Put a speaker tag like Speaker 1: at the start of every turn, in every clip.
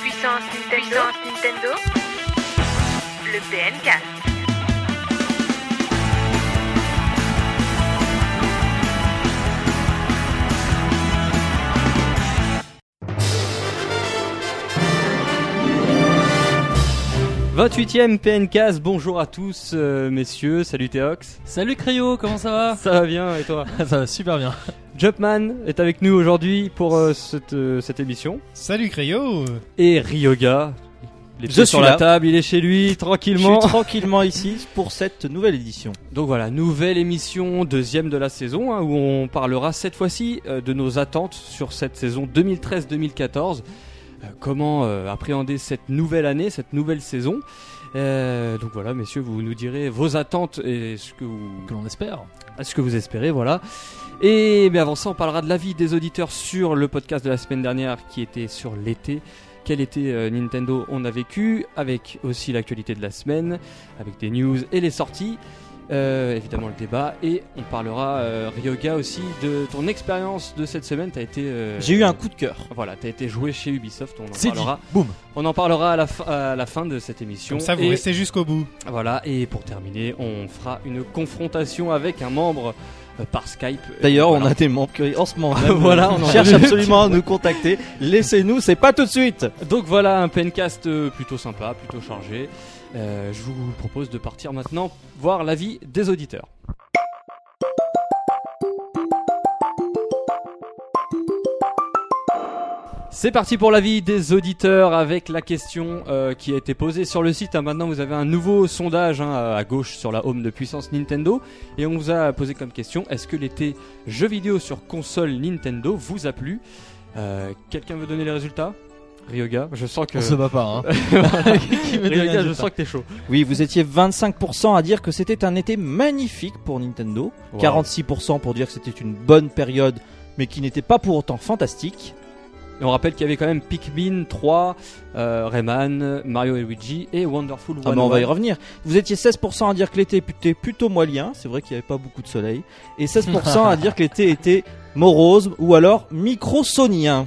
Speaker 1: Puissance Nintendo. Puissance Nintendo. Le PNK.
Speaker 2: e PNCAS, bonjour à tous euh, messieurs, salut Théox.
Speaker 3: Salut Cryo, comment ça
Speaker 4: Ah.
Speaker 3: va
Speaker 2: Ça va bien et toi
Speaker 3: Ça va super bien.
Speaker 2: Jumpman est avec nous aujourd'hui pour euh, cette, euh, cette émission.
Speaker 5: Salut Cryo
Speaker 2: Et Ryoga, les
Speaker 4: Je
Speaker 2: pieds
Speaker 4: suis
Speaker 2: sur
Speaker 4: là.
Speaker 2: la table, il est chez lui
Speaker 4: Je suis
Speaker 2: tranquillement.
Speaker 4: tranquillement ici pour cette nouvelle édition.
Speaker 2: Donc voilà, nouvelle émission, deuxième de la saison, hein, où on parlera cette fois-ci euh, de nos attentes sur cette saison 2013-2014. Euh, comment euh, appréhender cette nouvelle année, cette nouvelle saison. Euh, donc voilà, messieurs, vous nous direz vos attentes et ce que vous,
Speaker 3: Que l'on espère.
Speaker 2: à ce que vous espérez, voilà. Et mais avant ça, on parlera de l'avis des auditeurs sur le podcast de la semaine dernière qui était sur l'été. Quel été euh, Nintendo on a vécu, avec aussi l'actualité de la semaine, avec des news et les sorties, euh, évidemment le débat, et on parlera, euh, Ryoga, aussi de ton expérience de cette semaine. T'as été. euh,
Speaker 4: J'ai eu un coup de cœur.
Speaker 2: Voilà, t'as été joué chez Ubisoft, on en
Speaker 3: C'est dit.
Speaker 2: parlera.
Speaker 3: Boum.
Speaker 2: On en parlera à la, fin- à la fin de cette émission.
Speaker 5: Comme ça, vous
Speaker 2: Et-
Speaker 5: restez jusqu'au bout.
Speaker 2: voilà, et pour terminer, on fera une confrontation avec un membre euh, par Skype.
Speaker 4: D'ailleurs,
Speaker 2: Voilà.
Speaker 4: on a des membres qui, en ce moment,
Speaker 2: Ah, voilà, on en a
Speaker 4: cherche
Speaker 2: eu.
Speaker 4: absolument à nous contacter. Laissez-nous, c'est pas tout de suite.
Speaker 2: Donc voilà, un pencast euh, plutôt sympa, plutôt chargé. Euh, je vous propose de partir maintenant voir l'avis des auditeurs. C'est parti pour l'avis des auditeurs avec la question euh, qui a été posée sur le site. hein. Maintenant, vous avez un nouveau sondage hein, à gauche sur la home de puissance Nintendo. Et on vous a posé comme question, est-ce que l'été jeux vidéo sur console Nintendo vous a plu Euh, Quelqu'un veut donner les résultats Ryoga, je sens que...
Speaker 3: On se bat pas, hein.
Speaker 2: Ryoga,
Speaker 3: veut donner les
Speaker 2: je
Speaker 3: résultats
Speaker 2: sens que t'es chaud.
Speaker 4: Oui, vous étiez 25% à dire que c'était un été magnifique pour Nintendo.
Speaker 2: Wow.
Speaker 4: 46% pour dire que c'était une bonne période, mais qui n'était pas pour autant fantastique.
Speaker 2: Et on rappelle qu'il y avait quand même Pikmin 3, euh, Rayman, Mario et Luigi et Wonderful
Speaker 4: Ah, mais
Speaker 2: 101.
Speaker 4: on va y revenir. Vous étiez 16% à dire que l'été était plutôt moyen. C'est vrai qu'il n'y avait pas beaucoup de soleil. Et 16% à dire que l'été était morose ou alors microsonien.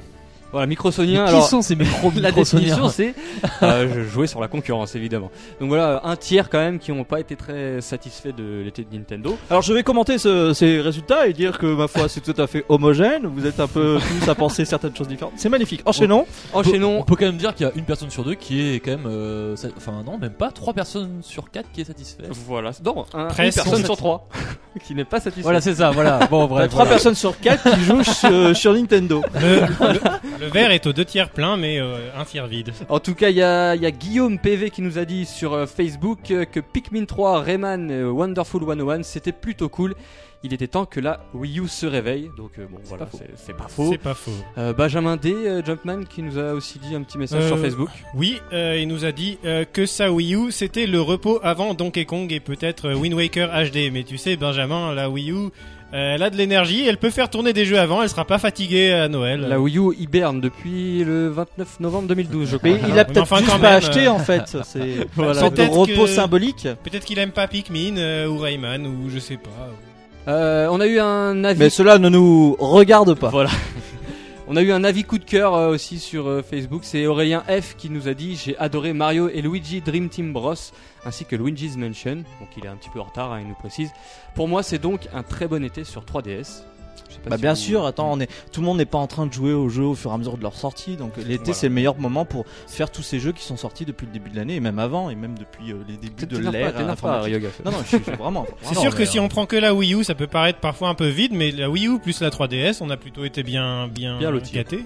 Speaker 2: Voilà,
Speaker 3: Mais
Speaker 2: Microsonien,
Speaker 3: qui
Speaker 2: alors...
Speaker 3: sont ces micro
Speaker 2: La
Speaker 3: microsoniens
Speaker 2: définition, c'est euh, je- jouer sur la concurrence, évidemment. Donc voilà, un tiers quand même qui n'ont pas été très satisfaits de l'été de Nintendo.
Speaker 4: Alors je vais commenter ce- ces résultats et dire que ma foi c'est tout à fait homogène, vous êtes un peu tous à penser certaines choses différentes. C'est magnifique. Enchaînons.
Speaker 3: On
Speaker 2: Enchaînons.
Speaker 3: peut quand même dire qu'il y a une personne sur deux qui est quand même. euh, sa- Enfin, non, même pas. Trois personnes sur quatre qui est satisfaite.
Speaker 2: Voilà, non, un, une
Speaker 5: Presque.
Speaker 2: personne sur trois qui n'est pas satisfaite.
Speaker 3: Voilà, c'est ça, voilà. Bon,
Speaker 4: T'as
Speaker 3: bref.
Speaker 4: Trois
Speaker 3: voilà.
Speaker 4: personnes sur quatre qui jouent sur, sur Nintendo.
Speaker 5: Le, le- le verre est aux deux tiers plein, mais euh, un tiers vide.
Speaker 2: En tout cas, il y a, il y a Guillaume PV qui nous a dit sur euh, Facebook euh, que Pikmin 3, Rayman, euh, Wonderful 101, c'était plutôt cool. Il était temps que la Wii U se réveille. Donc euh, bon, voilà,
Speaker 4: pas faux.
Speaker 2: c'est- c'est pas faux.
Speaker 5: C'est pas faux.
Speaker 2: Euh, Benjamin D, euh, Jumpman, qui nous a aussi dit un petit message
Speaker 5: Euh,
Speaker 2: sur Facebook.
Speaker 5: Oui, euh, il nous a dit euh, que sa Wii U, c'était le repos avant Donkey Kong et peut-être euh, Wind Waker HD. Mais tu sais, Benjamin, la Wii U, euh, elle a de l'énergie, elle peut faire tourner des jeux avant, elle sera pas fatiguée à Noël.
Speaker 2: La Wii U hiberne depuis le 29 novembre 2012, je crois.
Speaker 4: Mais il a
Speaker 5: Mais
Speaker 4: peut-être
Speaker 5: enfin,
Speaker 4: juste
Speaker 5: quand
Speaker 4: pas
Speaker 5: même,
Speaker 4: acheté
Speaker 5: euh,
Speaker 4: en fait. C'est
Speaker 5: Voilà.
Speaker 4: une sorte de
Speaker 5: Peut-être
Speaker 4: repos
Speaker 5: que-
Speaker 4: symbolique.
Speaker 5: Peut-être qu'il aime pas Pikmin euh, ou Rayman ou je sais pas.
Speaker 2: Euh, on a eu un avis.
Speaker 4: Mais cela ne nous regarde pas.
Speaker 2: Voilà. On a eu un avis coup de cœur euh, aussi sur euh, Facebook. C'est Aurélien F qui nous a dit J'ai adoré Mario et Luigi Dream Team Bros ainsi que Luigi's Mansion. Donc il est un petit peu en retard, hein, il nous précise. Pour moi, c'est donc un très bon été sur 3DS. Je sais pas
Speaker 4: Bah
Speaker 2: si
Speaker 4: bien
Speaker 2: vous-
Speaker 4: sûr, attends, on est tout le monde n'est pas en train de jouer aux jeux au fur et à mesure de leur sortie, donc euh, l'été
Speaker 2: Voilà.
Speaker 4: c'est le meilleur moment pour faire tous ces jeux qui sont sortis depuis le début de l'année et même avant et même depuis euh, les débuts de
Speaker 2: T'énerve pas,
Speaker 4: l'ère.
Speaker 2: t'énerve pas,
Speaker 4: informatique.
Speaker 2: Ryoga.
Speaker 4: Non non, je suis je suis vraiment.
Speaker 5: C'est
Speaker 3: non,
Speaker 5: sûr que
Speaker 3: mais,
Speaker 5: si on prend que la Wii U, ça peut paraître parfois un peu vide, mais la Wii U plus la 3DS, on a plutôt été bien, bien,
Speaker 2: Bien lotis.
Speaker 5: gâtés.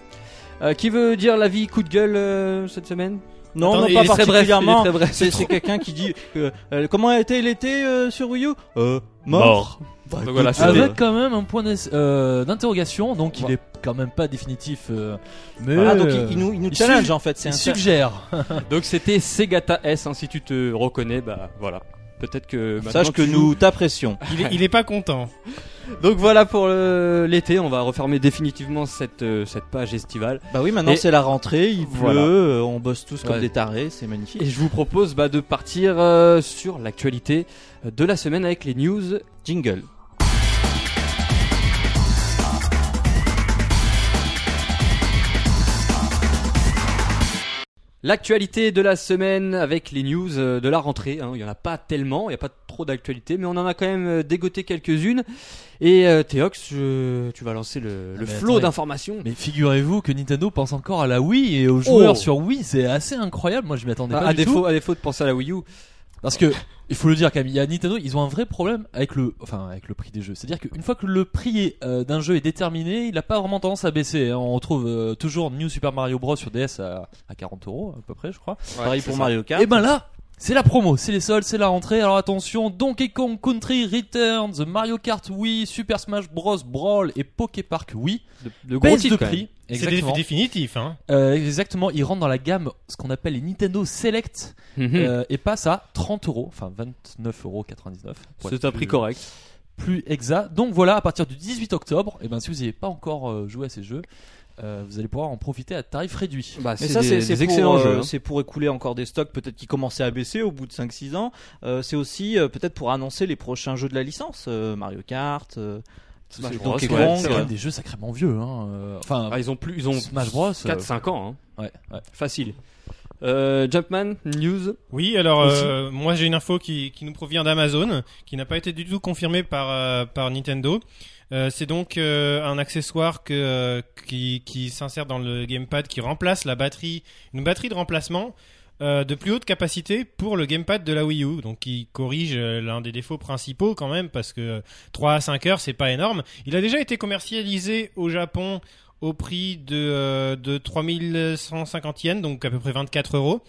Speaker 2: Euh, qui veut dire l'avis coup de gueule euh, cette semaine
Speaker 4: Non,
Speaker 5: Attendez,
Speaker 4: non,
Speaker 2: il est
Speaker 4: pas
Speaker 2: très bref, il est
Speaker 4: particulièrement.
Speaker 2: très bref,
Speaker 4: C'est
Speaker 2: c'est
Speaker 4: c'est
Speaker 2: trop.
Speaker 4: quelqu'un qui dit euh, euh, comment a été l'été euh, sur Wii U euh, Mort. Bah,
Speaker 2: Donc
Speaker 4: écoute,
Speaker 2: voilà, c'est-
Speaker 3: Avec quand même un point d'es- euh, d'interrogation, donc il
Speaker 2: Voilà.
Speaker 3: est quand même pas définitif. euh, mais
Speaker 4: voilà, donc
Speaker 3: euh,
Speaker 4: il, il nous, il nous
Speaker 3: il
Speaker 4: challenge
Speaker 3: suge-
Speaker 4: en fait. C'est un
Speaker 3: il suggère.
Speaker 2: Donc c'était Segata S. hein, si tu te reconnais, bah voilà. Peut-être que maintenant,
Speaker 4: Sache que
Speaker 2: tu-
Speaker 4: nous t'apprécions.
Speaker 5: Il, est- il est pas content.
Speaker 2: Donc voilà pour le- l'été. On va refermer définitivement cette euh, cette page estivale.
Speaker 4: Bah oui, maintenant
Speaker 2: Et-
Speaker 4: c'est la rentrée, il pleut,
Speaker 2: Voilà.
Speaker 4: euh, on bosse tous comme
Speaker 2: Ouais.
Speaker 4: des tarés, c'est magnifique.
Speaker 2: Et je vous propose bah, de partir euh, sur l'actualité euh, de la semaine avec les news.
Speaker 4: Jingle.
Speaker 2: L'actualité de la semaine avec les news euh, de la rentrée. hein. Il n'y en a pas tellement, il n'y a pas trop d'actualité, mais on en a quand même euh, dégoté quelques-unes. Et euh, Théox, je- tu vas lancer le, le flot
Speaker 3: mais Ah bah, attendez.
Speaker 2: d'informations.
Speaker 3: Mais figurez-vous que Nintendo pense encore à la Wii et aux
Speaker 2: Oh.
Speaker 3: joueurs sur Wii, c'est assez incroyable. Moi, je m'y attendais
Speaker 2: À,
Speaker 3: pas
Speaker 2: Ah, à
Speaker 3: du tout.
Speaker 2: défaut, à défaut de penser à la Wii U.
Speaker 3: Parce que il faut le dire quand même, il y a Nintendo, ils ont un vrai problème avec le, enfin avec le prix des jeux. C'est-à-dire qu'une fois que le prix est, euh, d'un jeu est déterminé, il n'a pas vraiment tendance à baisser. hein. On retrouve euh, toujours New Super Mario Bros sur DS à, à 40 euros à peu près, je crois.
Speaker 4: Pareil pour Mario Kart.
Speaker 3: Et ben là, c'est la promo, c'est les soldes, c'est la rentrée. Alors attention, Donkey Kong Country Returns, Mario Kart Wii, Super Smash Bros Brawl et Poké Park Wii
Speaker 2: De, de gros
Speaker 3: baissent
Speaker 2: titres,
Speaker 3: de
Speaker 2: quand même.
Speaker 3: prix.
Speaker 5: C'est dé-
Speaker 3: Exactement.
Speaker 5: définitif, hein.
Speaker 3: Euh, exactement, ils rentrent dans la gamme ce qu'on appelle les Nintendo Select.
Speaker 2: Mhm.
Speaker 3: Euh, et passe à 30 euros, enfin 29,99 euros. pour être
Speaker 2: C'est un
Speaker 3: plus-
Speaker 2: prix correct.
Speaker 3: Plus exact. Donc voilà, à partir du 18 octobre, et ben, si vous n'y avez pas encore euh, joué à ces jeux, euh, vous allez pouvoir en profiter à tarif réduit.
Speaker 2: Bah,
Speaker 4: Mais
Speaker 2: c'est
Speaker 4: ça,
Speaker 2: des,
Speaker 4: c'est
Speaker 2: des
Speaker 4: c'est pour,
Speaker 2: excellents
Speaker 4: euh,
Speaker 2: jeux. hein.
Speaker 4: c'est pour écouler encore des stocks, peut-être qui commençaient à baisser au bout de 5-6 ans. Euh, c'est aussi euh, peut-être pour annoncer les prochains jeux de la licence, euh, Mario Kart. euh,
Speaker 2: Smash
Speaker 4: c'est
Speaker 2: Bros,
Speaker 4: Donkey
Speaker 2: ouais,
Speaker 4: Kong,
Speaker 2: c'est
Speaker 3: C'est
Speaker 2: vrai.
Speaker 3: quand même des jeux sacrément vieux. hein, euh, Enfin,
Speaker 2: Ah, ils ont plus, ils ont
Speaker 3: Smash Bros, euh,
Speaker 2: 4-5 ans. hein.
Speaker 3: ouais, ouais.
Speaker 2: Facile. Euh, Jumpman, news.
Speaker 5: Oui, alors
Speaker 2: Aussi.
Speaker 5: euh, moi j'ai une info qui, qui nous provient d'Amazon, qui n'a pas été du tout confirmée par euh, par Nintendo. Euh, c'est donc euh, un accessoire que, euh, qui, qui s'insère dans le gamepad, qui remplace la batterie, une batterie de remplacement euh, de plus haute capacité pour le gamepad de la Wii U, donc qui corrige euh, l'un des défauts principaux quand même, parce que euh, 3 à 5 heures c'est pas énorme. Il a déjà été commercialisé au Japon au prix de, euh, de 3150 yens, donc à peu près 24 euros.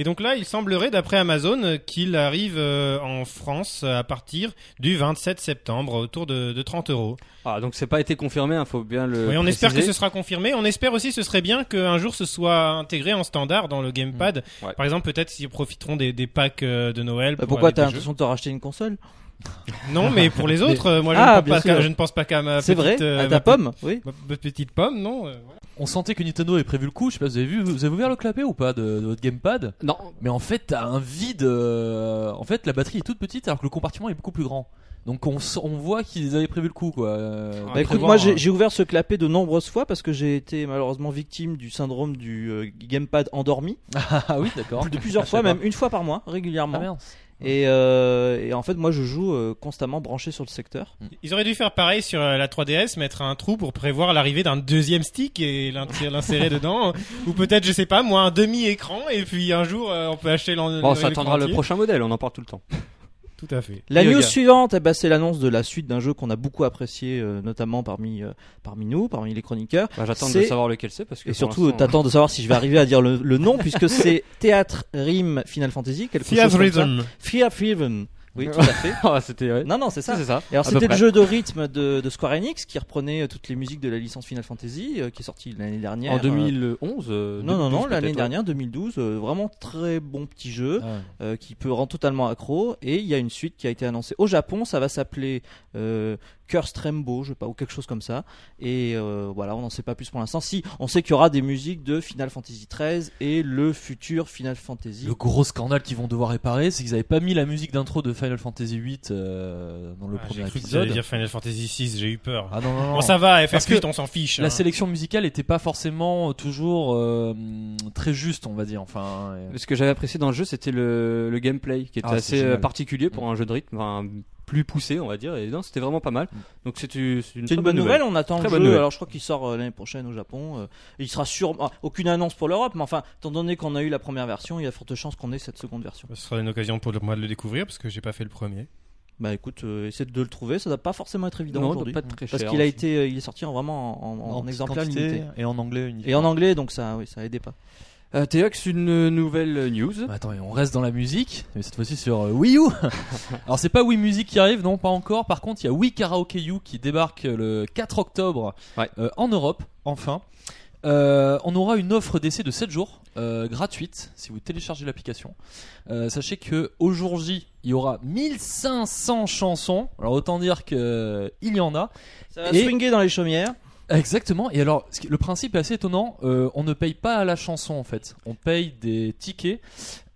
Speaker 5: Et donc là, il semblerait, d'après Amazon, euh, qu'il arrive euh, en France euh, à partir du 27 septembre, autour de, de 30 euros.
Speaker 2: Ah, donc c'est pas été confirmé, il faut bien le.
Speaker 4: Euh,
Speaker 5: Oui, on espère que
Speaker 2: préciser.
Speaker 5: ce sera confirmé. On espère aussi, ce serait bien qu'un jour, ce soit intégré en standard dans le gamepad.
Speaker 2: Mmh. Ouais.
Speaker 5: Par exemple, peut-être s'ils profiteront des, des packs euh, de Noël.
Speaker 4: bah,
Speaker 5: pour
Speaker 4: pourquoi
Speaker 5: aller
Speaker 4: t'as
Speaker 5: des jeux.
Speaker 4: l'impression de te racheter une console
Speaker 5: Non, mais pour les autres, euh, moi, je,
Speaker 4: Ah,
Speaker 5: ne pense
Speaker 4: bien
Speaker 5: pas qu'à-
Speaker 4: sûr.
Speaker 5: je ne pense pas qu'à ma
Speaker 4: C'est vrai
Speaker 5: petite, euh,
Speaker 4: À
Speaker 5: ma
Speaker 4: ta pomme Oui.
Speaker 5: pe- ma petite pomme, non. euh, voilà.
Speaker 3: On sentait que Nintendo avait prévu le coup. Je sais pas, vous avez vu, vous avez ouvert le clapet ou pas de, de votre gamepad
Speaker 2: Non,
Speaker 3: Mais en fait, t'as un vide. euh, En fait, la batterie est toute petite alors que le compartiment est beaucoup plus grand. Donc on, s- on voit qu'ils avaient prévu le coup quoi. Euh,
Speaker 2: Bah,
Speaker 4: Bah,
Speaker 3: prévoir,
Speaker 4: écoute, moi
Speaker 3: euh,
Speaker 4: j'ai j'ai ouvert ce clapet de nombreuses fois parce que j'ai été malheureusement victime du syndrome du euh, gamepad endormi.
Speaker 3: ah oui, d'accord.
Speaker 4: De plusieurs
Speaker 3: Je
Speaker 4: fois,
Speaker 3: sais pas.
Speaker 4: même une fois par mois,
Speaker 3: Ah
Speaker 4: régulièrement.
Speaker 3: merde.
Speaker 4: et, euh, et en fait, moi je joue euh, constamment branché sur le secteur.
Speaker 5: Ils auraient dû faire pareil sur euh, la 3DS, mettre un trou pour prévoir l'arrivée d'un deuxième stick et l'in- l'insérer dedans, ou peut-être je sais pas, moi un demi écran et puis un jour euh, on peut acheter l'en.
Speaker 2: bon,
Speaker 5: l'en-
Speaker 2: ça attendra le
Speaker 5: entier.
Speaker 2: prochain modèle, on en parle tout le temps.
Speaker 5: Tout à fait.
Speaker 4: La
Speaker 2: Yoga.
Speaker 4: news suivante, eh ben, c'est l'annonce de la suite d'un jeu qu'on a beaucoup apprécié, euh, notamment parmi, euh, parmi nous, parmi les chroniqueurs.
Speaker 2: Bah, J'attends de
Speaker 4: C'est-
Speaker 2: savoir lequel c'est parce que.
Speaker 4: Et
Speaker 2: pour
Speaker 4: surtout,
Speaker 2: l'instant, hein.
Speaker 4: t'attends de savoir si je vais arriver à dire le, le nom, puisque c'est Théâtre Rime Final Fantasy, quelque chose comme ça.
Speaker 5: Ah,
Speaker 4: Fear of Rhythm. Oui, tout à fait.
Speaker 2: Ah, c'était. ouais.
Speaker 4: Non, non, c'est
Speaker 2: Ça,
Speaker 4: ça.
Speaker 2: c'est ça.
Speaker 4: Et Alors
Speaker 2: à peu
Speaker 4: c'était le
Speaker 2: près.
Speaker 4: jeu de rythme de, de Square Enix qui reprenait euh, toutes les musiques de la licence Final Fantasy euh, qui est sortie l'année dernière.
Speaker 2: En
Speaker 4: Euh,
Speaker 2: 2011. euh,
Speaker 4: non, non,
Speaker 2: 2012,
Speaker 4: non, l'année
Speaker 2: peut-être,
Speaker 4: dernière, 2012, euh, vraiment très bon petit jeu
Speaker 3: Ah ouais.
Speaker 4: euh, qui peut rendre totalement accro. Et il y a une suite qui a été annoncée au Japon, ça va s'appeler euh, Curse Trembo, je sais pas, ou quelque chose comme ça. Et euh, voilà, on n'en sait pas plus pour l'instant. Si, on sait qu'il y aura des musiques de Final Fantasy 13 et le futur Final Fantasy.
Speaker 3: Le gros scandale qu'ils vont devoir réparer, c'est qu'ils n'avaient pas mis la musique d'intro de Final Fantasy VIII euh, dans le
Speaker 5: Ah,
Speaker 3: premier
Speaker 5: J'ai cru que vous alliez
Speaker 3: épisode.
Speaker 5: dire Final Fantasy 6, j'ai eu peur.
Speaker 3: Ah non, non, non.
Speaker 5: Bon, ça va,
Speaker 3: Parce que
Speaker 5: FF8, on s'en fiche. hein.
Speaker 3: La sélection musicale n'était pas forcément toujours euh, hum, très juste, on va dire. Enfin, euh,
Speaker 2: Ce que j'avais apprécié dans le jeu, c'était le, le gameplay qui était
Speaker 3: Ah, c'est
Speaker 2: assez
Speaker 3: génial.
Speaker 2: euh, particulier
Speaker 4: Mm.
Speaker 2: pour un jeu de rythme, enfin, plus poussé, on va dire. Et non, c'était vraiment pas mal.
Speaker 3: Mm.
Speaker 2: Donc c'est une, c'est une
Speaker 4: C'est
Speaker 2: très
Speaker 4: une bonne nouvelle, on attend
Speaker 2: Très
Speaker 4: le
Speaker 2: bonne
Speaker 4: jeu.
Speaker 2: nouvelle.
Speaker 4: Alors je crois qu'il sort euh, l'année prochaine au Japon. euh, et il sera sûrement ah, aucune annonce pour l'Europe, mais enfin, étant donné qu'on a eu la première version, il y a forte chance qu'on ait cette seconde version.
Speaker 5: Ce sera une occasion pour le- moi de le découvrir parce que j'ai pas fait le premier.
Speaker 4: Bah écoute, euh, essaie de le trouver, ça doit pas forcément être évident
Speaker 2: Non,
Speaker 4: aujourd'hui.
Speaker 2: pas très hein, cher.
Speaker 4: Parce qu'il a été, euh, il est sorti en vraiment en, en- en
Speaker 3: petite
Speaker 4: exemplaire
Speaker 3: quantité
Speaker 4: limité.
Speaker 3: et en anglais uniquement.
Speaker 4: Et en anglais, donc ça, oui, ça aidait pas.
Speaker 2: Euh, Théox, une nouvelle news.
Speaker 3: Bah, Attends, et on reste dans la musique, mais cette fois-ci sur euh, Wii U. Alors c'est pas Wii Music qui arrive, non, pas encore. Par contre, il y a Wii Karaoke U qui débarque euh, le 4 octobre
Speaker 2: Ouais.
Speaker 3: euh, en Europe, enfin. Euh, on aura une offre d'essai de 7 jours euh, gratuite si vous téléchargez l'application. Euh, sachez que au jour J, il y aura 1500 chansons. Alors autant dire que euh, il y en a.
Speaker 4: Ça va
Speaker 3: Et-
Speaker 4: swinguer dans les chaumières.
Speaker 3: Exactement. Et alors, ce qui- le principe est assez étonnant. Euh, on ne paye pas à la chanson en fait. On paye des tickets.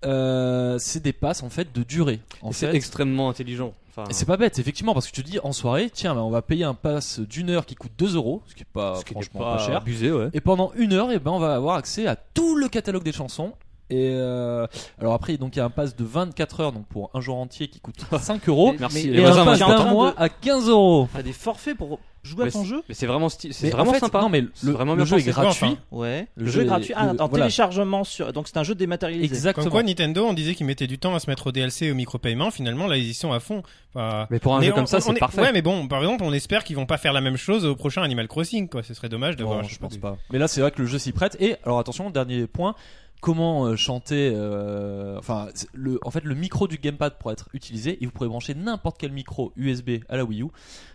Speaker 3: Euh, c'est des passes en fait de durée. En
Speaker 2: Et C'est
Speaker 3: fait.
Speaker 2: extrêmement intelligent. Enfin,
Speaker 3: Et c'est pas bête, effectivement, parce que tu te dis en soirée, tiens, bah, on va payer un pass d'une heure qui coûte 2 euros, ce qui est pas
Speaker 2: ce qui n'est
Speaker 3: franchement
Speaker 2: pas
Speaker 3: pas cher.
Speaker 2: abusé, ouais.
Speaker 3: eh Et pendant une heure, et ben, on va avoir accès à tout le catalogue des chansons Et euh, alors après, donc il y a un pass de 24 heures, donc pour un jour entier qui coûte 5 euros.
Speaker 2: Merci.
Speaker 4: mais-
Speaker 2: les
Speaker 3: Et
Speaker 2: voisins
Speaker 3: un
Speaker 4: enfin,
Speaker 3: pass
Speaker 4: j'ai
Speaker 2: m'attendent.
Speaker 4: en
Speaker 3: d'un
Speaker 4: train de-
Speaker 3: mois à 15 euros.
Speaker 4: T'as Ah, des forfaits pour jouer à
Speaker 2: Mais
Speaker 4: ton jeu
Speaker 2: Mais c'est vraiment, sti- c'est
Speaker 3: Mais
Speaker 2: vraiment
Speaker 3: en fait,
Speaker 2: sympa.
Speaker 3: Non, mais le,
Speaker 2: C'est vraiment
Speaker 3: le
Speaker 2: bien
Speaker 3: jeu est
Speaker 2: pensé.
Speaker 3: gratuit.
Speaker 5: Enfin,
Speaker 4: Ouais. Le,
Speaker 3: Le
Speaker 4: jeu
Speaker 3: jeu
Speaker 4: est
Speaker 3: est-
Speaker 4: gratuit. Ah,
Speaker 3: le-
Speaker 4: attends,
Speaker 3: voilà.
Speaker 4: téléchargement sur. Donc c'est un jeu dématérialisé.
Speaker 3: Exactement.
Speaker 5: Comme quoi Nintendo, on disait qu'ils mettaient du temps à se mettre au DLC et au micro-paiement. Finalement, là, ils y sont à fond. Enfin,
Speaker 2: Mais pour un
Speaker 5: mais
Speaker 2: jeu
Speaker 5: on-
Speaker 2: comme ça,
Speaker 5: on
Speaker 2: c'est
Speaker 5: est-
Speaker 2: parfait.
Speaker 5: Ouais, mais bon, par exemple, on espère qu'ils vont pas faire la même chose au prochain Animal Crossing, quoi. Ce serait dommage
Speaker 3: Non,
Speaker 5: d'avoir. un jeu
Speaker 3: je pense
Speaker 5: comme
Speaker 3: pas. Mais là, c'est vrai que le jeu s'y prête. Et alors, attention, dernier point. Comment euh, chanter euh, Enfin, c'est- le, en fait, le micro du gamepad pourra être utilisé et vous pourrez brancher n'importe quel micro USB à la Wii U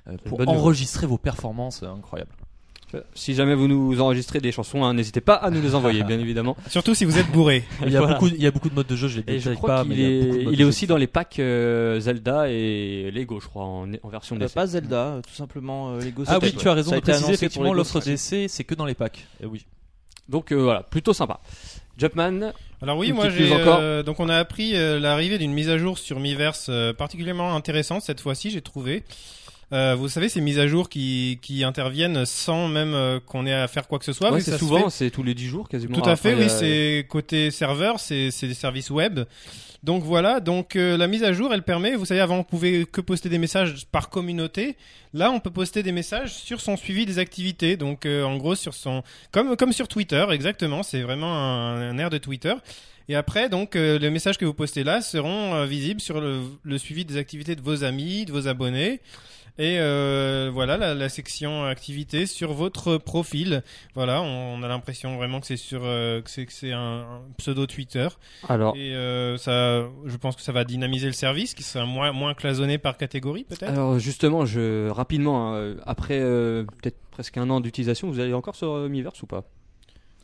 Speaker 3: euh, pour
Speaker 2: bonne nouvelle.
Speaker 3: enregistrer vos performances euh, incroyables.
Speaker 2: Si jamais vous nous enregistrez des chansons, hein, n'hésitez pas à nous les envoyer, bien évidemment.
Speaker 5: ça. Surtout si vous êtes bourré.
Speaker 3: Il y a
Speaker 2: Voilà.
Speaker 3: beaucoup, il y a beaucoup de modes de jeu. Je les
Speaker 2: Et je
Speaker 3: détaille
Speaker 2: crois
Speaker 3: pas,
Speaker 2: qu'il
Speaker 3: mais il y a beaucoup
Speaker 2: est,
Speaker 3: de modes
Speaker 2: il
Speaker 3: de
Speaker 2: est
Speaker 3: jeu.
Speaker 2: aussi dans les packs euh, Zelda et Lego, je crois, en, en version
Speaker 4: Euh,
Speaker 2: DC.
Speaker 4: pas Zelda, euh, tout simplement euh, Lego.
Speaker 3: Ah
Speaker 4: City.
Speaker 3: oui, tu as raison
Speaker 4: Ça a
Speaker 3: de
Speaker 4: été
Speaker 3: préciser.
Speaker 4: annoncé pour
Speaker 3: Effectivement,
Speaker 4: Lego
Speaker 3: l'offre
Speaker 4: City.
Speaker 3: DC, c'est que dans les packs. Et oui.
Speaker 2: Donc euh, voilà, plutôt sympa. Jumpman,
Speaker 5: Alors oui,
Speaker 2: Une
Speaker 5: moi
Speaker 2: petite news
Speaker 5: j'ai
Speaker 2: encore.
Speaker 5: euh, donc on a appris euh, l'arrivée d'une mise à jour sur Miiverse euh, particulièrement intéressante cette fois-ci, j'ai trouvé. Euh, vous savez ces mises à jour qui qui interviennent sans même euh, qu'on ait à faire quoi que ce soit.
Speaker 2: ouais,
Speaker 5: mais ça
Speaker 2: c'est
Speaker 5: se
Speaker 2: souvent,
Speaker 5: fait.
Speaker 2: c'est tous les 10 jours quasiment.
Speaker 5: Tout à fait,
Speaker 2: Enfin,
Speaker 5: oui,
Speaker 2: il y a-
Speaker 5: c'est côté serveur, c'est c'est des services web. Donc voilà, donc euh, la mise à jour, elle permet, vous savez, avant on pouvait que poster des messages par communauté. Là, on peut poster des messages sur son suivi des activités. Donc euh, en gros sur son comme comme sur Twitter, exactement, c'est vraiment un, un air de Twitter. Et après, donc, euh, les messages que vous postez là seront euh, visibles sur le, le suivi des activités de vos amis, de vos abonnés. Et euh, voilà la, la section activités sur votre profil. Voilà, on, on a l'impression vraiment que c'est sur euh, que c'est que c'est un, un pseudo Twitter.
Speaker 4: Oh.
Speaker 2: Alors,
Speaker 5: Et euh, ça, je pense que ça va dynamiser le service, qui sera moins moins cloisonné par catégorie
Speaker 4: Euh,
Speaker 5: peut-être.
Speaker 2: alors justement, je rapidement, hein, après euh, peut-être presque un an d'utilisation, vous allez encore sur euh, Miiverse ou pas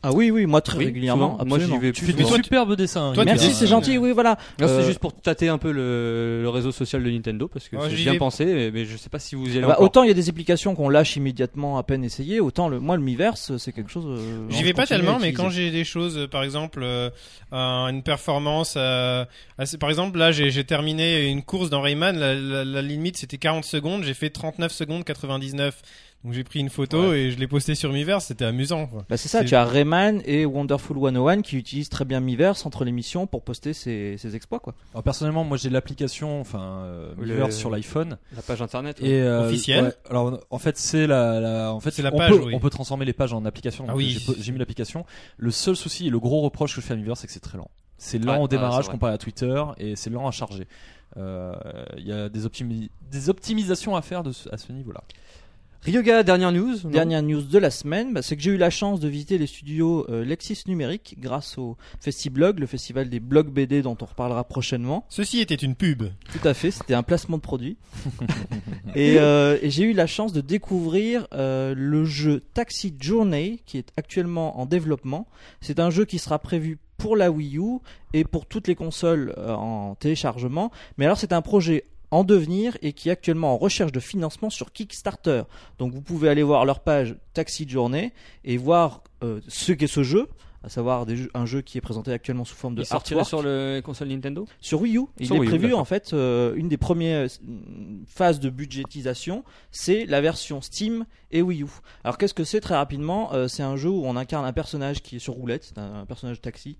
Speaker 4: Ah oui, oui, moi très
Speaker 2: Oui,
Speaker 4: régulièrement.
Speaker 2: souvent. Moi, j'y
Speaker 4: absolument.
Speaker 2: vais
Speaker 3: Tu
Speaker 2: plus.
Speaker 3: fais des
Speaker 2: souvent.
Speaker 3: superbes dessins.
Speaker 5: Toi, tu
Speaker 3: Guillaume.
Speaker 4: Merci,
Speaker 5: viens.
Speaker 4: c'est gentil. Oui, voilà.
Speaker 2: Non, c'est
Speaker 4: Euh,
Speaker 2: juste pour tâter un peu le, le réseau social de Nintendo parce que
Speaker 5: Moi,
Speaker 2: c'est
Speaker 5: j'y
Speaker 2: bien
Speaker 5: vais.
Speaker 2: pensé, mais, mais je sais pas si vous y allez
Speaker 4: Ah bah,
Speaker 2: encore.
Speaker 4: autant il y a des applications qu'on lâche immédiatement à peine essayées, autant le, moi le Miiverse c'est quelque chose. euh,
Speaker 5: J'y
Speaker 4: on
Speaker 5: vais
Speaker 4: continue
Speaker 5: pas
Speaker 4: à
Speaker 5: tellement, mais
Speaker 4: utiliser.
Speaker 5: quand j'ai des choses, euh, par exemple, euh, un- une performance, euh, assez- par exemple, là, j'ai j'ai terminé une course dans Rayman, la, la- la limite c'était 40 secondes, j'ai fait 39 secondes 99. Donc j'ai pris une photo et je l'ai postée sur Miiverse, c'était amusant. Quoi.
Speaker 4: Bah, c'est ça,
Speaker 5: C'est-
Speaker 4: tu as Rayman et Wonderful 101 qui utilisent très bien Miiverse entre les missions pour poster ses, ses exploits quoi.
Speaker 3: Alors, personnellement, moi, j'ai l'application, enfin, euh,
Speaker 2: Le-
Speaker 3: Miiverse sur l'iPhone.
Speaker 2: La page internet. ouais.
Speaker 3: Et euh,
Speaker 5: Officielle.
Speaker 3: ouais. Alors en fait c'est la, la- en fait
Speaker 5: C'est la
Speaker 3: on
Speaker 5: page,
Speaker 3: peut,
Speaker 5: oui.
Speaker 3: on peut transformer les pages en application. Donc,
Speaker 5: Ah oui.
Speaker 3: j'ai po- J'ai mis l'application. Le seul souci et le gros reproche que je fais à Miiverse c'est que c'est très lent. C'est lent
Speaker 2: Ouais,
Speaker 3: au
Speaker 2: ouais,
Speaker 3: démarrage
Speaker 2: c'est vrai.
Speaker 3: comparé à Twitter et c'est lent à charger. Euh, Il y a des, optimi- des optimisations à faire de ce- à ce niveau-là.
Speaker 2: Ryoga, dernière news. non
Speaker 4: Dernière news de la semaine, bah, c'est que j'ai eu la chance de visiter les studios euh, Lexis Numérique grâce au FestiBlog, le festival des blogs BD dont on reparlera prochainement.
Speaker 5: Ceci était une pub.
Speaker 4: Tout à fait, c'était un placement de produit. et euh, et j'ai eu la chance de découvrir euh, le jeu Taxi Journey qui est actuellement en développement. C'est un jeu qui sera prévu pour la Wii U et pour toutes les consoles euh, en téléchargement. Mais alors c'est un projet en devenir et qui est actuellement en recherche de financement sur Kickstarter. Donc vous pouvez aller voir leur page Taxi Journey et voir euh, ce qu'est ce jeu, à savoir des jeux- un jeu qui est présenté actuellement sous forme de
Speaker 2: Il sortira sur
Speaker 4: artwork
Speaker 2: le console Nintendo
Speaker 4: sur Wii U. Il
Speaker 2: Sur
Speaker 4: est
Speaker 2: Wii U,
Speaker 4: prévu
Speaker 2: d'accord.
Speaker 4: en fait euh, une des premières euh, phases de budgétisation, c'est la version Steam et Wii U. Alors qu'est-ce que c'est très rapidement Euh, C'est un jeu où on incarne un personnage qui est sur roulette, c'est un, un personnage taxi.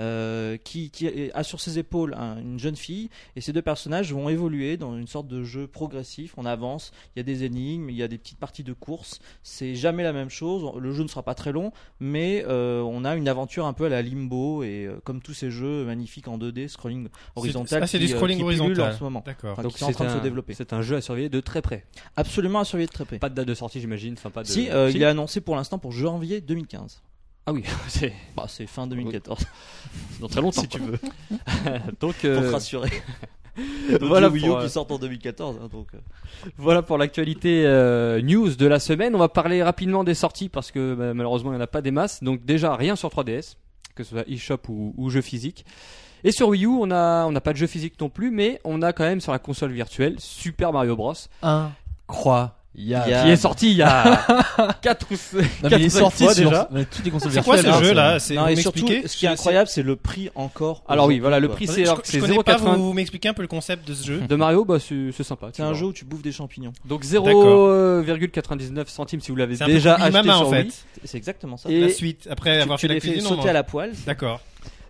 Speaker 4: euh, qui, qui est- a sur ses épaules un- une jeune fille et ces deux personnages vont évoluer dans une sorte de jeu progressif. On avance, il y a des énigmes, il y a des petites parties de course. C'est jamais la même chose. Le jeu ne sera pas très long, mais euh, on a une aventure un peu à la Limbo et euh, comme tous ces jeux magnifiques en 2D, scrolling horizontal.
Speaker 5: ah, c'est
Speaker 4: qui,
Speaker 5: du
Speaker 4: euh,
Speaker 5: scrolling
Speaker 4: qui pullule
Speaker 5: horizontal.
Speaker 4: en ce moment.
Speaker 5: D'accord.
Speaker 4: Enfin, qui sont en train de se développer.
Speaker 2: c'est un jeu à surveiller de très près.
Speaker 4: Absolument à surveiller de très près.
Speaker 2: Pas de date de sortie, j'imagine. Enfin, pas de...
Speaker 4: Si, euh, il est annoncé pour l'instant pour janvier 2015.
Speaker 2: Ah oui, c'est
Speaker 4: Bah, c'est fin 2014,
Speaker 2: dans très longtemps. si tu veux. Donc, euh,
Speaker 4: pour te rassurer.
Speaker 2: voilà
Speaker 4: voilà Wii U
Speaker 2: pour, euh,
Speaker 4: qui sortent en 2014. hein, donc, euh.
Speaker 2: voilà pour l'actualité euh, news de la semaine. On va parler rapidement des sorties parce que bah, malheureusement, il n'y en a pas des masses. Donc, déjà, rien sur 3DS, que ce soit eShop ou, ou jeu physique. Et sur Wii U, on n'a on a pas de jeu physique non plus, mais on a quand même sur la console virtuelle Super Mario Bros.
Speaker 4: Il y a-
Speaker 3: Incroyable.
Speaker 2: qui est sorti il y a 4 ou 5
Speaker 3: Non, mais il est sorti sur
Speaker 2: déjà.
Speaker 3: mais toutes les consoles
Speaker 5: C'est quoi
Speaker 3: virtuelles.
Speaker 5: ce
Speaker 3: hein,
Speaker 5: jeu
Speaker 3: ça-
Speaker 5: là C'est
Speaker 4: Non,
Speaker 5: vous
Speaker 4: et surtout,
Speaker 5: m'expliquez
Speaker 4: ce qui est incroyable, c'est le prix encore.
Speaker 2: Alors oui, voilà, le
Speaker 4: aujourd'hui,
Speaker 2: prix
Speaker 5: Je-
Speaker 2: c'est alors que
Speaker 5: Je
Speaker 2: c'est
Speaker 5: connais pas,
Speaker 2: 0,80
Speaker 5: vous vous m'expliquez un peu le concept de ce jeu
Speaker 2: de Mario, bah c'est c'est sympa.
Speaker 4: quoi.
Speaker 2: tu
Speaker 4: C'est un
Speaker 2: vois.
Speaker 4: jeu où tu bouffes des champignons.
Speaker 2: Donc
Speaker 5: D'accord.
Speaker 2: 0,99 centimes si vous l'avez
Speaker 5: C'est un peu
Speaker 2: déjà
Speaker 5: comme
Speaker 2: acheté
Speaker 5: Imama,
Speaker 2: sur
Speaker 5: en fait.
Speaker 2: Wii.
Speaker 4: C'est exactement ça.
Speaker 2: Et-
Speaker 5: La suite, après
Speaker 4: tu,
Speaker 5: avoir
Speaker 4: tu
Speaker 5: fait la
Speaker 4: les fais
Speaker 5: cuisine, on
Speaker 4: sauter
Speaker 5: mange.
Speaker 4: à la poêle.
Speaker 5: D'accord.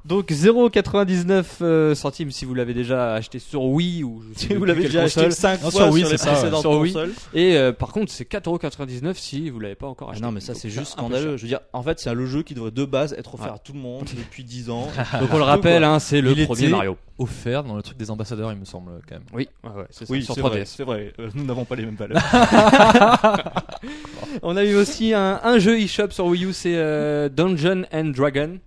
Speaker 2: Donc 0,99 euh, centimes si vous l'avez déjà acheté sur Wii ou je sais
Speaker 4: Si vous
Speaker 2: plus
Speaker 4: l'avez
Speaker 2: quelle
Speaker 4: déjà acheté
Speaker 2: console.
Speaker 4: 5
Speaker 3: Non,
Speaker 4: fois
Speaker 3: sur Wii,
Speaker 4: sur les
Speaker 3: c'est ça, ouais.
Speaker 4: précédentes
Speaker 2: Sur Wii.
Speaker 4: consoles.
Speaker 2: Et euh, par contre, c'est 4,99 si vous l'avez pas encore
Speaker 4: Ah
Speaker 2: acheté.
Speaker 4: non mais ça
Speaker 2: Donc,
Speaker 4: c'est juste
Speaker 2: un peu
Speaker 4: scandaleux. Je veux dire, en fait c'est un le jeu qui devrait de base être offert
Speaker 2: Ouais.
Speaker 4: à tout le monde depuis 10 ans.
Speaker 2: cher. Donc on le rappelle, hein, c'est le
Speaker 3: Il
Speaker 2: premier
Speaker 3: était-
Speaker 2: Mario.
Speaker 3: Offert dans le truc des ambassadeurs, il me semble quand même.
Speaker 2: Oui, ouais, ouais, c'est ça,
Speaker 4: Oui,
Speaker 2: sur
Speaker 4: c'est vrai,
Speaker 2: 3DS.
Speaker 4: c'est vrai. Euh, Nous n'avons pas les mêmes valeurs.
Speaker 2: On a eu aussi un, un jeu eShop sur Wii U, c'est euh, Dungeon and Dragon.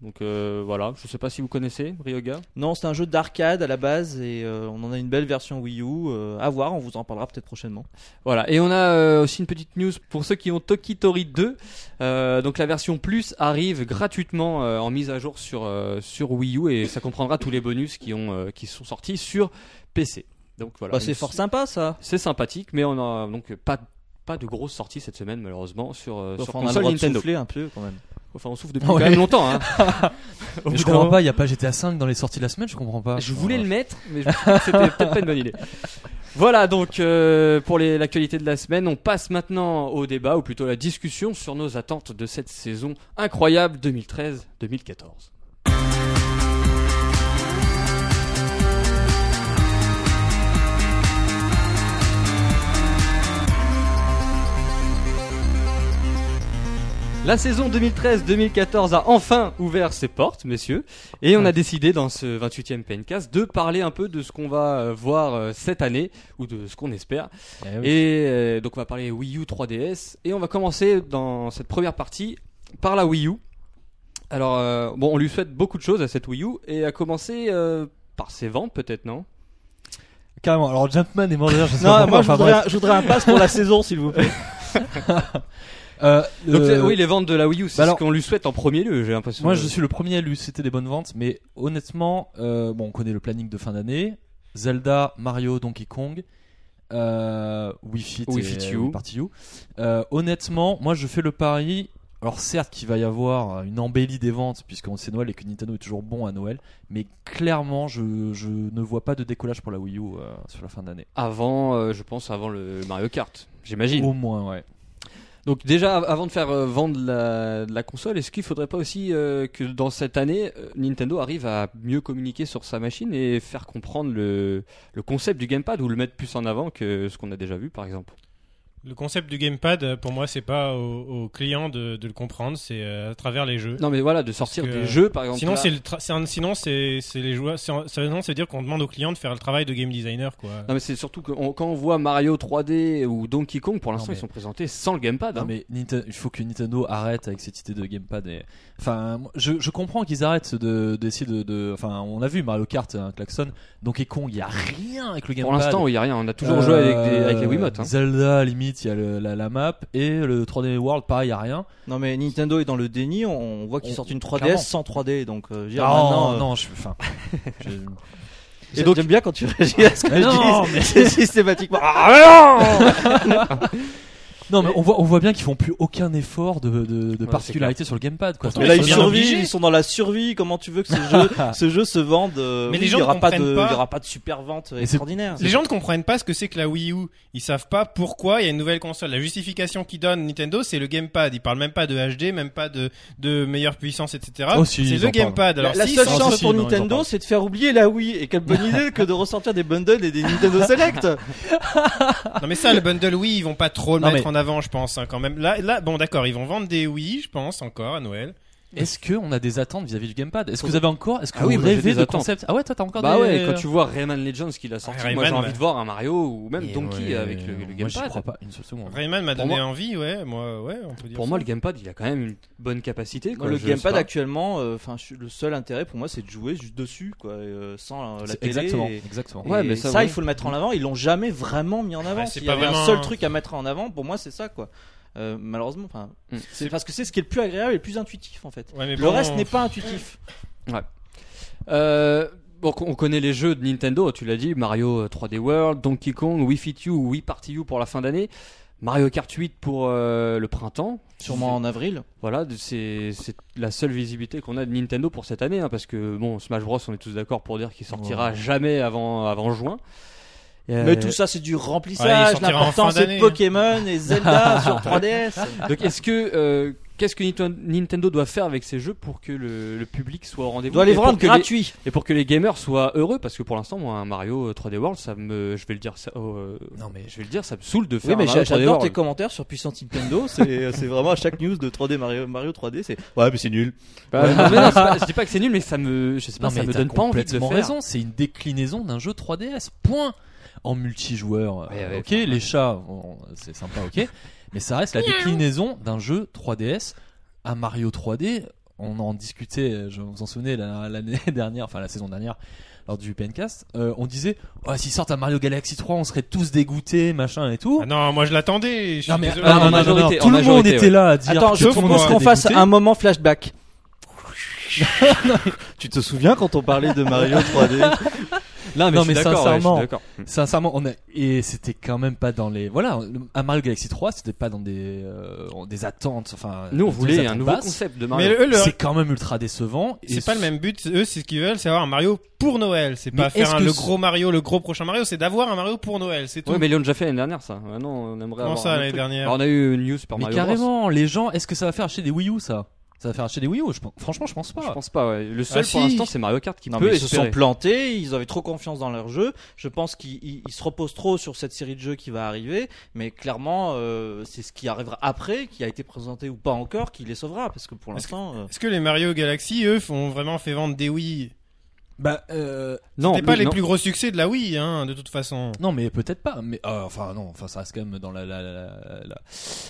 Speaker 2: Donc euh, voilà, je sais pas si vous connaissez Ryoga.
Speaker 4: Non, c'est un jeu d'arcade à la base et euh, on en a une belle version Wii U. euh, à voir, on vous en parlera peut-être prochainement.
Speaker 2: Voilà, et on a euh, aussi une petite news pour ceux qui ont Tokitori 2. Euh, donc la version plus arrive gratuitement euh, en mise à jour sur, euh, sur Wii U et ça comprendra tous les bonus qui, ont, euh, qui sont sortis sur PC. Donc voilà.
Speaker 4: Bah, c'est
Speaker 2: Une-
Speaker 4: fort sympa ça.
Speaker 2: C'est sympathique, mais on a donc pas pas de grosses sorties cette semaine malheureusement sur, euh, sur
Speaker 4: Enfin, on a le
Speaker 2: console
Speaker 4: droit de
Speaker 2: Nintendo.
Speaker 4: souffler un peu quand même.
Speaker 2: Enfin on souffle depuis
Speaker 3: Ouais.
Speaker 2: quand même longtemps. Hein. Au
Speaker 3: Mais
Speaker 2: bout d'un
Speaker 3: je comprends
Speaker 2: moment.
Speaker 3: pas, il n'y a pas GTA 5 dans les sorties de la semaine, je comprends pas.
Speaker 2: Je voulais le mettre, mais je me suis dit que c'était peut-être pas une bonne idée. Voilà donc euh, pour les- l'actualité de la semaine, on passe maintenant au débat ou plutôt à la discussion sur nos attentes de cette saison incroyable 2013-2014. La saison 2013-2014 a enfin ouvert ses portes, messieurs, et on a décidé dans ce 28e PNcast de parler un peu de ce qu'on va euh, voir euh, cette année, ou de ce qu'on espère.
Speaker 3: Eh oui.
Speaker 2: Et euh, donc on va parler Wii U 3DS, et on va commencer dans cette première partie par la Wii U. Alors, euh, bon, on lui souhaite beaucoup de choses à cette Wii U, et à commencer euh, par ses ventes peut-être, non
Speaker 3: Carrément, alors Jumpman est mort de rire, je sais
Speaker 4: Non,
Speaker 3: pas
Speaker 4: moi
Speaker 3: pourquoi,
Speaker 4: je
Speaker 3: enfin,
Speaker 4: voudrais,
Speaker 3: bref.
Speaker 4: un, je voudrais un pass pour la saison s'il vous plaît.
Speaker 3: Euh,
Speaker 2: Donc
Speaker 3: euh,
Speaker 2: euh, oui, les ventes de la Wii U, c'est
Speaker 3: bah
Speaker 2: ce
Speaker 3: alors-
Speaker 2: qu'on lui souhaite en premier lieu, j'ai l'impression. euh,
Speaker 3: Moi,
Speaker 2: de-
Speaker 3: je suis le premier à lui citer des bonnes ventes, mais honnêtement, euh, bon, on connaît le planning de fin d'année. Zelda, Mario, Donkey Kong, euh, Wii Fit,
Speaker 2: Wii
Speaker 3: et,
Speaker 2: Fit
Speaker 3: euh,
Speaker 2: U.
Speaker 3: Wii Party U. Euh, honnêtement, moi, je fais le pari. Alors certes qu'il va y avoir euh, une embellie des ventes puisqu'on sait Noël et que Nintendo est toujours bon à Noël, mais clairement je, je ne vois pas de décollage pour la Wii U euh, sur la fin d'année.
Speaker 2: Avant, euh, je pense, avant le Mario Kart, j'imagine.
Speaker 3: Au moins ouais.
Speaker 2: Donc déjà, av- avant de faire euh, vendre la, la console, est-ce qu'il faudrait pas aussi euh, que dans cette année, euh, Nintendo arrive à mieux communiquer sur sa machine et faire comprendre le, le concept du gamepad ou le mettre plus en avant que ce qu'on a déjà vu, par exemple
Speaker 5: Le concept du gamepad, euh, pour moi, c'est pas au, au client de, de le comprendre, c'est euh, à travers les jeux.
Speaker 2: Non, mais voilà, de sortir
Speaker 5: Parce que,
Speaker 2: des
Speaker 5: euh,
Speaker 2: jeux, par exemple.
Speaker 5: Sinon,
Speaker 2: là.
Speaker 5: c'est le tra- c'est un- sinon c'est c'est les joueurs. c'est un- Ça veut dire qu'on demande au client de faire le travail de game designer, quoi.
Speaker 2: Non, mais c'est surtout que on- quand on voit Mario 3D ou Donkey Kong, pour l'instant,
Speaker 3: mais-
Speaker 2: ils sont présentés sans le gamepad.
Speaker 3: Non,
Speaker 2: hein.
Speaker 3: mais Ninte- il faut que Nintendo arrête avec cette idée de gamepad. Et... Enfin, moi, je, je comprends qu'ils arrêtent de d'essayer de, de- Enfin, on a vu Mario Kart, un klaxon. Donkey Kong, il y a rien avec le gamepad.
Speaker 2: Pour l'instant, il n'y a rien. On a toujours
Speaker 3: Euh,
Speaker 2: joué avec, des, avec les Wiimotes. hein.
Speaker 3: Zelda, à la limite, il y a le- la, la map et le 3D World, pareil, il y a rien.
Speaker 4: Non mais Nintendo est dans le déni, on voit qu'ils
Speaker 3: On-
Speaker 4: sortent une 3DS
Speaker 3: clairement.
Speaker 4: sans 3D donc euh, je veux dire,
Speaker 3: Ah,
Speaker 4: maintenant, euh,
Speaker 3: non, je suis. Enfin, je-
Speaker 4: j'aime- j'aime bien quand tu réagis à ce que
Speaker 3: Mais
Speaker 4: je
Speaker 3: non,
Speaker 4: dis c'est systématiquement.
Speaker 3: non, mais on voit, on voit bien qu'ils font plus aucun effort de, de, de
Speaker 2: Ouais,
Speaker 3: particularité sur le gamepad. Quoi.
Speaker 4: Mais là ils
Speaker 5: sont bien
Speaker 4: survivent,
Speaker 5: obligés.
Speaker 4: ils sont dans la survie, comment tu veux que ce jeu ce jeu se vende euh,
Speaker 5: Mais
Speaker 4: oui,
Speaker 5: les gens
Speaker 4: il y aura
Speaker 5: ne
Speaker 4: pas de
Speaker 5: comprennent pas.
Speaker 4: il y aura pas de super vente
Speaker 3: Ah,
Speaker 4: euh,
Speaker 3: c'est-
Speaker 4: extraordinaire.
Speaker 5: Les gens ne comprennent pas ce que c'est que la Wii U. Ils savent pas pourquoi il y a une nouvelle console. La justification qu'ils donnent Nintendo, c'est le gamepad. Ils parlent même pas de HD, même pas de, de meilleure puissance, etc.
Speaker 3: Oh, si,
Speaker 5: c'est
Speaker 3: ils
Speaker 5: le
Speaker 3: en parlent.
Speaker 5: gamepad. Alors,
Speaker 4: la
Speaker 5: s'ils
Speaker 4: seule
Speaker 5: sortent-
Speaker 4: chance
Speaker 3: si,
Speaker 4: pour
Speaker 3: non, ils en
Speaker 4: Nintendo,
Speaker 3: parlent.
Speaker 4: c'est de faire oublier la Wii. Et quelle bonne idée que de ressortir des bundles et des Nintendo Select.
Speaker 5: Non mais ça, le bundle Wii, ils vont pas trop le
Speaker 3: Non,
Speaker 5: mettre
Speaker 3: mais-
Speaker 5: en avant, je pense, hein, quand même. Là, là, bon, d'accord, ils vont vendre des Wii, je pense, encore à Noël.
Speaker 3: Est-ce qu'on a des attentes vis-à-vis du gamepad Est-ce que vous avez encore. Est-ce que
Speaker 2: Ah oui,
Speaker 3: vous
Speaker 2: moi, j'ai
Speaker 3: rêvez
Speaker 2: des
Speaker 3: de
Speaker 2: attentes.
Speaker 3: concept Ah ouais, toi, t'as encore
Speaker 2: Bah
Speaker 3: des.
Speaker 2: ouais, quand tu vois Rayman Legends qu'il a sorti,
Speaker 5: Ouais,
Speaker 2: moi j'ai
Speaker 5: Rayman,
Speaker 2: envie
Speaker 5: ouais.
Speaker 2: de voir un Mario ou même
Speaker 3: Et
Speaker 2: Donkey
Speaker 3: ouais,
Speaker 2: avec le, le
Speaker 3: Moi, j'y
Speaker 2: gamepad.
Speaker 3: crois pas une seule seconde.
Speaker 5: Rayman m'a
Speaker 2: Pour
Speaker 5: donné
Speaker 2: moi-
Speaker 5: envie, ouais, moi, ouais, on peut dire
Speaker 2: Pour
Speaker 5: ça.
Speaker 2: moi, le gamepad, il a quand même une bonne capacité. quoi.
Speaker 4: le
Speaker 2: Je sais
Speaker 4: gamepad
Speaker 2: pas.
Speaker 4: actuellement, euh, enfin le seul intérêt pour moi, c'est de jouer juste dessus, quoi, et, euh, sans la, la
Speaker 3: C'est-
Speaker 4: télé.
Speaker 3: Exactement,
Speaker 4: et-
Speaker 3: exactement.
Speaker 4: et
Speaker 2: Ouais, mais ça,
Speaker 4: ça,
Speaker 2: ouais.
Speaker 4: il faut le mettre en avant. Ils l'ont jamais vraiment mis en avant.
Speaker 5: Ouais, c'est
Speaker 4: S'il y
Speaker 5: pas
Speaker 4: avait
Speaker 5: vraiment
Speaker 4: un seul
Speaker 5: un-
Speaker 4: truc à mettre en avant, pour moi, c'est ça, quoi. Euh, malheureusement, enfin,
Speaker 2: Mm.
Speaker 4: c'est parce que c'est ce qui est le plus agréable et le plus intuitif, en fait.
Speaker 5: Ouais, mais
Speaker 4: Le
Speaker 5: bon,
Speaker 4: reste n'est pas intuitif.
Speaker 2: Euh, bon, on connaît les jeux de Nintendo, tu l'as dit, Mario euh, 3D World, Donkey Kong, Wii Fit U, Wii Party U pour la fin d'année, Mario Kart 8 pour euh, le printemps.
Speaker 4: Sûrement en avril.
Speaker 2: Voilà, de- c'est c'est la seule visibilité qu'on a de Nintendo pour cette année, hein, parce que bon, Smash Bros, on est tous d'accord pour dire qu'il sortira
Speaker 3: Ouais.
Speaker 2: jamais avant, avant juin. Euh,
Speaker 4: Mais tout ça, c'est du
Speaker 5: Ouais, il
Speaker 4: remplissage.
Speaker 5: sortira en hein.
Speaker 4: L'important,
Speaker 5: fin
Speaker 4: c'est
Speaker 5: d'année.
Speaker 4: Pokémon et Zelda sur 3DS.
Speaker 2: Donc ah, est-ce que euh, Qu'est-ce que Nito- Nintendo doit faire avec ces jeux pour que le, le public soit au rendez-vous
Speaker 4: doit les
Speaker 2: et pour
Speaker 4: vendre
Speaker 2: que les-
Speaker 4: gratuits.
Speaker 2: et pour que les gamers soient heureux Parce que pour l'instant, moi, un Mario 3D World, ça me, je vais le dire, ça, euh,
Speaker 3: Non, mais-
Speaker 2: je vais le dire, ça me saoule de faire.
Speaker 4: Oui, mais
Speaker 2: un Mario
Speaker 4: j'a-
Speaker 2: 3D
Speaker 4: j'adore
Speaker 2: World.
Speaker 4: tes commentaires sur Puissant Nintendo. C'est c'est vraiment à chaque news de 3D Mario, Mario 3D. C'est ouais, mais c'est nul.
Speaker 2: Bah, non, mais non, c'est pas- je dis pas que c'est nul, mais ça me, je sais pas,
Speaker 3: Non,
Speaker 2: ça
Speaker 3: mais
Speaker 2: me
Speaker 3: t'as
Speaker 2: donne pas envie de le
Speaker 3: complètement
Speaker 2: faire.
Speaker 3: raison, c'est une déclinaison d'un jeu 3DS. Point. En multijoueur,
Speaker 2: Ouais,
Speaker 3: euh,
Speaker 2: ouais,
Speaker 3: ok, les chats, on- c'est sympa, ok, mais ça reste la déclinaison d'un jeu 3DS. Un Mario 3D, on en discutait, euh, je vous en souvenez la- l'année dernière, enfin la saison dernière, lors du PNcast, euh, on disait, oh, s'ils sortent un Mario Galaxy 3, on serait tous dégoûtés, machin et tout.
Speaker 5: Ah non, moi je l'attendais. Je suis
Speaker 3: Non, mais-
Speaker 5: désolé.
Speaker 2: ah,
Speaker 3: non, non, non,
Speaker 2: majorité,
Speaker 3: non,
Speaker 2: en
Speaker 3: tout le monde
Speaker 2: majorité,
Speaker 3: était
Speaker 2: ouais.
Speaker 3: là à dire.
Speaker 4: Attends,
Speaker 3: que
Speaker 4: je
Speaker 3: tout le monde
Speaker 4: propose
Speaker 3: était
Speaker 4: qu'on fasse
Speaker 3: dégoûté.
Speaker 4: un moment flashback. tu te souviens quand on parlait de Mario 3D
Speaker 2: Non, mais,
Speaker 3: Non,
Speaker 2: je suis d'accord, ouais, je
Speaker 3: mais
Speaker 2: suis
Speaker 3: sincèrement,
Speaker 2: d'accord.
Speaker 3: Sincèrement, on a... et c'était quand même pas dans les voilà, le- un Mario Galaxy 3, c'était pas dans des euh, des attentes, enfin
Speaker 2: Nous, on
Speaker 3: des
Speaker 2: voulait un
Speaker 3: attentes
Speaker 2: nouveau
Speaker 3: basses.
Speaker 2: concept de
Speaker 5: Mais
Speaker 2: Mario.
Speaker 5: eux, leur-
Speaker 3: C'est quand même ultra décevant. et
Speaker 5: c'est pas le même but. Eux, c'est ce qu'ils veulent, c'est avoir un Mario pour Noël. C'est
Speaker 3: Mais
Speaker 5: pas faire
Speaker 3: est-ce
Speaker 5: un-
Speaker 3: que
Speaker 5: le
Speaker 3: ce-
Speaker 5: gros Mario, le gros prochain Mario. C'est d'avoir un Mario pour Noël. C'est tout.
Speaker 2: Oui, mais ils l'ont déjà fait l'année dernière, ça. Ah non, on aimerait
Speaker 5: Comment
Speaker 2: avoir
Speaker 5: ça
Speaker 2: un
Speaker 5: l'année
Speaker 2: autre truc.
Speaker 5: dernière
Speaker 2: Alors, on a eu une news par
Speaker 3: Mais
Speaker 2: Mario Bros.
Speaker 3: carrément, les gens, est-ce que ça va faire acheter des Wii U ça Ça va faire acheter des Wii U, je pense- franchement, je pense pas.
Speaker 2: Je pense pas, ouais. Le seul
Speaker 5: Ah,
Speaker 2: pour
Speaker 5: si.
Speaker 2: l'instant, c'est Mario Kart qui
Speaker 4: Non,
Speaker 2: peut
Speaker 4: mais ils se
Speaker 2: espérer.
Speaker 4: sont plantés, ils avaient trop confiance dans leur jeu. Je pense qu'ils ils- ils se reposent trop sur cette série de jeux qui va arriver, mais clairement, euh, c'est ce qui arrivera après, qui a été présenté ou pas encore, qui les sauvera, parce que pour
Speaker 5: Est-ce que-
Speaker 4: l'instant. euh,
Speaker 5: Est-ce que les Mario Galaxy, eux, font vraiment fait vendre des Wii
Speaker 3: Bah euh,
Speaker 2: Non,
Speaker 5: C'était pas
Speaker 2: oui,
Speaker 5: les
Speaker 2: non.
Speaker 5: plus gros succès de la Wii, hein, de toute façon.
Speaker 3: non, mais peut-être pas. Mais euh, enfin non, enfin ça reste quand même dans la la, la, la-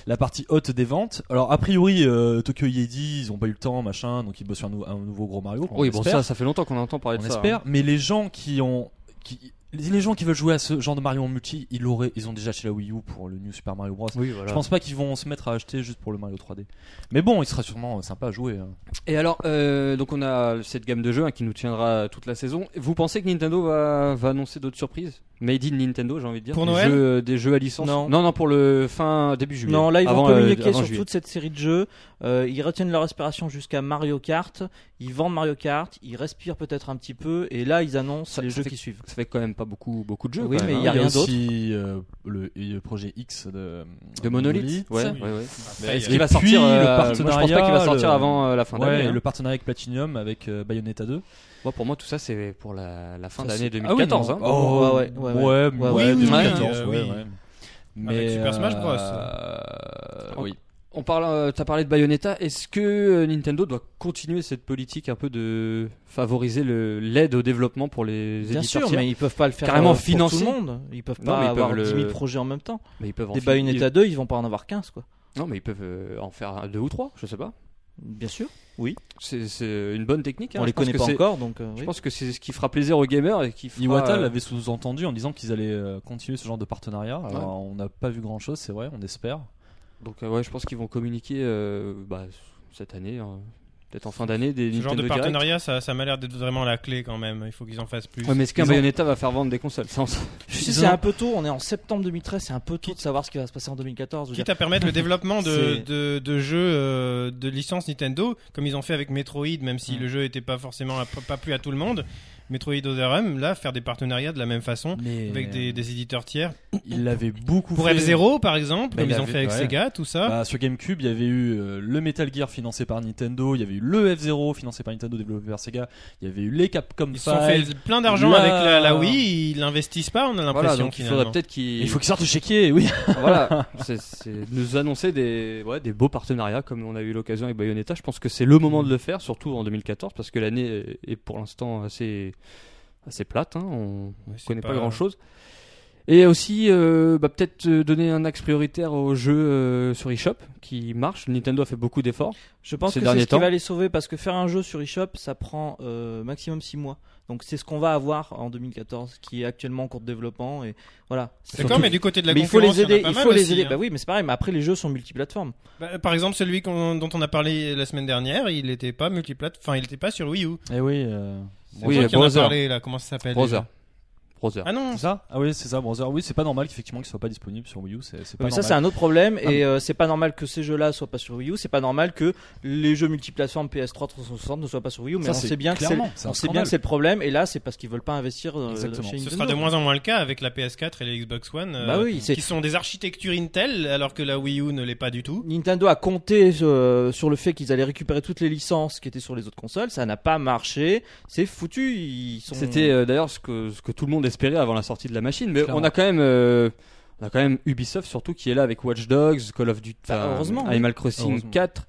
Speaker 3: la partie haute des ventes. Alors a priori, euh, Tokyo Yedi, ils ont pas eu le temps, machin, donc ils bossent sur un, nou- un nouveau gros Mario. on
Speaker 2: Oui, bon,
Speaker 3: espère.
Speaker 2: ça, ça fait longtemps qu'on entend parler
Speaker 3: on
Speaker 2: de ça. hein.
Speaker 3: espère. Mais les gens qui ont, qui, les gens qui veulent jouer à ce genre de Mario en multi, ils l'auraient, ils ont déjà acheté la Wii U pour le New Super Mario Bros.
Speaker 2: hein. Oui, voilà.
Speaker 3: Je pense pas qu'ils vont se mettre à acheter juste pour le Mario 3D. Mais bon, il sera sûrement euh, sympa à jouer. hein.
Speaker 2: Et alors, euh, donc on a cette gamme de jeux hein, qui nous tiendra toute la saison. Vous pensez que Nintendo va, va annoncer d'autres surprises Made in Nintendo, j'ai envie de dire.
Speaker 5: Pour
Speaker 2: des
Speaker 5: Noël
Speaker 2: jeux, des jeux à licence.
Speaker 4: Non.
Speaker 2: non, pour le fin début juillet.
Speaker 4: Non, là ils
Speaker 2: Avant,
Speaker 4: vont
Speaker 2: euh,
Speaker 4: communiquer
Speaker 2: avant
Speaker 4: sur
Speaker 2: juillet.
Speaker 4: toute cette série de jeux. Euh, ils retiennent leur respiration jusqu'à Mario Kart. Ils vendent Mario Kart. Ils respirent peut-être un petit peu. Et là ils annoncent
Speaker 2: Ça-
Speaker 4: les
Speaker 2: ça
Speaker 4: jeux
Speaker 2: fait-
Speaker 4: qui suivent.
Speaker 2: Ça fait quand même pas beaucoup, beaucoup de jeux.
Speaker 4: Oui,
Speaker 2: quand
Speaker 4: mais
Speaker 2: même,
Speaker 4: il y a
Speaker 2: hein.
Speaker 4: rien
Speaker 3: aussi euh, le, le projet X de,
Speaker 2: de monolithes. Ouais,
Speaker 3: Ouais.
Speaker 2: ouais, ouais.
Speaker 5: Après,
Speaker 2: Est-ce
Speaker 5: Bah, il y
Speaker 2: qu'il
Speaker 5: a-
Speaker 2: va
Speaker 3: puis,
Speaker 2: sortir
Speaker 3: le
Speaker 2: euh, moi, Je pense pas qu'il va
Speaker 3: partenariat,
Speaker 2: sortir
Speaker 3: le-
Speaker 2: avant euh, la fin d'année.
Speaker 3: et
Speaker 2: hein.
Speaker 3: le partenariat avec Platinum avec euh, Bayonetta 2.
Speaker 2: Moi, pour moi, tout ça, c'est pour la, la fin
Speaker 3: Ça,
Speaker 2: d'année
Speaker 3: c'est-
Speaker 2: 2014.
Speaker 3: Ah oui,
Speaker 2: hein.
Speaker 3: non.
Speaker 4: Oh,
Speaker 3: Oh,
Speaker 4: ouais, ouais, ouais,
Speaker 3: ouais,
Speaker 4: ouais,
Speaker 3: ouais,
Speaker 5: oui, oui,
Speaker 3: 2014,
Speaker 5: euh,
Speaker 3: ouais,
Speaker 5: oui.
Speaker 3: ouais.
Speaker 5: Avec Super Smash Bros.
Speaker 3: euh, oui.
Speaker 2: On parle, euh, t'as parlé de Bayonetta. Est-ce que euh, Nintendo doit continuer cette politique un peu de favoriser le- l'aide au développement pour les
Speaker 4: Bien
Speaker 2: éditeurs
Speaker 4: sûr,
Speaker 2: tiers
Speaker 4: mais ils peuvent pas le faire
Speaker 2: Carrément
Speaker 4: euh, pour
Speaker 2: financer.
Speaker 4: tout le monde. Ils peuvent
Speaker 2: Non,
Speaker 4: pas
Speaker 2: mais ils
Speaker 4: avoir
Speaker 2: peuvent le-
Speaker 4: 10 000 projets en même temps.
Speaker 2: Mais ils peuvent en
Speaker 4: Des
Speaker 2: fi-
Speaker 4: Bayonetta 2, ils vont pas en avoir 15 quoi.
Speaker 2: ils- Non, mais ils peuvent euh, en faire un- deux ou trois. Je sais pas.
Speaker 4: Bien sûr.
Speaker 2: C'est c'est une bonne technique. hein.
Speaker 4: On
Speaker 2: Je
Speaker 4: les
Speaker 2: pense
Speaker 4: connaît
Speaker 2: que
Speaker 4: pas
Speaker 2: c'est-
Speaker 4: encore donc. euh,
Speaker 2: Je
Speaker 4: oui.
Speaker 2: pense que c'est ce qui fera plaisir aux gamers et qui fera.
Speaker 3: Iwata
Speaker 2: euh,
Speaker 3: l'avait sous-entendu en disant qu'ils allaient euh, continuer ce genre de partenariat. Alors, on n'a pas vu grand-chose, c'est vrai, on espère.
Speaker 2: Donc euh, ouais, je pense qu'ils vont communiquer euh, bah, cette année, hein. peut-être en fin d'année des
Speaker 5: Ce genre
Speaker 2: Nintendo
Speaker 5: de
Speaker 2: Direct.
Speaker 5: partenariat, ça, ça m'a l'air d'être vraiment la clé quand même. Il faut qu'ils en fassent plus.
Speaker 2: Ouais, mais est-ce qu'un
Speaker 5: Ils ont-
Speaker 2: Bayonetta va faire vendre des consoles Ça, on sait-
Speaker 4: Je sais,
Speaker 3: Ils
Speaker 4: c'est
Speaker 3: ont-
Speaker 4: un peu tôt. On est en septembre 2013. C'est un peu tôt de savoir ce qui va se passer en 2014. je veux
Speaker 5: Quitte à permettre le développement de,
Speaker 4: C'est-
Speaker 5: de, de jeux euh, de licence Nintendo, comme ils ont fait avec Metroid, même si
Speaker 4: Mm.
Speaker 5: le jeu était pas forcément à- pas plu à tout le monde, Metroid Other M, là, faire des partenariats de la même façon
Speaker 3: Mais
Speaker 5: avec des, des éditeurs tiers.
Speaker 3: il l'avait beaucoup
Speaker 5: Pour
Speaker 3: fait.
Speaker 4: hein.
Speaker 5: F0 par exemple,
Speaker 3: Bah,
Speaker 5: comme
Speaker 3: il
Speaker 5: ils ont
Speaker 3: avait-
Speaker 5: fait avec
Speaker 3: ouais.
Speaker 5: Sega, tout ça.
Speaker 3: Bah, sur GameCube, il y avait eu euh, le Metal Gear financé par Nintendo, il y avait eu le F0 financé par Nintendo, développé par Sega, il y avait eu les Capcom
Speaker 5: ils se sont fait
Speaker 3: 5.
Speaker 5: plein d'argent
Speaker 3: là-
Speaker 5: avec la, la Wii, ils n'investissent pas, on a l'impression
Speaker 2: voilà, donc il
Speaker 5: finalement.
Speaker 2: faudrait peut-être qu'ils
Speaker 3: Il faut qu'ils sortent le chéquier, eh oui.
Speaker 2: voilà, c'est- c'est nous annoncer des, ouais, des beaux partenariats comme on a eu l'occasion avec Bayonetta. Je pense que c'est le moment de le faire, surtout en 2014, parce que l'année est pour l'instant assez, assez plate. hein. On
Speaker 5: Ouais,
Speaker 2: ne
Speaker 5: c'est
Speaker 2: connaît pas,
Speaker 5: pas-
Speaker 2: grand chose. Et aussi, euh, bah, peut-être euh, donner un axe prioritaire aux jeux euh, sur eShop qui marchent. Nintendo a fait beaucoup d'efforts.
Speaker 4: Je pense
Speaker 2: ces
Speaker 4: que c'est
Speaker 2: derniers
Speaker 4: ce qui
Speaker 2: temps.
Speaker 4: va les sauver parce que faire un jeu sur eShop, ça prend euh, maximum 6 mois. Donc c'est ce qu'on va avoir en 2014, qui est actuellement en cours de développement. Et voilà.
Speaker 5: D'accord, mais du côté de la
Speaker 4: Mais il faut
Speaker 5: concurrence,
Speaker 4: les
Speaker 5: y en a
Speaker 4: aider.
Speaker 5: pas
Speaker 4: Il
Speaker 5: mal
Speaker 4: faut les
Speaker 5: aussi,
Speaker 4: aider.
Speaker 5: hein.
Speaker 4: Bah oui, mais c'est pareil. Mais après, les jeux sont multiplateformes.
Speaker 5: Bah, par exemple, celui qu'on- dont on a parlé la semaine dernière, il n'était pas multiplate, enfin, il n'était pas sur Wii U.
Speaker 3: Et Eh oui. euh,
Speaker 5: C'est
Speaker 2: Oui,
Speaker 5: toi qui en as
Speaker 2: Brother.
Speaker 5: parlé là, comment ça s'appelle
Speaker 2: Brother.
Speaker 5: déjà
Speaker 2: Brother.
Speaker 5: Ah non,
Speaker 3: C'est ça Ah oui, c'est ça, Brother. Oui, c'est pas normal effectivement qu'il soit pas disponible sur Wii U. C'est c'est pas
Speaker 4: Mais ça,
Speaker 3: normal.
Speaker 4: c'est un autre problème,
Speaker 3: Ah, mais-
Speaker 4: et euh, c'est pas normal que ces jeux-là soient pas sur Wii U, c'est pas normal que les jeux multiplateformes PS3 360 ne soient pas sur Wii U, mais
Speaker 3: Ça,
Speaker 4: on
Speaker 3: c'est
Speaker 4: sait bien que c'est
Speaker 3: clairement, c'est un
Speaker 4: on sait bien
Speaker 3: scandale.
Speaker 4: que c'est le problème, et là, c'est parce qu'ils veulent pas investir dans
Speaker 3: Exactement.
Speaker 4: chez
Speaker 5: ce
Speaker 4: Nintendo.
Speaker 5: sera de moins en moins le cas avec la PS4 et la Xbox One. euh,
Speaker 4: Bah oui, c'est-
Speaker 5: qui sont des architectures Intel alors que la Wii U ne l'est pas du tout.
Speaker 4: Nintendo a compté euh, sur le fait qu'ils allaient récupérer toutes les licences qui étaient sur les autres consoles, ça n'a pas marché, c'est foutu, ils sont...
Speaker 2: C'était euh, d'ailleurs ce que, ce que tout le monde espérait avant la sortie de la machine, mais
Speaker 3: Clairement.
Speaker 2: on a quand même. euh, on a quand même Ubisoft surtout qui est là avec Watch Dogs, Call of Duty,
Speaker 4: Bah,
Speaker 2: enfin,
Speaker 4: heureusement, Mm. oui.
Speaker 2: Animal Crossing
Speaker 3: Heureusement.
Speaker 2: 4,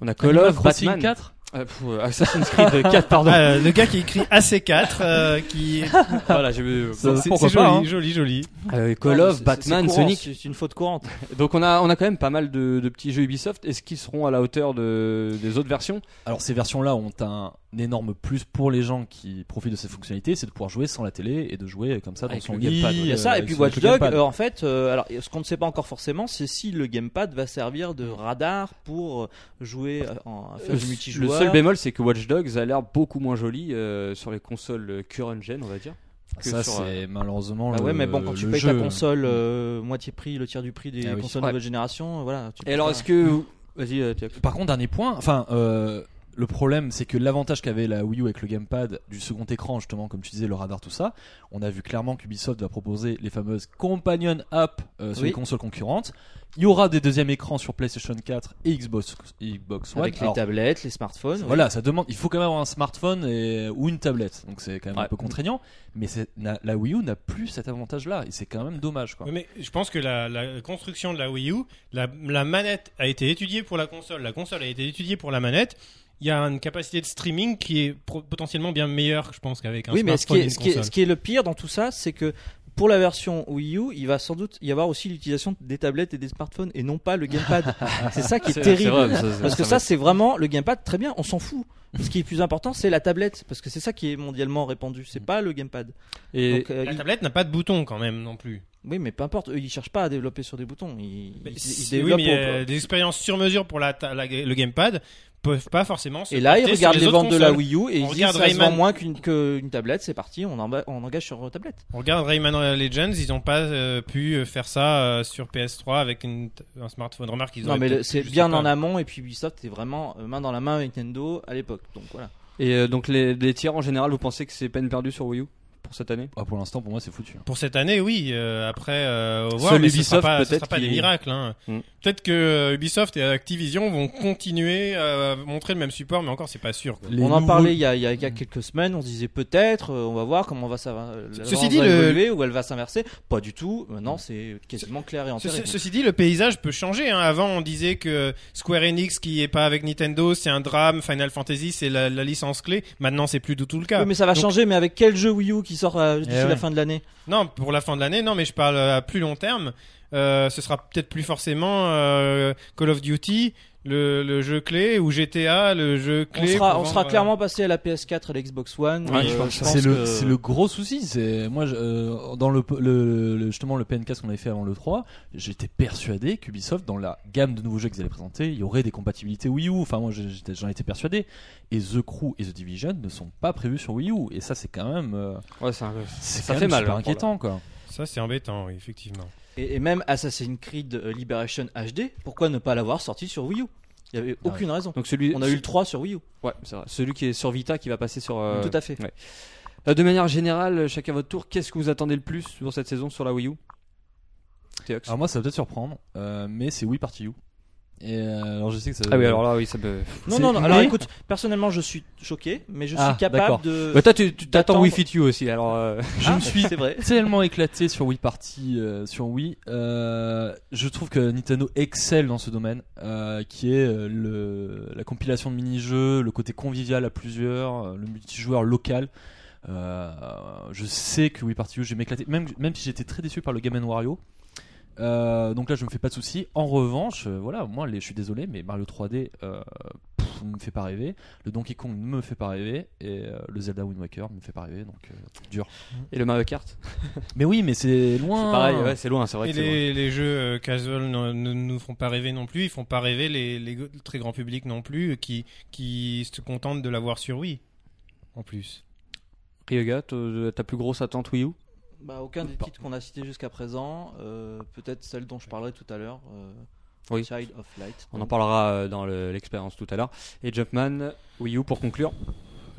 Speaker 2: on a Call
Speaker 3: Animal
Speaker 2: of
Speaker 3: Crossing
Speaker 2: Batman,
Speaker 3: 4
Speaker 2: Euh, pff, euh, Assassin's Creed 4 pardon.
Speaker 5: Ah, le gars qui écrit AC4, euh, qui
Speaker 2: voilà, j'ai-
Speaker 3: Ça,
Speaker 5: c'est
Speaker 3: pourquoi
Speaker 5: c'est
Speaker 3: pas,
Speaker 5: joli,
Speaker 3: hein.
Speaker 5: joli, joli.
Speaker 2: Euh,
Speaker 4: Non,
Speaker 2: Call
Speaker 4: Ah, mais
Speaker 2: of,
Speaker 4: c'est-
Speaker 2: Batman,
Speaker 4: c'est courant,
Speaker 2: Sonic.
Speaker 4: C'est c'est une faute courante.
Speaker 2: Donc on a, on a quand même pas mal de, de petits jeux Ubisoft. Est-ce qu'ils seront à la hauteur de, des autres versions
Speaker 3: Alors ces versions-là ont un énorme plus pour les gens qui profitent de ces fonctionnalités, c'est de pouvoir jouer sans la télé et de jouer comme
Speaker 4: Ah,
Speaker 3: ça dans
Speaker 2: Avec
Speaker 3: son
Speaker 2: le
Speaker 3: lit.
Speaker 2: gamepad, ouais.
Speaker 3: euh,
Speaker 2: Il
Speaker 4: Il y a ça, et
Speaker 3: avec
Speaker 4: puis
Speaker 3: son-
Speaker 4: Watch
Speaker 3: avec le
Speaker 4: Dogs,
Speaker 3: gamepad.
Speaker 4: euh, en fait, euh, alors ce qu'on ne sait pas encore forcément, c'est si le gamepad va servir de radar pour euh, jouer euh, en à faire du
Speaker 2: le
Speaker 4: multijoueur.
Speaker 2: seul bémol, c'est que Watch Dogs a l'air beaucoup moins joli euh, sur les consoles euh, current gen, on va dire. que
Speaker 3: ça
Speaker 2: sur,
Speaker 3: c'est malheureusement
Speaker 4: Ah
Speaker 3: le,
Speaker 4: ouais, mais
Speaker 2: euh,
Speaker 4: bon, quand tu
Speaker 3: le
Speaker 4: payes
Speaker 3: jeu.
Speaker 4: ta
Speaker 2: hein.
Speaker 4: console euh, moitié prix, le tiers du prix des
Speaker 3: Ah oui.
Speaker 4: consoles
Speaker 2: Mm. Ouais.
Speaker 4: nouvelle génération, euh, voilà. tu
Speaker 2: Et
Speaker 4: peux
Speaker 2: alors,
Speaker 4: pas-
Speaker 2: est-ce que vous- Vas-y, euh, Tiap.
Speaker 3: Par contre, dernier point, enfin, euh, le problème, c'est que l'avantage qu'avait la Wii U avec le gamepad du second écran, justement, comme tu disais, le radar, tout ça, on a vu clairement qu'Ubisoft va proposer les fameuses companion app euh, sur
Speaker 4: Oui.
Speaker 3: les consoles concurrentes. Il y aura des deuxièmes écrans sur PlayStation 4 et Xbox, Xbox One.
Speaker 4: avec les
Speaker 3: Alors,
Speaker 4: tablettes, les smartphones. ouais.
Speaker 3: Voilà, ça demande. Il faut quand même avoir un smartphone et, ou une tablette, donc c'est quand même un
Speaker 2: Ouais.
Speaker 3: peu contraignant. Mais c'est- la, la Wii U n'a plus cet avantage-là, et c'est quand même dommage. Quoi.
Speaker 5: Oui, mais je pense que la, la construction de la Wii U, la, la manette a été étudiée pour la console, la console a été étudiée pour la manette. Il y a une capacité de streaming qui est pro- potentiellement bien meilleure, je pense, qu'avec un
Speaker 4: Oui, mais ce qui,
Speaker 5: smartphone
Speaker 4: est, ce, qui
Speaker 5: et une
Speaker 4: est,
Speaker 5: console.
Speaker 4: ce qui est le pire dans tout ça, c'est que pour la version Wii U, il va sans doute y avoir aussi l'utilisation des tablettes et des smartphones et non pas le gamepad. c'est ça qui est,
Speaker 2: C'est-
Speaker 4: terrible.
Speaker 2: c'est vrai, ça, c'est-
Speaker 4: Parce que
Speaker 2: ça
Speaker 4: ça,
Speaker 2: va-
Speaker 4: c'est vraiment le gamepad, très bien, on s'en fout. Ce qui est plus important, c'est la tablette, parce que c'est ça qui est mondialement répandu,
Speaker 5: Mm.
Speaker 4: c'est pas le gamepad.
Speaker 2: Et
Speaker 4: Donc, euh,
Speaker 5: La
Speaker 4: il-
Speaker 5: tablette n'a pas de bouton quand même non plus.
Speaker 4: Oui, mais peu importe, eux, ils cherchent pas à développer sur des boutons, ils,
Speaker 5: Mais
Speaker 4: ils- ils
Speaker 5: si- oui,
Speaker 4: développent
Speaker 5: mais euh, il y a
Speaker 4: au-
Speaker 5: des expériences sur mesure pour la, ta- la- le gamepad peuvent pas forcément se
Speaker 4: Et là, ils
Speaker 5: porter sur
Speaker 4: regardent les
Speaker 5: autres
Speaker 4: ventes de la
Speaker 5: consoles.
Speaker 4: Wii U et
Speaker 5: On
Speaker 4: ils disent
Speaker 5: regarde
Speaker 4: ça se vend
Speaker 5: Rayman.
Speaker 4: moins qu'une qu'une tablette, c'est parti, on, en- on engage sur euh, tablette.
Speaker 5: On regarde Rayman Legends, ils n'ont pas euh, pu euh, faire ça euh, sur PS3 avec une t- un smartphone. Remarque, ils
Speaker 4: Non,
Speaker 5: auraient
Speaker 4: mais le-
Speaker 5: peut-être
Speaker 4: c'est
Speaker 5: pu, je
Speaker 4: bien
Speaker 5: sais pas.
Speaker 4: en amont, et puis Ubisoft était vraiment euh, main dans la main avec Nintendo à l'époque, donc voilà.
Speaker 2: Et euh, donc les, les tiers en général, vous pensez que c'est peine perdue sur Wii U pour cette année
Speaker 3: Ah, pour l'instant, pour moi, c'est foutu.
Speaker 5: Pour cette année, oui. euh, après, euh, au
Speaker 2: Seul
Speaker 5: revoir, mais ce sera
Speaker 2: Ubisoft,
Speaker 5: pas, ce
Speaker 2: peut-être,
Speaker 5: sera pas
Speaker 2: qui-
Speaker 5: des miracles. hein.
Speaker 4: Hmm.
Speaker 2: Mm.
Speaker 5: Peut-être que euh, Ubisoft et Activision vont continuer à montrer le même support, mais encore, c'est pas sûr. quoi.
Speaker 3: Les
Speaker 4: on en
Speaker 3: nouveaux- Hmm.
Speaker 4: parlait il y, a, il y a- il y a quelques semaines, on se disait peut-être, euh, on va voir comment va ça va, euh, la
Speaker 5: Ceci
Speaker 4: tendance
Speaker 5: dit,
Speaker 4: va
Speaker 5: le- Hmm.
Speaker 4: évoluer ou elle va s'inverser. Pas du tout, maintenant c'est quasiment clair et
Speaker 5: Ce-
Speaker 4: enterré.
Speaker 5: ce- ceci dit, le paysage peut changer. hein. Avant, on disait que Square Enix qui est pas avec Nintendo, c'est un drame. Final Fantasy, c'est la, la licence clé. Maintenant, c'est plus du tout le cas.
Speaker 4: Oui, mais ça va
Speaker 5: Donc-
Speaker 4: changer, mais avec quel jeu Wii U qui sort euh, d'ici
Speaker 3: Eh ouais.
Speaker 4: la fin de l'année
Speaker 5: Non, pour la fin de l'année, non, mais je parle à plus long terme. Euh, ce sera peut-être plus forcément euh, Call of Duty, le, le jeu clé, ou GTA, le jeu
Speaker 4: On
Speaker 5: clé.
Speaker 4: sera,
Speaker 5: pour
Speaker 4: on
Speaker 5: vendre,
Speaker 4: sera
Speaker 5: euh,
Speaker 4: clairement passé à la PS4 et l'Xbox One.
Speaker 2: Ouais,
Speaker 4: euh,
Speaker 2: je pense-
Speaker 4: je
Speaker 3: C'est le,
Speaker 4: que-
Speaker 3: c'est le gros souci. C'est moi je- euh, dans le, le- le- justement le PNK qu'on avait fait avant le 3, j'étais persuadé qu'Ubisoft dans la gamme de nouveaux jeux qu'ils allaient présenter, il y aurait des compatibilités Wii U. Enfin moi j'étais- j'en étais persuadé. Et The Crew et The Division ne sont pas prévus sur Wii U. Et ça c'est quand même euh,
Speaker 2: Ouais, c'est un-
Speaker 3: c'est
Speaker 2: Ça
Speaker 3: quand
Speaker 2: fait
Speaker 3: même
Speaker 2: mal,
Speaker 3: super
Speaker 2: hein, pour
Speaker 3: inquiétant quoi.
Speaker 5: Ça, c'est embêtant, oui, effectivement.
Speaker 4: Et, et même Assassin's Creed euh, Liberation HD, pourquoi ne pas l'avoir sorti sur Wii U Il n'y avait
Speaker 3: Ah
Speaker 4: aucune raison.
Speaker 2: Donc celui,
Speaker 4: On a eu le 3 sur Wii U,
Speaker 2: ouais, c'est vrai. celui qui est sur Vita qui va passer sur. euh,
Speaker 4: tout à fait.
Speaker 2: ouais. Euh, De manière générale, chacun votre tour. Qu'est-ce que vous attendez le plus pour cette saison sur la Wii U Théox.
Speaker 3: Alors moi ça va peut-être surprendre, euh, mais c'est Wii Party U. Et euh, alors je sais que ça.
Speaker 2: Ah oui, alors là, oui, ça me.
Speaker 4: Non,
Speaker 3: C'est-
Speaker 4: non, non, alors
Speaker 3: mais-
Speaker 4: écoute, personnellement je suis choqué, mais je suis
Speaker 3: Ah, d'accord.
Speaker 4: capable de.
Speaker 2: Bah, toi, tu tu t'attends
Speaker 4: d'attendre.
Speaker 2: Wii Fit You aussi, alors. euh,
Speaker 3: je
Speaker 4: Ah,
Speaker 3: me suis
Speaker 4: C'est vrai.
Speaker 3: tellement éclaté sur Wii Party, euh, sur Wii. Euh, je trouve que Nintendo excelle dans ce domaine, euh, qui est euh, le, la compilation de mini-jeux, le côté convivial à plusieurs, euh, le multijoueur local. Euh, je sais que Wii Party U, j'ai m'éclaté, même, même si j'étais très déçu par le Game Wario. Euh, donc là, je me fais pas de soucis. En revanche, euh, voilà, moi, les, je suis désolé, mais Mario 3D euh, pff, ne me fait pas rêver. Le Donkey Kong ne me fait pas rêver. Et euh, le Zelda Wind Waker ne me fait pas rêver. Donc, euh, dur.
Speaker 2: Et le Mario Kart C'est
Speaker 3: Mais oui, mais c'est loin.
Speaker 2: pareil, ouais, c'est loin, c'est vrai
Speaker 5: Et
Speaker 2: que c'est loin.
Speaker 5: les, les jeux euh, casual ne, ne nous font pas rêver non plus. Ils font pas rêver les, les go- le très grands publics non plus, euh, qui, qui se contentent de l'avoir sur Wii. En plus.
Speaker 2: Ryoga, t'as- ta plus euh, grosse attente Wii U
Speaker 4: Bah, aucun des titres qu'on a cités jusqu'à présent. euh, Peut-être celle dont je parlerai tout à l'heure. euh,
Speaker 2: Oui.
Speaker 4: Child of Light.
Speaker 2: On en parlera euh, dans le- l'expérience tout à l'heure. Et Jumpman, Wii U pour conclure.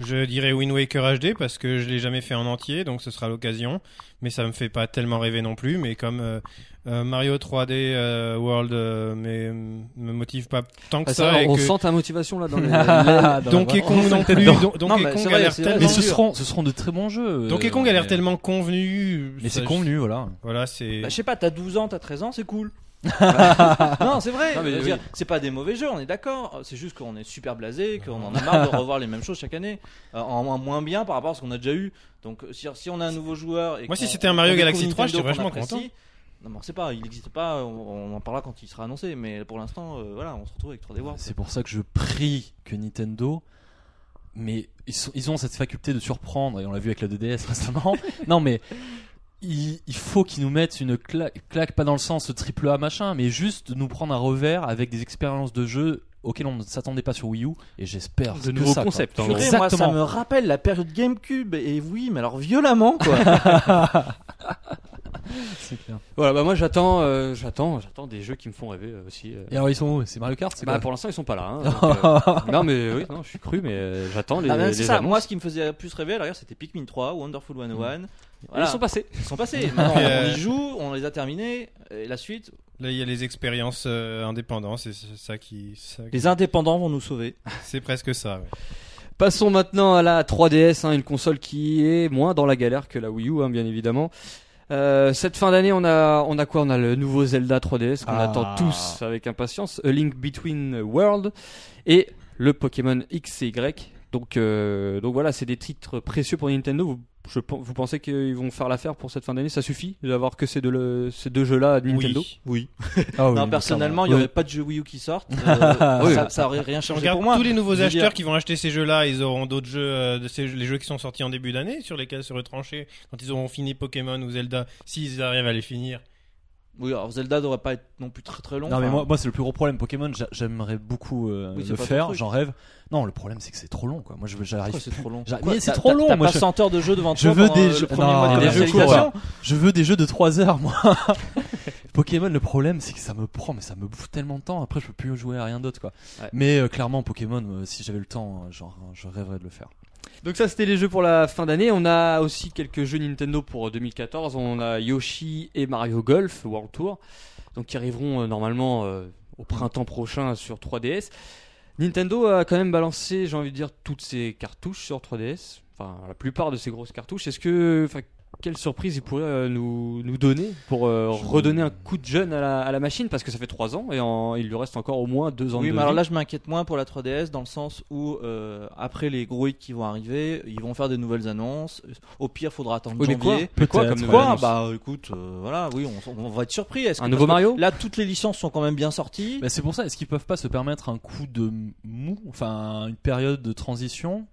Speaker 5: Je dirais Wind Waker HD parce que je l'ai jamais fait en entier, donc ce sera l'occasion. Mais ça me fait pas tellement rêver non plus. Mais comme euh, euh, Mario 3D euh, World euh, mais, hum, me motive pas tant que
Speaker 2: Ah, c'est
Speaker 5: ça.
Speaker 2: vrai,
Speaker 5: et
Speaker 2: on
Speaker 5: que
Speaker 2: sent ta motivation là dans les-
Speaker 3: Ah,
Speaker 5: Donkey Kong non plus.
Speaker 4: Non,
Speaker 5: Don- Donkey
Speaker 4: mais c'est
Speaker 5: Kong
Speaker 4: vrai,
Speaker 5: a l'air
Speaker 4: c'est vrai,
Speaker 3: Mais
Speaker 5: tellement.
Speaker 4: c'est
Speaker 3: ce
Speaker 4: sûr.
Speaker 3: seront, ce seront de très bons jeux. euh,
Speaker 5: Donkey Kong a l'air
Speaker 3: mais-
Speaker 5: tellement convenu.
Speaker 3: Mais c'est
Speaker 5: Ça,
Speaker 3: convenu, voilà.
Speaker 5: je- Voilà, c'est.
Speaker 4: Bah, je sais pas, t'as 12 ans, t'as 13 ans, c'est cool. non, c'est vrai.
Speaker 2: Non, mais
Speaker 4: je veux
Speaker 2: oui.
Speaker 4: dire, C'est pas des mauvais jeux, on est d'accord. C'est juste qu'on est super blasé, qu'on en a marre de revoir les mêmes choses chaque année. Euh, en en moins bien par rapport à ce qu'on a déjà eu. Donc si, si on a un nouveau joueur. Et
Speaker 5: Moi, si
Speaker 4: qu'on-
Speaker 5: c'était un Mario
Speaker 4: qu'on découvre
Speaker 5: Galaxy 3,
Speaker 4: Nintendo
Speaker 5: j'étais
Speaker 4: qu'on
Speaker 5: vachement
Speaker 4: apprécie, Non, mais on sait pas, il n'existe pas, on, on en parlera quand il sera annoncé. Mais pour l'instant, euh, voilà, on se retrouve avec 3D World.
Speaker 3: C'est pour ça que je prie que Nintendo. Mais ils, sont- ils ont cette faculté de surprendre, et on l'a vu avec la 2DS récemment. non, mais il, il faut qu'ils nous mettent une cla- claque, pas dans le sens triple A machin, mais juste de nous prendre un revers avec des expériences de jeu auxquelles on ne s'attendait pas sur Wii U, et j'espère.
Speaker 2: de
Speaker 3: que
Speaker 2: nouveaux
Speaker 3: ça, quoi.
Speaker 2: concepts. en
Speaker 3: Purée,
Speaker 2: gros.
Speaker 4: Purée, moi, ça
Speaker 3: Exactement.
Speaker 4: me rappelle la période GameCube. Et oui, mais alors violemment, quoi.
Speaker 3: C'est clair.
Speaker 2: Voilà, bah moi j'attends, euh, j'attends, j'attends des jeux qui me font rêver euh, aussi. euh.
Speaker 3: Et alors, ils sont où C'est Mario Kart c'est
Speaker 2: Bah,
Speaker 3: quoi
Speaker 2: pour l'instant ils sont pas là. hein, donc, euh, non mais oui, non, je suis cru, mais euh, j'attends les,
Speaker 4: Ah ben, c'est
Speaker 2: les
Speaker 4: ça,
Speaker 2: annonces.
Speaker 4: moi ce qui me faisait le plus rêver, à l'arrière, c'était Pikmin 3, Wonderful 101. Voilà.
Speaker 2: Ils sont passés.
Speaker 4: Ils sont passés. Maintenant,
Speaker 5: Et, euh,
Speaker 4: On y joue, on les a terminés, et la suite.
Speaker 5: Là, il y a les expériences euh, indépendantes, c'est c'est ça qui. ça-
Speaker 4: Les indépendants vont nous sauver.
Speaker 3: Ah
Speaker 5: C'est presque ça. ouais.
Speaker 2: Passons maintenant à la 3DS, hein, une console qui est moins dans la galère que la Wii U, hein, bien évidemment. Euh, cette fin d'année, on a, on a quoi On a le nouveau Zelda 3DS qu'on
Speaker 3: Ah.
Speaker 2: attend tous avec impatience, A Link Between World et le Pokémon X et Y. Donc, euh, donc voilà, c'est des titres précieux pour Nintendo. Vous, je pen- vous pensez qu'ils vont faire l'affaire pour cette fin d'année Ça suffit d'avoir que ces deux, le- ces deux jeux-là à Nintendo
Speaker 4: Oui.
Speaker 3: Ah oui,
Speaker 4: Non,
Speaker 3: mais
Speaker 4: personnellement, il n'y
Speaker 3: clairement.
Speaker 4: aurait pas de jeu Wii U qui sortent. euh,
Speaker 2: Oui.
Speaker 4: ça, ça aurait rien
Speaker 5: Je
Speaker 4: changé
Speaker 5: regarde
Speaker 4: pour moi.
Speaker 5: tous les nouveaux
Speaker 4: Je veux
Speaker 5: acheteurs
Speaker 4: dire-
Speaker 5: qui vont acheter ces jeux-là, ils auront d'autres jeux, euh, de ces, les jeux qui sont sortis en début d'année, sur lesquels se retrancher quand ils auront fini Pokémon ou Zelda, s'ils arrivent à les finir.
Speaker 4: Oui, alors Zelda devrait pas être non plus très très long.
Speaker 3: Non mais
Speaker 4: Enfin,
Speaker 3: moi, moi c'est le plus gros problème Pokémon, j'a- j'aimerais beaucoup euh,
Speaker 4: Oui, c'est
Speaker 3: le
Speaker 4: pas ton
Speaker 3: faire,
Speaker 4: truc.
Speaker 3: j'en rêve. Non, le problème c'est que c'est trop long quoi. Moi je veux- j'arrive
Speaker 4: pourquoi c'est trop long.
Speaker 3: J'a-
Speaker 4: Quoi,
Speaker 3: mais c'est
Speaker 4: t'as-
Speaker 3: trop
Speaker 4: t'as-
Speaker 3: long,
Speaker 4: T'as
Speaker 3: moi,
Speaker 4: pas
Speaker 3: je-
Speaker 4: 100 heures de jeu devant toi.
Speaker 3: je veux
Speaker 4: pendant,
Speaker 3: des
Speaker 4: euh,
Speaker 3: jeux-
Speaker 4: le premier
Speaker 3: non,
Speaker 4: mois de
Speaker 3: des jeux courts, hein.
Speaker 4: commercialisation.
Speaker 3: Je veux des jeux de 3 heures, moi. Pokémon, le problème, c'est que ça me prend, mais ça me bouffe tellement de temps. Après, je peux plus jouer à rien d'autre, quoi.
Speaker 2: Ouais.
Speaker 3: Mais euh, clairement, Pokémon, euh, si j'avais le temps, euh, genre, euh, je rêverais de le faire.
Speaker 2: Donc ça c'était les jeux pour la fin d'année. On a aussi quelques jeux Nintendo pour euh, 2014. On a Yoshi et Mario Golf World Tour, donc qui arriveront euh, normalement euh, au printemps prochain sur 3DS. Nintendo a quand même balancé, j'ai envie de dire, toutes ses cartouches sur 3DS. Enfin, la plupart de ses grosses cartouches. Est-ce que, enfin, quelle surprise ils pourraient euh, nous, nous donner pour euh,
Speaker 3: Je-
Speaker 2: redonner un coup de jeune à la, à la machine parce que ça fait 3 ans et en- il lui reste encore au moins 2 ans
Speaker 4: Oui,
Speaker 2: de
Speaker 4: mais alors
Speaker 2: vie.
Speaker 4: là, je m'inquiète moins pour la 3DS dans le sens où euh, après les gros hits qui vont arriver, ils vont faire des nouvelles annonces. Au pire, faudra attendre
Speaker 2: Oui, mais quoi,
Speaker 4: janvier.
Speaker 2: Mais quoi
Speaker 3: Peut-être,
Speaker 2: comme nouvelle
Speaker 4: Quoi
Speaker 2: annonce
Speaker 4: Bah écoute, euh, voilà, oui, on, on va être surpris. Est-ce
Speaker 2: Un
Speaker 4: que-
Speaker 2: nouveau
Speaker 4: parce que
Speaker 2: Mario
Speaker 4: Là, toutes les licences sont quand même bien sorties.
Speaker 3: Bah, c'est pour ça, est-ce qu'ils peuvent pas se permettre un coup de mou, enfin, une période de transition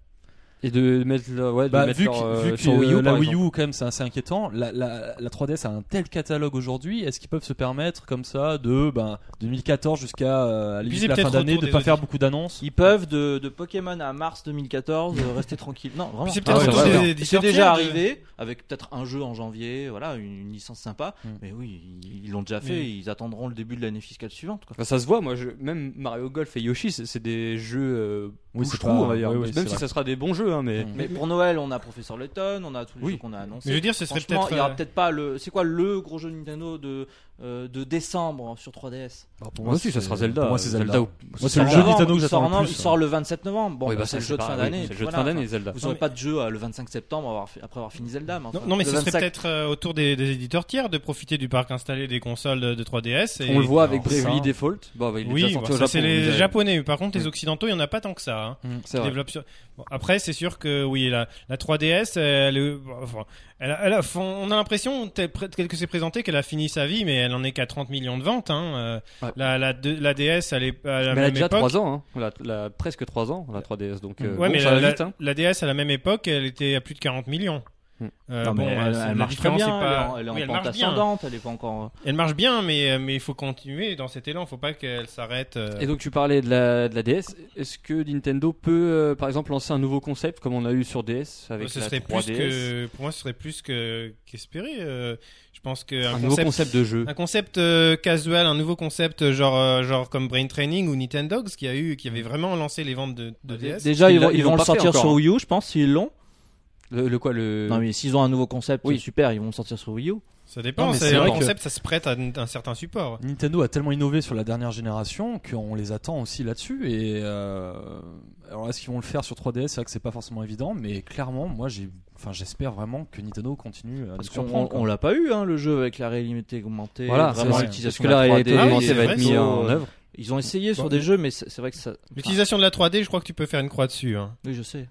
Speaker 2: Et de mettre, le- ouais, de
Speaker 3: Bah,
Speaker 2: mettre
Speaker 3: vu que,
Speaker 2: leur, euh,
Speaker 3: vu que,
Speaker 2: sur Wii U,
Speaker 3: euh, la
Speaker 2: par
Speaker 3: Wii
Speaker 2: exemple.
Speaker 3: U, quand même, c'est assez inquiétant. La, la, la 3DS a un tel catalogue aujourd'hui. Est-ce qu'ils peuvent se permettre, comme ça, de ben, 2014 jusqu'à euh, à la
Speaker 5: Puis
Speaker 3: limite
Speaker 5: c'est
Speaker 3: la fin
Speaker 5: peut-être
Speaker 3: d'année,
Speaker 5: retour
Speaker 3: de
Speaker 5: des
Speaker 3: pas faire
Speaker 5: auditeurs.
Speaker 3: beaucoup d'annonces
Speaker 4: Ils peuvent de, de Pokémon à mars 2014 euh, rester tranquille. Non, vraiment.
Speaker 5: Puis c'est
Speaker 2: Ah ouais,
Speaker 5: peut-être surtout
Speaker 2: ouais,
Speaker 5: des-
Speaker 2: ouais.
Speaker 5: des
Speaker 4: C'est
Speaker 5: sorties,
Speaker 4: déjà
Speaker 5: hein, de-
Speaker 4: arrivé avec peut-être un jeu en janvier, voilà, une, une licence sympa.
Speaker 2: Mm.
Speaker 3: Hmm.
Speaker 4: Mais oui, ils ils l'ont déjà fait.
Speaker 5: Oui.
Speaker 4: Ils attendront le début de l'année fiscale suivante. Quoi.
Speaker 2: Enfin, ça se voit, moi, je- même Mario Golf et Yoshi, c'est- c'est des jeux euh,
Speaker 3: Oui, c'est
Speaker 2: bouche-trou,
Speaker 3: pas-
Speaker 2: on va dire.
Speaker 3: oui, oui, c'est
Speaker 2: même si
Speaker 3: vrai.
Speaker 2: ça sera des bons jeux, hein, mais.
Speaker 3: Mm.
Speaker 4: Mais, pour Noël, on a Professeur Letton, on a tous les
Speaker 2: Oui.
Speaker 4: jeux qu'on a annoncés.
Speaker 5: Mais je veux dire, ce serait
Speaker 4: Franchement,
Speaker 5: peut-être.
Speaker 4: il y aura
Speaker 5: euh,
Speaker 4: peut-être pas le. C'est quoi le gros jeu Nintendo de euh, de décembre sur 3DS
Speaker 3: Bah, pour
Speaker 2: Moi aussi, ça
Speaker 3: c'est-
Speaker 2: sera Zelda.
Speaker 3: pour moi, c'est Zelda.
Speaker 2: ou-
Speaker 3: Moi,
Speaker 4: Il
Speaker 3: c'est le
Speaker 4: sort
Speaker 3: jeu
Speaker 4: en-
Speaker 3: Nintendo que
Speaker 4: il sort
Speaker 3: j'attends
Speaker 4: en-
Speaker 3: le plus.
Speaker 4: Il sort le 27 novembre. Bon,
Speaker 2: Oui,
Speaker 4: bah,
Speaker 2: bah,
Speaker 4: c'est
Speaker 2: ça,
Speaker 4: le jeu de fin
Speaker 2: pareil,
Speaker 4: d'année.
Speaker 2: C'est le jeu de
Speaker 4: Voilà,
Speaker 2: fin
Speaker 4: enfin,
Speaker 2: d'année, Zelda.
Speaker 4: Vous n'aurez pas de jeu euh, le 25 septembre avoir fait- après avoir fini Zelda. Mais
Speaker 5: Non,
Speaker 4: enfin,
Speaker 5: non, mais
Speaker 4: le
Speaker 5: ce serait
Speaker 4: 25
Speaker 5: peut-être euh, autour des, des éditeurs tiers de profiter du parc installé des consoles de, de 3DS. Et...
Speaker 2: On le voit avec
Speaker 3: alors, ça-
Speaker 2: Bravely Default. Bon, bah, il est
Speaker 5: Oui,
Speaker 2: déjà sorti
Speaker 5: bon,
Speaker 2: au
Speaker 5: ça,
Speaker 2: Japon,
Speaker 5: c'est
Speaker 2: vous
Speaker 5: les
Speaker 2: avez-
Speaker 5: japonais. mais Par contre, les
Speaker 2: Oui.
Speaker 5: occidentaux, il n'y en a pas tant que ça. hein.
Speaker 2: C'est vrai.
Speaker 5: développe sur- Bon, après, c'est sûr que oui, la, la 3DS, elle, est- bon, enfin, elle a- elle a- on a l'impression, tel pré- tel que c'est présenté, qu'elle a fini sa vie, mais elle en est qu'à 30 millions de ventes. hein. Euh,
Speaker 2: Ouais.
Speaker 5: La, la, de- la DS, elle est à la
Speaker 2: Mais elle
Speaker 5: même
Speaker 2: a déjà
Speaker 5: époque.
Speaker 2: 3 ans, hein. On a- la- presque 3 ans, la 3DS, donc euh,
Speaker 5: Ouais,
Speaker 2: bon,
Speaker 5: mais
Speaker 2: ça
Speaker 5: la,
Speaker 2: va vite.
Speaker 5: la-
Speaker 2: hein. Hmm.
Speaker 5: la DS à la même époque, elle était à plus de 40 millions. Euh,
Speaker 4: Non, mais
Speaker 5: bon,
Speaker 4: elle,
Speaker 5: euh,
Speaker 4: elle
Speaker 5: c'est- la
Speaker 4: marche très
Speaker 5: différence,
Speaker 4: bien,
Speaker 5: c'est pas-
Speaker 4: elle est en,
Speaker 5: Oui,
Speaker 4: elle est
Speaker 5: elle
Speaker 4: en pente
Speaker 5: marche bien.
Speaker 4: ascendante, elle est pas encore.
Speaker 5: Elle marche bien, mais euh, mais il faut continuer dans cet élan. Faut pas qu'elle s'arrête. euh,
Speaker 2: Et donc tu parlais de la, de la DS. Est-ce que Nintendo peut, euh, par exemple, lancer un nouveau concept comme on a eu sur DS avec
Speaker 5: ce
Speaker 2: la
Speaker 5: serait
Speaker 2: 3DS
Speaker 5: plus que pour moi, ce serait plus que qu'espéré. euh, je pense qu'un
Speaker 2: Un nouveau
Speaker 5: concept,
Speaker 2: concept de jeu.
Speaker 5: un concept euh, casual, un nouveau concept euh, genre euh, genre comme Brain Training ou Nintendo qui a eu qui avait vraiment lancé les ventes de, de DS.
Speaker 4: Déjà,
Speaker 2: Ils
Speaker 4: ils,
Speaker 2: l'ont-
Speaker 4: vont,
Speaker 2: ils
Speaker 4: ils vont
Speaker 2: l'ont
Speaker 4: le
Speaker 2: pas fait
Speaker 4: sortir
Speaker 2: encore,
Speaker 4: sur
Speaker 2: hein.
Speaker 4: Wii U, je pense, s'ils l'ont.
Speaker 2: Le, le quoi le
Speaker 4: Non, mais s'ils ont un nouveau concept,
Speaker 2: oui.
Speaker 4: c'est super, ils vont le sortir sur Wii U.
Speaker 5: Ça dépend.
Speaker 3: Non, mais
Speaker 5: C'est
Speaker 3: c'est
Speaker 5: un
Speaker 3: vrai que-
Speaker 5: concept, ça se prête à un un certain support.
Speaker 2: Ah.
Speaker 3: Nintendo a tellement innové sur la dernière génération qu'on les attend aussi là-dessus. Et euh, alors est-ce qu'ils vont le faire sur 3DS C'est vrai que c'est pas forcément évident, mais clairement, moi, j'ai, enfin, j'espère vraiment que Nintendo continue à nous
Speaker 4: Parce qu'on
Speaker 3: surprendre.
Speaker 4: on- on
Speaker 3: quoi.
Speaker 4: l'a pas eu, hein, le jeu avec la réalité augmentée.
Speaker 2: Voilà,
Speaker 4: vraiment
Speaker 3: c'est-
Speaker 2: parce
Speaker 4: l'utilisation
Speaker 2: que
Speaker 4: de
Speaker 2: la réalité
Speaker 4: 3D,
Speaker 2: augmentée
Speaker 5: c'est
Speaker 2: va
Speaker 5: vrai,
Speaker 2: être mise
Speaker 4: euh,
Speaker 2: en œuvre.
Speaker 4: Ils ont essayé sur
Speaker 5: Bon.
Speaker 4: des jeux, mais c'est c'est vrai que ça.
Speaker 5: L'utilisation de la 3D, je crois que tu peux faire une croix dessus. hein.
Speaker 4: Ah, oui, je sais.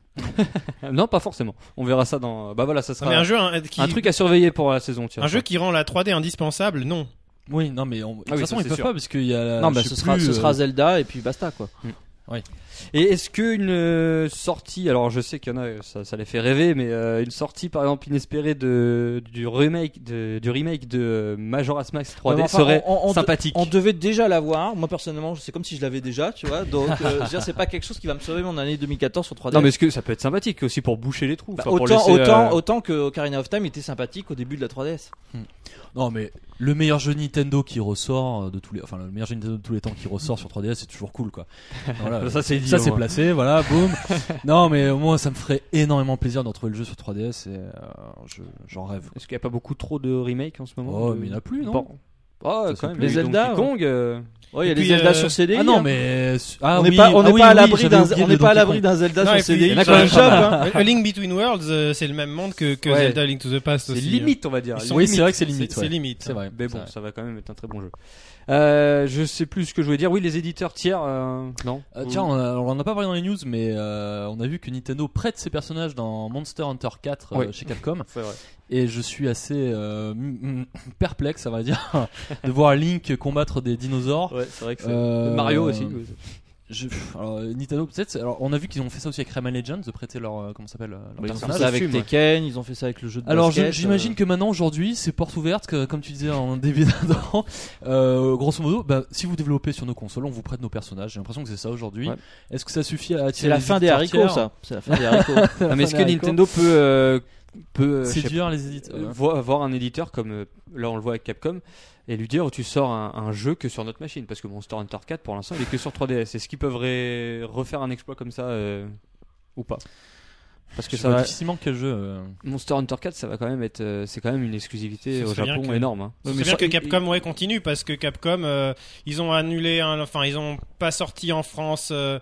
Speaker 2: Non, pas forcément. On verra ça dans. Bah voilà, ça
Speaker 5: Non, mais
Speaker 2: sera
Speaker 5: un jeu hein, qui
Speaker 2: un truc à surveiller pour la saison. Tiens,
Speaker 5: un jeu qui rend la 3D indispensable, non.
Speaker 3: Oui, non, mais on- de toute
Speaker 2: Ah oui,
Speaker 3: façon,
Speaker 2: ça,
Speaker 3: ils
Speaker 2: c'est
Speaker 3: peuvent
Speaker 2: sûr.
Speaker 3: pas parce qu'il y a.
Speaker 4: non, bah,
Speaker 3: je sais
Speaker 4: ce, sera,
Speaker 3: plus,
Speaker 4: ce
Speaker 3: euh,
Speaker 4: sera Zelda et puis basta, quoi.
Speaker 2: Et est-ce qu'une euh, sortie, alors je sais qu'il y en a, euh, ça, ça les fait rêver, mais euh, une sortie par exemple inespérée de, du remake de, du remake de euh, Majora's Max 3D
Speaker 4: Ouais, mais enfin,
Speaker 2: serait
Speaker 4: on- on- on-
Speaker 2: sympathique.
Speaker 4: On devait déjà l'avoir. Moi, personnellement, c'est comme si je l'avais déjà, tu vois. Donc, euh, je veux dire, c'est pas quelque chose qui va me sauver mon année 2014 sur 3D.
Speaker 2: Non, mais est-ce que ça peut être sympathique aussi pour boucher les trous
Speaker 4: Bah,
Speaker 2: enfin, pour
Speaker 4: autant,
Speaker 2: laisser, euh,
Speaker 4: autant, autant que Ocarina of Time était sympathique au début de la 3DS.
Speaker 3: Non, mais le meilleur jeu Nintendo qui ressort euh, de tous les, enfin, le meilleur jeu Nintendo de tous les temps qui ressort sur 3DS, c'est toujours cool, quoi. Voilà,
Speaker 2: Ça, c'est dit,
Speaker 3: Ah, ça
Speaker 2: au
Speaker 3: c'est
Speaker 4: hein.
Speaker 3: hein.
Speaker 2: moins.
Speaker 3: placé, voilà, boum. non, mais au moins, ça me ferait énormément plaisir de retrouver le jeu sur 3DS et euh, je- j'en rêve.
Speaker 2: Est-ce qu'il n'y a pas beaucoup trop de remakes en ce moment
Speaker 3: Oh,
Speaker 2: de-
Speaker 3: mais il n'y en a plus, non
Speaker 2: Bon. Oh,
Speaker 3: Ça, c'est
Speaker 2: quand même,
Speaker 3: plus-
Speaker 2: les
Speaker 4: Les Zelda,
Speaker 2: Zelda, Kong, euh,
Speaker 4: Ouais, il y a
Speaker 5: Et puis,
Speaker 4: les Zelda
Speaker 5: euh,
Speaker 4: sur CD.
Speaker 3: Ah non,
Speaker 4: hein.
Speaker 3: mais ah
Speaker 4: on n'est
Speaker 3: oui,
Speaker 4: pas, on
Speaker 3: ah
Speaker 4: n'est
Speaker 3: oui,
Speaker 4: pas à
Speaker 3: oui,
Speaker 4: l'abri
Speaker 3: j'avais
Speaker 4: d'un,
Speaker 3: oublié
Speaker 4: on
Speaker 3: le
Speaker 4: n'est pas à
Speaker 3: Donkey
Speaker 4: l'abri
Speaker 3: Kong.
Speaker 4: d'un Zelda
Speaker 5: Non,
Speaker 4: sur
Speaker 5: et puis,
Speaker 4: CD.
Speaker 5: il
Speaker 2: y en a quand
Speaker 4: sur le
Speaker 2: même
Speaker 4: shop,
Speaker 2: pas mal.
Speaker 4: hein.
Speaker 5: A Link Between Worlds, euh, c'est le même monde que, que
Speaker 2: Ouais.
Speaker 5: Zelda Link to the Past
Speaker 2: c'est
Speaker 5: aussi. hein.
Speaker 2: limite, on va dire.
Speaker 5: Ils sont
Speaker 3: Ah Oui,
Speaker 5: limites.
Speaker 3: c'est vrai que c'est limite.
Speaker 5: C'est
Speaker 3: ouais.
Speaker 5: limite.
Speaker 3: C'est vrai.
Speaker 2: Mais
Speaker 3: c'est
Speaker 2: bon,
Speaker 3: vrai.
Speaker 2: ça va quand même être un très bon jeu. Euh, je sais plus ce que je voulais dire. Oui, les éditeurs tiers, euh, non
Speaker 3: Euh, tiens, on, a- on en a pas parlé dans les news, mais euh, on a vu que Nintendo prête ses personnages dans Monster Hunter 4 euh,
Speaker 2: Oui.
Speaker 3: chez Capcom,
Speaker 2: c'est vrai.
Speaker 3: et je suis assez euh, mm, mm, perplexe, ça va dire, de voir Link combattre des dinosaures.
Speaker 4: Ouais, c'est vrai que c'est-
Speaker 3: Euh,
Speaker 2: Mario aussi.
Speaker 3: je- pff, alors, euh, Nintendo, peut-être. Alors, on a vu qu'ils ont fait ça aussi avec Rayman Legends, de prêter leur euh, comment ça s'appelle euh, leur
Speaker 4: Ils ont
Speaker 3: personnage.
Speaker 4: fait ça avec
Speaker 2: assume, ouais.
Speaker 4: Tekken, ils ont fait ça avec le jeu de
Speaker 3: Alors je-
Speaker 4: basket,
Speaker 3: j'imagine
Speaker 4: euh,
Speaker 3: que maintenant aujourd'hui c'est porte ouverte que, euh, comme tu disais en début d'avant euh, grosso modo bah, si vous développez sur nos consoles on vous prête nos personnages j'ai l'impression que c'est ça aujourd'hui
Speaker 2: Ouais.
Speaker 3: est-ce que ça suffit à attirer
Speaker 4: C'est la
Speaker 3: les
Speaker 4: fin des
Speaker 3: éditeurs
Speaker 4: haricots,
Speaker 3: tiers Euh,
Speaker 4: ça. C'est la fin des haricots.
Speaker 2: Non, Ah, mais est-ce que
Speaker 3: Enfin, Nico.
Speaker 2: Nintendo peut, euh, peut euh, je sais
Speaker 3: séduire les
Speaker 2: pas,
Speaker 3: éditeurs
Speaker 2: euh, vo- avoir un éditeur comme euh, là on le voit avec Capcom et lui dire tu sors un, un jeu que sur notre machine parce que Monster Hunter 4 pour l'instant il est que sur 3DS. Est-ce qu'ils peuvent ré- refaire un exploit comme ça euh, ou pas Parce que
Speaker 3: Je
Speaker 2: ça
Speaker 3: vois
Speaker 2: va-
Speaker 3: difficilement quel jeu euh,
Speaker 2: Monster Hunter 4 ça va quand même être euh, c'est quand même une exclusivité
Speaker 5: Ce
Speaker 2: au
Speaker 5: serait bien
Speaker 2: Japon
Speaker 5: que-
Speaker 2: énorme. hein.
Speaker 5: C'est
Speaker 4: mais
Speaker 5: bien
Speaker 4: ça-
Speaker 5: que
Speaker 4: il-
Speaker 5: Capcom ouais continue parce que Capcom euh, ils ont annulé un- enfin ils ont pas sorti en France euh,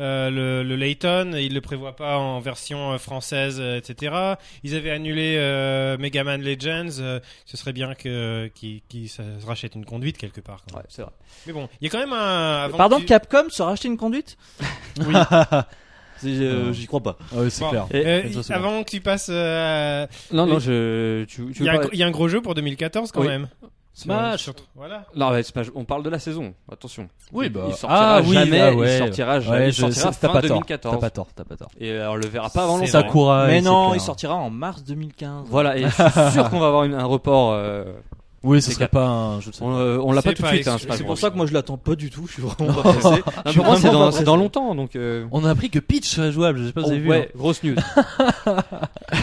Speaker 5: euh, le, le Layton et ils le prévoient pas en version euh, française euh, etc ils avaient annulé euh, Mega Man Legends euh, ce serait bien que qu'ils qu'ils se rachètent une conduite quelque part quoi.
Speaker 2: Ouais, c'est vrai.
Speaker 5: mais bon il y a quand même un avant
Speaker 4: Pardon,
Speaker 5: que tu-
Speaker 4: Capcom se racheter une conduite
Speaker 3: Oui.
Speaker 4: C'est, euh,
Speaker 3: Non.
Speaker 4: J'y crois pas.
Speaker 3: ah ouais, c'est
Speaker 5: Bon,
Speaker 3: clair
Speaker 5: euh,
Speaker 3: Et-
Speaker 5: il-
Speaker 3: ça, c'est
Speaker 5: avant que tu passes euh,
Speaker 2: Non non
Speaker 5: Et-
Speaker 2: je tu, tu
Speaker 5: il
Speaker 2: veux
Speaker 5: y, a un
Speaker 2: pas-
Speaker 5: gros- il y a un gros jeu pour 2014 quand
Speaker 2: Oui.
Speaker 5: même
Speaker 3: Smash.
Speaker 5: Sur- sur- voilà
Speaker 2: Non, mais Smash- on parle de la saison, attention.
Speaker 3: Oui,
Speaker 2: Il-
Speaker 3: bah.
Speaker 2: il sortira
Speaker 3: Ah oui,
Speaker 2: jamais,
Speaker 3: ah ouais.
Speaker 2: il sortira
Speaker 3: Ouais,
Speaker 2: jamais, il
Speaker 3: je-
Speaker 2: sortira
Speaker 3: c'est- t'as
Speaker 2: fin
Speaker 3: pas tort, t'as
Speaker 2: 2014.
Speaker 3: pas tort t'as pas tort
Speaker 2: Et euh, on le verra pas avant
Speaker 5: C'est
Speaker 2: longtemps.
Speaker 5: vrai.
Speaker 3: Sakura
Speaker 4: mais
Speaker 3: et
Speaker 4: non,
Speaker 3: c'est
Speaker 4: il
Speaker 3: clair.
Speaker 4: sortira en mars 2015.
Speaker 2: Voilà, et je suis sûr qu'on va avoir une- un report. euh,
Speaker 3: oui ce
Speaker 2: C'est
Speaker 3: serait
Speaker 2: quatre.
Speaker 3: pas un jeu de
Speaker 2: on euh, on l'a pas
Speaker 5: C'est
Speaker 2: tout de
Speaker 5: pas
Speaker 2: suite, hein,
Speaker 5: exclu-
Speaker 2: Smash
Speaker 4: C'est
Speaker 2: Bros.
Speaker 4: pour ça que moi je l'attends pas du tout. Je suis vraiment pas pressé.
Speaker 2: Non,
Speaker 4: je suis
Speaker 2: pour moi, c'est
Speaker 4: vraiment
Speaker 2: dans,
Speaker 4: pas
Speaker 2: c'est dans
Speaker 4: pressé.
Speaker 2: longtemps, donc. euh,
Speaker 3: on a appris que Peach serait jouable je sais pas si
Speaker 2: oh,
Speaker 3: vous avez vu hein.
Speaker 2: ouais, grosse news.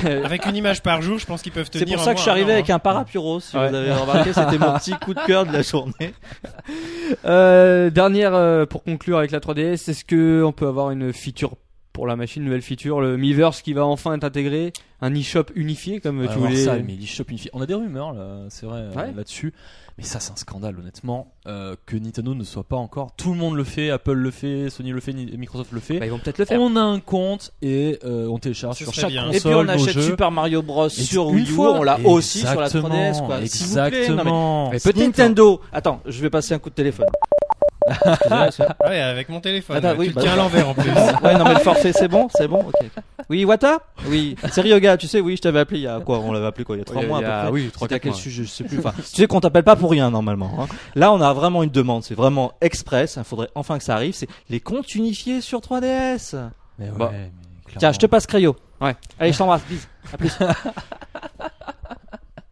Speaker 5: avec une image par jour je pense qu'ils peuvent
Speaker 4: C'est
Speaker 5: tenir
Speaker 4: pour
Speaker 5: au
Speaker 4: ça que
Speaker 5: moins
Speaker 4: je suis arrivé
Speaker 5: an,
Speaker 4: avec
Speaker 5: hein.
Speaker 4: un parapuro, si
Speaker 2: Ouais.
Speaker 4: vous avez remarqué, c'était mon petit coup de cœur de la journée.
Speaker 2: Euh, dernière euh, pour conclure avec la 3DS, est-ce que on peut avoir une feature pour la machine, nouvelle feature, le Miiverse qui va enfin être intégré, un eShop unifié comme tu
Speaker 3: Alors
Speaker 2: voulais.
Speaker 3: ça, mais il chope une fille. On a des rumeurs là, c'est vrai euh,
Speaker 2: Ouais.
Speaker 3: là-dessus, mais ça c'est un scandale honnêtement euh, que Nintendo ne soit pas encore. Tout le monde le fait, Apple le fait, Sony le fait, Ni- Microsoft le fait.
Speaker 2: Bah, ils vont peut-être le faire.
Speaker 3: on a un compte et euh, on télécharge
Speaker 5: Ce
Speaker 3: sur
Speaker 5: serait
Speaker 3: chaque
Speaker 5: bien.
Speaker 3: console
Speaker 4: Et puis on
Speaker 3: nos
Speaker 4: achète
Speaker 3: jeux.
Speaker 4: Super Mario Bros
Speaker 3: Et
Speaker 4: sur
Speaker 3: une
Speaker 4: Wii U,
Speaker 3: fois.
Speaker 4: on l'a aussi sur la
Speaker 3: Exactement,
Speaker 4: 3DS quoi. S'il vous plaît, non, mais-
Speaker 3: Exactement.
Speaker 2: Mais peut-être,
Speaker 4: Nintendo, attends, je vais passer un coup de téléphone. Excusez-moi, est-ce que-
Speaker 5: ouais avec mon téléphone
Speaker 4: Attends, oui,
Speaker 5: tu le
Speaker 4: bah-
Speaker 5: tiens à l'envers en plus
Speaker 4: ouais, non mais le forfait c'est bon, c'est bon, ok. Oui, Wata Oui, c'est Ryoga, tu sais, oui, je t'avais appelé il y a quoi On l'avait appelé quoi, il y a
Speaker 2: Il
Speaker 4: 3
Speaker 2: y a-
Speaker 4: mois à
Speaker 2: il
Speaker 4: peu
Speaker 2: y a-
Speaker 4: près.
Speaker 2: oui, trois,
Speaker 4: C'était à
Speaker 2: quatre
Speaker 4: quel
Speaker 2: mois.
Speaker 4: sujet, je sais plus. Enfin, tu sais qu'on t'appelle pas pour rien normalement. hein. Là, on a vraiment une demande, c'est vraiment express. Il faudrait enfin que ça arrive. C'est les comptes unifiés sur 3DS.
Speaker 3: Mais ouais,
Speaker 2: Bah.
Speaker 3: mais
Speaker 4: Tiens, je te
Speaker 3: clairement.
Speaker 4: passe Crayo.
Speaker 2: Ouais.
Speaker 4: Allez, je t'embrasse. Bise. À plus.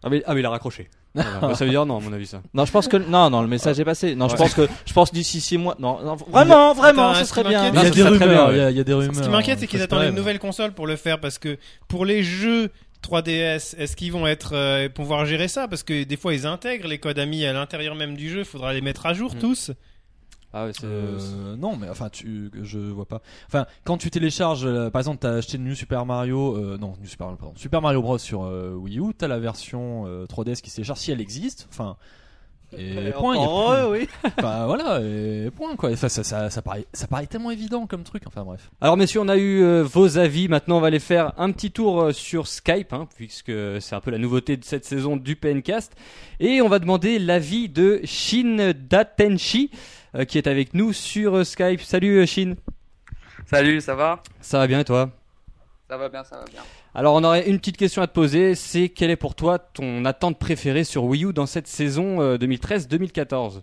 Speaker 2: Ah mais, ah mais il a raccroché. Voilà. Bah, ça veut dire non à mon avis ça.
Speaker 4: Non, je pense que non, non, le message est passé. Non, je
Speaker 2: Ouais.
Speaker 4: pense que je pense d'ici six mois. Non, non, vraiment, hein, vraiment,
Speaker 5: Attends,
Speaker 4: Ah, ce
Speaker 5: est-ce
Speaker 4: serait
Speaker 5: qu'il y
Speaker 4: bien.
Speaker 5: a des-
Speaker 3: Ah, Il y
Speaker 2: Non,
Speaker 3: a
Speaker 2: ce
Speaker 3: des
Speaker 2: serait très
Speaker 3: rumeurs.
Speaker 2: bien,
Speaker 3: Il y a- il y a des rumeurs.
Speaker 5: Ce qui m'inquiète, c'est qu'ils
Speaker 3: Ça,
Speaker 5: attendent
Speaker 3: pareil.
Speaker 5: une nouvelle console pour le faire parce que pour les jeux 3DS, est-ce qu'ils vont être euh, pouvoir gérer ça Parce que des fois, ils intègrent les codes amis à l'intérieur même du jeu. Faudra les mettre à jour
Speaker 2: Mm.
Speaker 5: tous.
Speaker 2: Ah ouais, c'est
Speaker 3: Euh, non, mais enfin, tu, je vois pas. Enfin, quand tu télécharges, euh, par exemple, t'as acheté New Super Mario, euh, non, New Super Mario, pardon, Super Mario Bros sur euh, Wii U, t'as la version euh, 3DS qui se télécharge si elle existe. Enfin, et point. y a
Speaker 4: Oh,
Speaker 3: plus-
Speaker 4: oui.
Speaker 3: Enfin voilà, et point quoi. Enfin, ça, ça, ça paraît, ça paraît tellement évident comme truc. Enfin bref.
Speaker 2: Alors messieurs, on a eu euh, vos avis. Maintenant, on va aller faire un petit tour euh, sur Skype, hein, puisque c'est un peu la nouveauté de cette saison du PNcast. Et on va demander l'avis de Shin Datenshi, euh, qui est avec nous sur euh, Skype. Salut euh, Shin.
Speaker 6: Salut, ça va
Speaker 2: Ça va bien et toi
Speaker 6: Ça va bien, ça va bien.
Speaker 2: Alors on aurait une petite question à te poser, c'est quelle est pour toi ton attente préférée sur Wii U dans cette saison euh, 2013-2014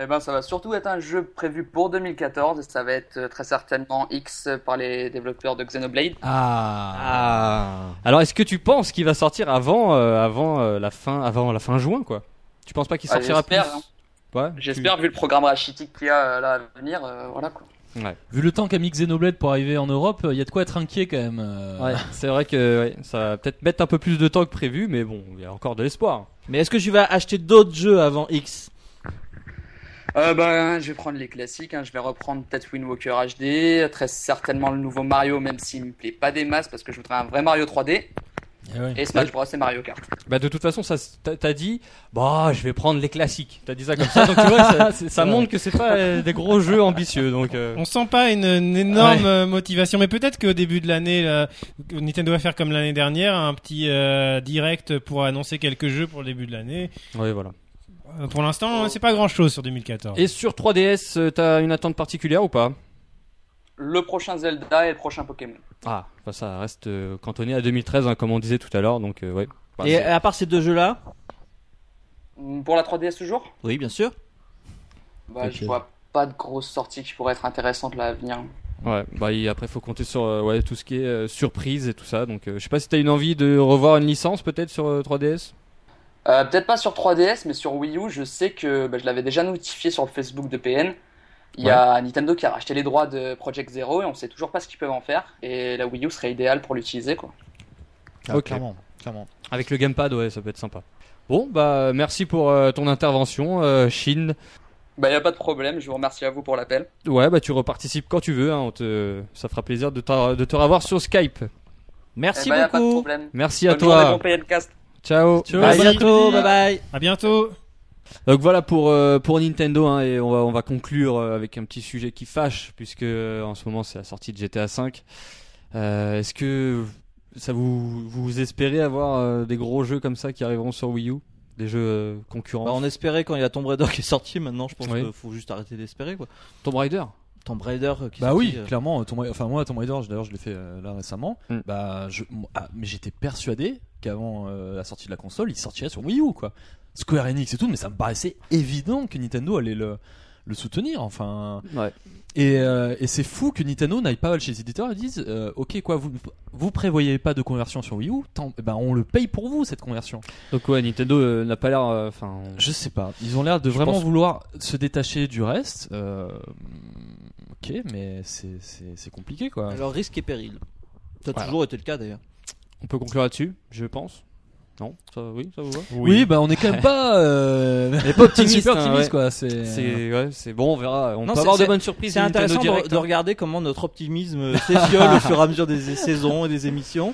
Speaker 6: Eh ben, ça va surtout être un jeu prévu pour 2014 et ça va être euh, très certainement X par les développeurs de Xenoblade.
Speaker 3: Ah.
Speaker 4: Ah.
Speaker 2: Alors est-ce que tu penses qu'il va sortir avant, euh, avant, euh, la fin, avant la fin juin quoi Tu penses pas qu'il
Speaker 6: Ah,
Speaker 2: sortira plus
Speaker 6: j'espère, hein.
Speaker 2: Ouais, tu-
Speaker 6: J'espère, vu le programme rachitique qu'il y a euh, là à venir, euh, voilà quoi.
Speaker 3: Vu le temps qu'a mis Xenoblade pour arriver en Europe, il y a de quoi être inquiet quand même. euh.
Speaker 2: Ouais, c'est vrai que ouais, ça va peut-être mettre un peu plus de temps que prévu, mais bon, il y a encore de l'espoir.
Speaker 4: Mais est-ce que tu vas acheter d'autres jeux avant X
Speaker 6: Euh, ben, je vais prendre les classiques, hein. je vais reprendre peut-être Wind Walker HD, très certainement le nouveau Mario, même s'il me plaît pas des masses parce que je voudrais un vrai Mario 3D,
Speaker 3: Eh ouais.
Speaker 6: et Smash Bros et Mario Kart.
Speaker 2: Bah de toute façon, ça, s- t'as- t'as dit, bah je vais prendre les classiques. T'as dit ça comme ça, donc tu vois, ça, ça montre que c'est pas euh, des gros jeux ambitieux. Donc euh,
Speaker 5: On sent pas une, une énorme
Speaker 2: Ouais.
Speaker 5: euh, motivation, mais peut-être qu'au début de l'année, là, Nintendo va faire comme l'année dernière, un petit euh, direct pour annoncer quelques jeux pour le début de l'année.
Speaker 2: ouais, voilà.
Speaker 5: Euh, pour l'instant, c'est pas grand-chose sur 2014.
Speaker 2: Et sur 3DS, euh, t'as une attente particulière ou pas
Speaker 6: Le prochain Zelda et le prochain Pokémon.
Speaker 2: Ah, enfin, ça reste euh, cantonné à 2013, hein, comme on disait tout à l'heure. Donc euh, ouais. Bah,
Speaker 4: Et
Speaker 2: c'est-
Speaker 4: à part ces deux jeux-là
Speaker 6: Hum, Pour la 3DS toujours
Speaker 4: Oui, bien sûr.
Speaker 6: Bah,
Speaker 3: Ok.
Speaker 6: je vois pas de grosses sorties qui pourraient être intéressantes là à venir.
Speaker 2: ouais. Bah et après, faut compter sur euh, ouais tout ce qui est euh, surprise et tout ça. Donc euh, je sais pas si t'as une envie de revoir une licence peut-être sur euh, 3DS.
Speaker 6: Euh, peut-être pas sur 3DS, mais sur Wii U, je sais que bah, je l'avais déjà notifié sur le Facebook de PN. Il y a Nintendo qui a racheté les droits de Project Zero et on sait toujours pas ce qu'ils peuvent en faire. Et la Wii U serait idéale pour l'utiliser, quoi.
Speaker 3: Ah,
Speaker 2: Ok.
Speaker 3: Clairement, clairement.
Speaker 2: Avec le gamepad, ouais, ça peut être sympa. Bon, bah merci pour euh, ton intervention, euh, Shin.
Speaker 6: Bah, y a pas de problème, je vous remercie à vous pour l'appel.
Speaker 2: Ouais, bah tu reparticipes quand tu veux. hein, on te... Ça fera plaisir de, t'a- de te revoir sur Skype.
Speaker 4: Merci
Speaker 6: Eh ben, y a pas de
Speaker 4: beaucoup.
Speaker 6: problème.
Speaker 2: Merci à
Speaker 6: Bonne
Speaker 2: toi.
Speaker 6: journée, bon PNcast.
Speaker 2: Ciao.
Speaker 5: Ciao.
Speaker 4: À
Speaker 5: Bon
Speaker 4: bientôt,
Speaker 5: après-midi.
Speaker 4: bye bye.
Speaker 5: À bientôt.
Speaker 2: Donc voilà pour euh, pour Nintendo hein, et on va on va conclure euh, avec un petit sujet qui fâche puisque euh, en ce moment c'est la sortie de GTA V. Euh, Est-ce que ça vous vous espérez avoir euh, des gros jeux comme ça qui arriveront sur Wii U, des jeux euh, concurrents
Speaker 4: Bah, on espérait quand il y a Tomb Raider qui est sorti, maintenant je pense
Speaker 2: Oui.
Speaker 4: qu'il faut juste arrêter d'espérer quoi.
Speaker 2: Tomb Raider.
Speaker 4: Tomb Raider euh, qui est
Speaker 3: Bah
Speaker 4: sorti,
Speaker 3: oui,
Speaker 4: euh,
Speaker 3: clairement. euh, Tomb Raider- enfin moi, Tomb Raider, je- d'ailleurs, je l'ai fait euh, là récemment.
Speaker 2: Mm.
Speaker 3: Bah, je, moi, ah, mais j'étais persuadé qu'avant euh, la sortie de la console, il sortirait sur Wii U, quoi. Square Enix et tout, mais ça me paraissait évident que Nintendo allait le le soutenir, enfin.
Speaker 2: Ouais.
Speaker 3: Et, euh, et c'est fou que Nintendo n'aille pas chez les éditeurs et dise, euh, ok quoi, vous vous prévoyez pas de conversion sur Wii U, tant, ben on le paye pour vous cette conversion.
Speaker 2: Donc ouais, Nintendo euh, n'a pas l'air euh, enfin on-
Speaker 3: Je sais pas, ils ont l'air de vraiment
Speaker 2: pense-
Speaker 3: vouloir se détacher du reste. euh, ok, mais c'est c'est c'est compliqué quoi.
Speaker 4: Alors risque et péril. Ça a
Speaker 2: Voilà.
Speaker 4: toujours été le cas d'ailleurs.
Speaker 2: on peut conclure là-dessus, je pense. Non, ça oui, ça vous va
Speaker 3: Oui. bah on est quand même pas, euh,
Speaker 2: pas hein,
Speaker 3: super optimiste quoi. C'est euh,
Speaker 2: C'est ouais, c'est bon, on verra, on
Speaker 4: Non,
Speaker 2: peut
Speaker 4: c'est-
Speaker 2: avoir de
Speaker 4: c'est-
Speaker 2: bonnes surprises
Speaker 4: C'est
Speaker 2: de Nintendo
Speaker 4: intéressant de,
Speaker 2: Direct,
Speaker 4: de
Speaker 2: hein.
Speaker 4: regarder comment notre optimisme euh, s'effiole au fur et à mesure des saisons et des émissions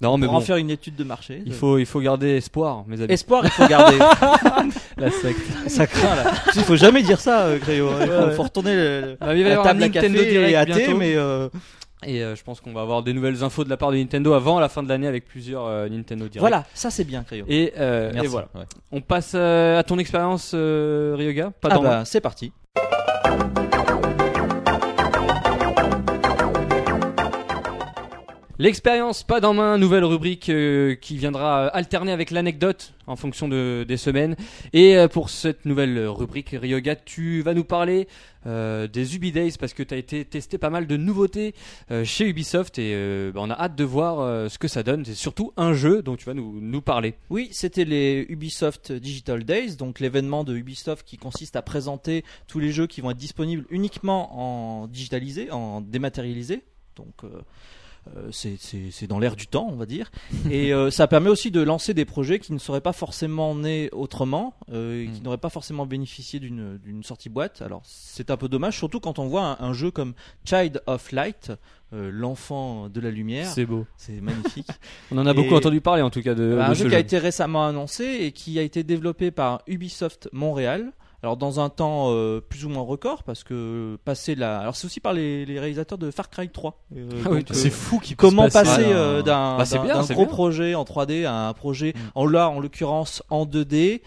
Speaker 2: Non, mais
Speaker 4: pour en
Speaker 2: bon,
Speaker 4: faire une étude de marché.
Speaker 2: il
Speaker 4: Euh,
Speaker 2: faut il faut garder espoir, mes amis.
Speaker 4: Espoir, il faut garder.
Speaker 3: la secte.
Speaker 4: ça craint là. Il faut jamais dire ça, euh, Gréo. Il faut,
Speaker 2: Ouais, ouais.
Speaker 4: faut retourner le, le-
Speaker 2: Bah, il va y
Speaker 4: la
Speaker 2: avoir
Speaker 4: table
Speaker 2: un
Speaker 4: à
Speaker 2: Nintendo
Speaker 4: café
Speaker 2: Direct
Speaker 4: et à thé,
Speaker 2: bientôt.
Speaker 4: mais euh,
Speaker 2: Et euh, je pense qu'on va avoir des nouvelles infos de la part de Nintendo avant la fin de l'année avec plusieurs euh, Nintendo Direct.
Speaker 4: voilà, ça c'est bien, Ah Gréo.
Speaker 2: Et, euh, et
Speaker 3: Merci.
Speaker 2: voilà.
Speaker 3: Ouais.
Speaker 2: On passe euh, à ton expérience, euh, Ryoga. Pas
Speaker 4: Ah
Speaker 2: dans-
Speaker 4: bah c'est parti.
Speaker 2: L'expérience pas dans main, nouvelle rubrique euh, qui viendra euh, alterner avec l'anecdote en fonction de, des semaines. Et euh, pour cette nouvelle rubrique, Ryoga, tu vas nous parler euh, des Ubi Days parce que tu as été testé pas mal de nouveautés euh, chez Ubisoft et bah, on a hâte de voir euh, ce que ça donne. C'est surtout un jeu dont tu vas nous, nous parler.
Speaker 4: Oui, c'était les Ubisoft Digital Days, donc l'événement de Ubisoft qui consiste à présenter tous les jeux qui vont être disponibles uniquement en digitalisé, en dématérialisé. Donc. Euh, c'est dans l'air du temps, on va dire. Et euh, ça permet aussi de lancer des projets qui ne seraient pas forcément nés autrement, euh, et qui n'auraient pas forcément bénéficié d'une sortie boîte. Alors c'est un peu dommage, surtout quand on voit un, un jeu comme Child of Light, euh, l'enfant de la lumière.
Speaker 2: C'est beau.
Speaker 4: C'est magnifique.
Speaker 2: On en a et beaucoup entendu parler en tout cas de,
Speaker 3: Euh,
Speaker 4: bah,
Speaker 2: de
Speaker 4: un
Speaker 2: ce
Speaker 4: jeu,
Speaker 2: jeu
Speaker 4: qui a été récemment annoncé et qui a été développé par Ubisoft Montréal. Alors dans un temps euh, plus ou moins record parce que passer la alors c'est aussi par les, les, réalisateurs de Far Cry 3.
Speaker 3: Euh, ah oui, c'est fou qui
Speaker 4: comment passer
Speaker 3: d'un
Speaker 4: bah, gros
Speaker 3: bien. Mm.
Speaker 4: projet en 3D à un projet mmh. en là en l'occurrence en 2D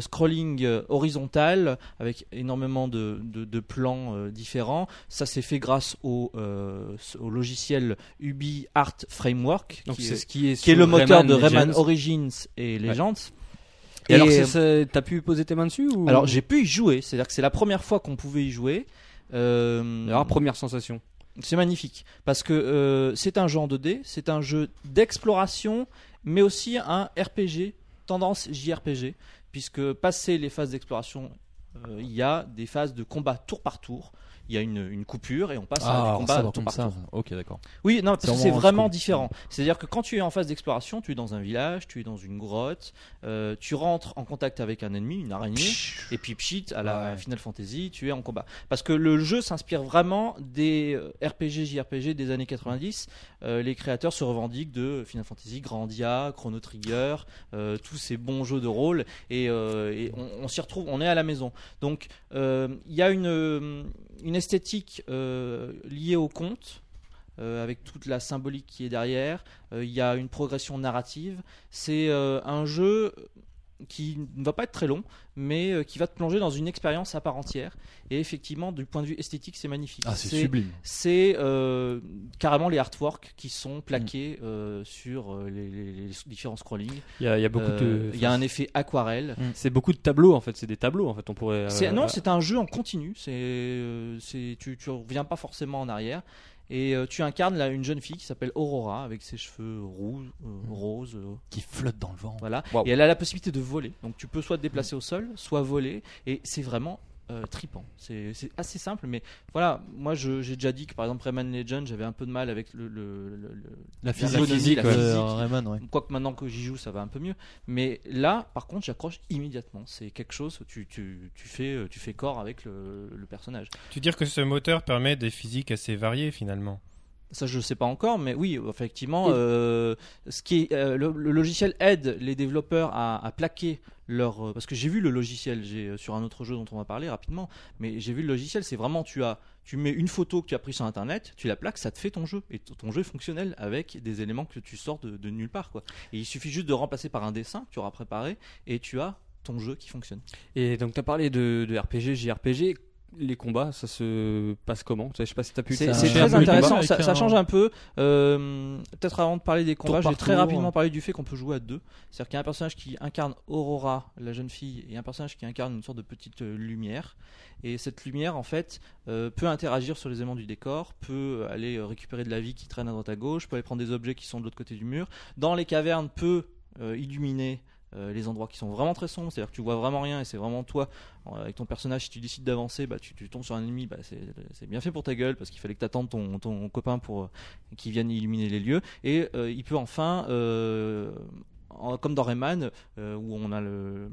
Speaker 4: scrolling euh, horizontal avec énormément de, de, de plans euh, différents. Ça s'est fait grâce au euh, au logiciel Ubi Art Framework,
Speaker 2: Donc
Speaker 4: qui, est,
Speaker 2: ce qui, est,
Speaker 4: qui est le moteur
Speaker 2: Rayman
Speaker 4: de Rayman
Speaker 2: Legends.
Speaker 4: Origins et Legends.
Speaker 2: Et, et alors, euh, t'as pu poser tes mains dessus ou...
Speaker 4: Alors, j'ai pu y jouer, c'est-à-dire que c'est la première fois qu'on pouvait y jouer. Euh...
Speaker 2: Alors, première sensation.
Speaker 4: C'est magnifique, parce que euh, c'est un jeu en 2D, c'est un jeu d'exploration, mais aussi un RPG, tendance JRPG, puisque passer les phases d'exploration, euh, il y a des phases de combat tour par tour il y a une, une, coupure et on passe
Speaker 3: ah,
Speaker 4: à des combats
Speaker 3: ça,
Speaker 4: tour
Speaker 3: comme
Speaker 4: par
Speaker 3: ça.
Speaker 4: tour.
Speaker 3: Ok, d'accord.
Speaker 4: Oui, non, parce que c'est
Speaker 3: vraiment
Speaker 4: vraiment
Speaker 3: cool.
Speaker 4: différent. C'est-à-dire que quand tu es en phase d'exploration, tu es dans un village, tu es dans une grotte, euh, tu rentres en contact avec un ennemi, une araignée,
Speaker 3: Pshhh.
Speaker 4: et puis pchit, à la
Speaker 3: Ouais.
Speaker 4: Final Fantasy, tu es en combat. Parce que le jeu s'inspire vraiment des euh, RPG, JRPG des années 90. Euh, les créateurs se revendiquent de Final Fantasy, Grandia, Chrono Trigger, euh, tous ces bons jeux de rôle, et, euh, et on, on s'y retrouve, on est à la maison. Donc euh, il y a une, euh, une esthétique euh, liée au conte. euh, avec toute la symbolique qui est derrière, Euh, il y a une progression narrative. C'est euh, un jeu qui ne va pas être très long, mais euh, qui va te plonger dans une expérience à part entière. Et effectivement, du point de vue esthétique, c'est magnifique.
Speaker 3: Ah, c'est sublime.
Speaker 4: c'est euh, carrément les artworks qui sont plaqués euh, sur euh, les, les- les différents scrollings.
Speaker 2: Il y a, il y a beaucoup
Speaker 4: Euh,
Speaker 2: de.
Speaker 4: Il y a un effet aquarelle.
Speaker 2: C'est beaucoup de tableaux en fait, c'est des tableaux en fait. On pourrait. euh,
Speaker 4: C'est- non,
Speaker 2: euh,
Speaker 4: c'est un jeu en continu. C'est, euh, c'est, tu, tu reviens pas forcément en arrière. Et euh, tu incarnes là une jeune fille qui s'appelle Aurora avec ses cheveux roux, euh, roses, euh,
Speaker 3: Qui flotte dans le vent.
Speaker 4: voilà.
Speaker 3: Waouh.
Speaker 4: Et elle a la possibilité de voler. Donc tu peux soit te déplacer au sol, soit voler. Et c'est vraiment euh, tripant. C'est c'est assez simple, mais voilà. Moi, je- j'ai déjà dit que par exemple Rayman Legend, j'avais un peu de mal avec le, le- le- le-
Speaker 3: La
Speaker 4: physique,
Speaker 3: physique,
Speaker 4: physique,
Speaker 3: de
Speaker 4: la physique.
Speaker 3: Rayman, ouais.
Speaker 4: Quoique maintenant que j'y joue, ça va un peu mieux. Mais là, par contre, j'accroche immédiatement. C'est quelque chose, tu, tu, tu, fais, euh, tu fais corps avec le, le personnage.
Speaker 5: Tu veux dire que ce moteur permet des physiques assez variées finalement.
Speaker 4: Ça, je sais pas encore, mais oui, effectivement,
Speaker 2: Et-
Speaker 4: euh, ce qui est, euh, le, le logiciel aide les développeurs à, à plaquer leur. euh, parce que j'ai vu le logiciel j'ai, euh, sur un autre jeu dont on va parler rapidement, mais j'ai vu le logiciel, c'est vraiment tu as. Tu mets une photo que tu as prise sur internet, tu la plaques, ça te fait ton jeu. Et t- ton jeu est fonctionnel avec des éléments que tu sors de, de nulle part. Quoi. Et il suffit juste de remplacer par un dessin que tu auras préparé et tu as ton jeu qui fonctionne.
Speaker 2: Et donc, t'as parlé de, de RPG, JRPG. Les combats, ça se passe comment Je sais pas si t'as pu.
Speaker 4: C'est
Speaker 2: t'as-
Speaker 4: c'est
Speaker 2: t'as pu
Speaker 3: un jeu
Speaker 4: très
Speaker 2: les combats
Speaker 4: intéressant,
Speaker 3: avec
Speaker 4: ça, ça
Speaker 3: un-
Speaker 4: change un peu. Euh, Peut-être avant de parler des
Speaker 3: Tour
Speaker 4: combats, je
Speaker 3: par
Speaker 4: vais très
Speaker 3: tour.
Speaker 4: rapidement parler du fait qu'on peut jouer à deux. C'est-à-dire qu'il y a un personnage qui incarne Aurora, la jeune fille, et un personnage qui incarne une sorte de petite euh, lumière. Et cette lumière, en fait, euh, peut interagir sur les éléments du décor, peut aller euh, récupérer de la vie qui traîne à droite à gauche, peut aller prendre des objets qui sont de l'autre côté du mur. Dans les cavernes, peut euh, illuminer. euh, les endroits qui sont vraiment très sombres, c'est-à-dire que tu vois vraiment rien et c'est vraiment toi euh, avec ton personnage, si tu décides d'avancer, bah, tu, tu tombes sur un ennemi, bah, c'est c'est bien fait pour ta gueule parce qu'il fallait que t'attendes ton, ton copain pour euh, qu'il vienne illuminer les lieux. Et euh, il peut enfin, euh, en- comme dans Rayman, euh, où on a le,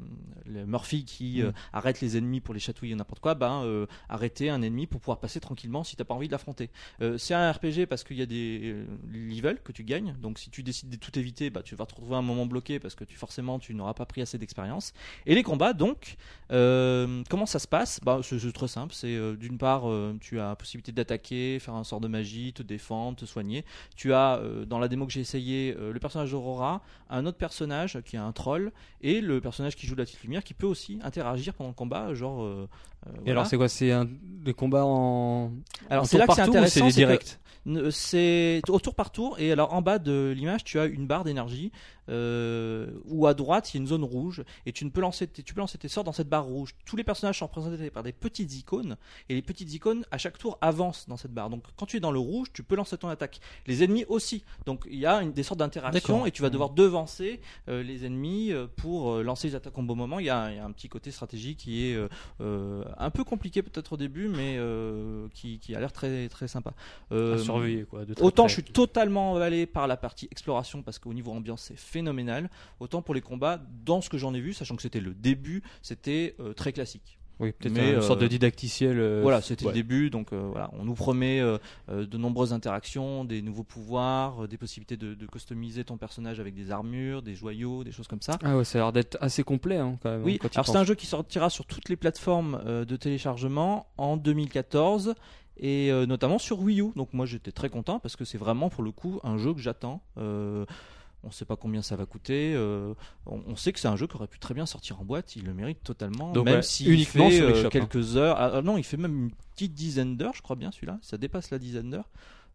Speaker 4: le Murphy qui euh, arrête les ennemis pour les chatouiller ou n'importe quoi, bah, euh, arrêter un ennemi pour pouvoir passer tranquillement si t'as pas envie de l'affronter. Euh, c'est un RPG parce qu'il y a des euh, levels que tu gagnes, donc si tu décides de tout éviter, bah, tu vas te retrouver à un moment bloqué parce que tu, forcément tu n'auras pas pris assez d'expérience. Et les combats, donc, euh, comment ça se passe bah, C'est c'est très simple. C'est euh, d'une part, euh, tu as la possibilité d'attaquer, faire un sort de magie, te défendre, te soigner. Tu as, euh, dans la démo que j'ai essayé, euh, le personnage d'Aurora, un autre pers- personnage qui est un troll et le personnage qui joue la petite lumière qui peut aussi interagir pendant le combat, genre. euh, euh,
Speaker 2: Et
Speaker 4: voilà.
Speaker 2: alors, c'est quoi C'est un, des combats en.
Speaker 4: Alors
Speaker 2: en
Speaker 4: c'est
Speaker 2: tour
Speaker 4: là que c'est
Speaker 2: partout ou
Speaker 4: intéressant.
Speaker 2: C'est
Speaker 4: c'est que-
Speaker 2: direct.
Speaker 4: ne- C'est au tour par tour et alors en bas de l'image tu as une barre d'énergie euh, où à droite il y a une zone rouge et tu ne peux lancer tes, tu peux lancer tes sorts dans cette barre rouge. Tous les personnages sont représentés par des petites icônes et les petites icônes à chaque tour avancent dans cette barre. Donc quand tu es dans le rouge tu peux lancer ton attaque. Les ennemis aussi. Donc il y a une, des sortes d'interactions
Speaker 3: D'accord.
Speaker 4: et tu vas devoir devancer euh, les ennemis euh, pour euh, lancer les attaques au bon moment. Il y a, il y a un petit côté stratégie qui est euh, euh, un peu compliqué peut-être au début mais euh, qui, qui a l'air très très sympa. Euh,
Speaker 2: À surveiller, quoi. de très
Speaker 4: Autant
Speaker 2: près.
Speaker 4: je suis totalement emballé par la partie exploration parce qu'au niveau ambiance c'est phénoménal, autant pour les combats, dans ce que j'en ai vu, sachant que c'était le début, c'était euh, très classique.
Speaker 2: Oui, peut-être
Speaker 4: Mais,
Speaker 2: une
Speaker 4: euh,
Speaker 2: sorte de didacticiel. euh,
Speaker 4: voilà, c'était
Speaker 2: ouais.
Speaker 4: le début, donc euh, voilà, on nous promet euh, euh, de nombreuses interactions, des nouveaux pouvoirs, euh, des possibilités de, de customiser ton personnage avec des armures, des joyaux, des choses comme ça.
Speaker 2: Ah ouais, ça a l'air d'être assez complet hein, quand même.
Speaker 4: Oui,
Speaker 2: quand tu
Speaker 4: alors c'est
Speaker 2: penses.
Speaker 4: un jeu qui sortira sur toutes les plateformes euh, de téléchargement en 2014 et euh, notamment sur Wii U. Donc moi j'étais très content parce que c'est vraiment pour le coup un jeu que j'attends. Euh, on ne sait pas combien ça va coûter. euh, on, on sait que c'est un jeu qui aurait pu très bien sortir en boîte. Il le mérite totalement.
Speaker 2: Donc,
Speaker 4: même
Speaker 2: ouais,
Speaker 4: si
Speaker 2: uniquement
Speaker 4: fait
Speaker 2: sur les
Speaker 4: euh,
Speaker 2: shops, hein.
Speaker 4: quelques heures. Ah, ah non, il fait même une petite dizaine d'heures, je crois bien celui-là. Ça dépasse la dizaine d'heures.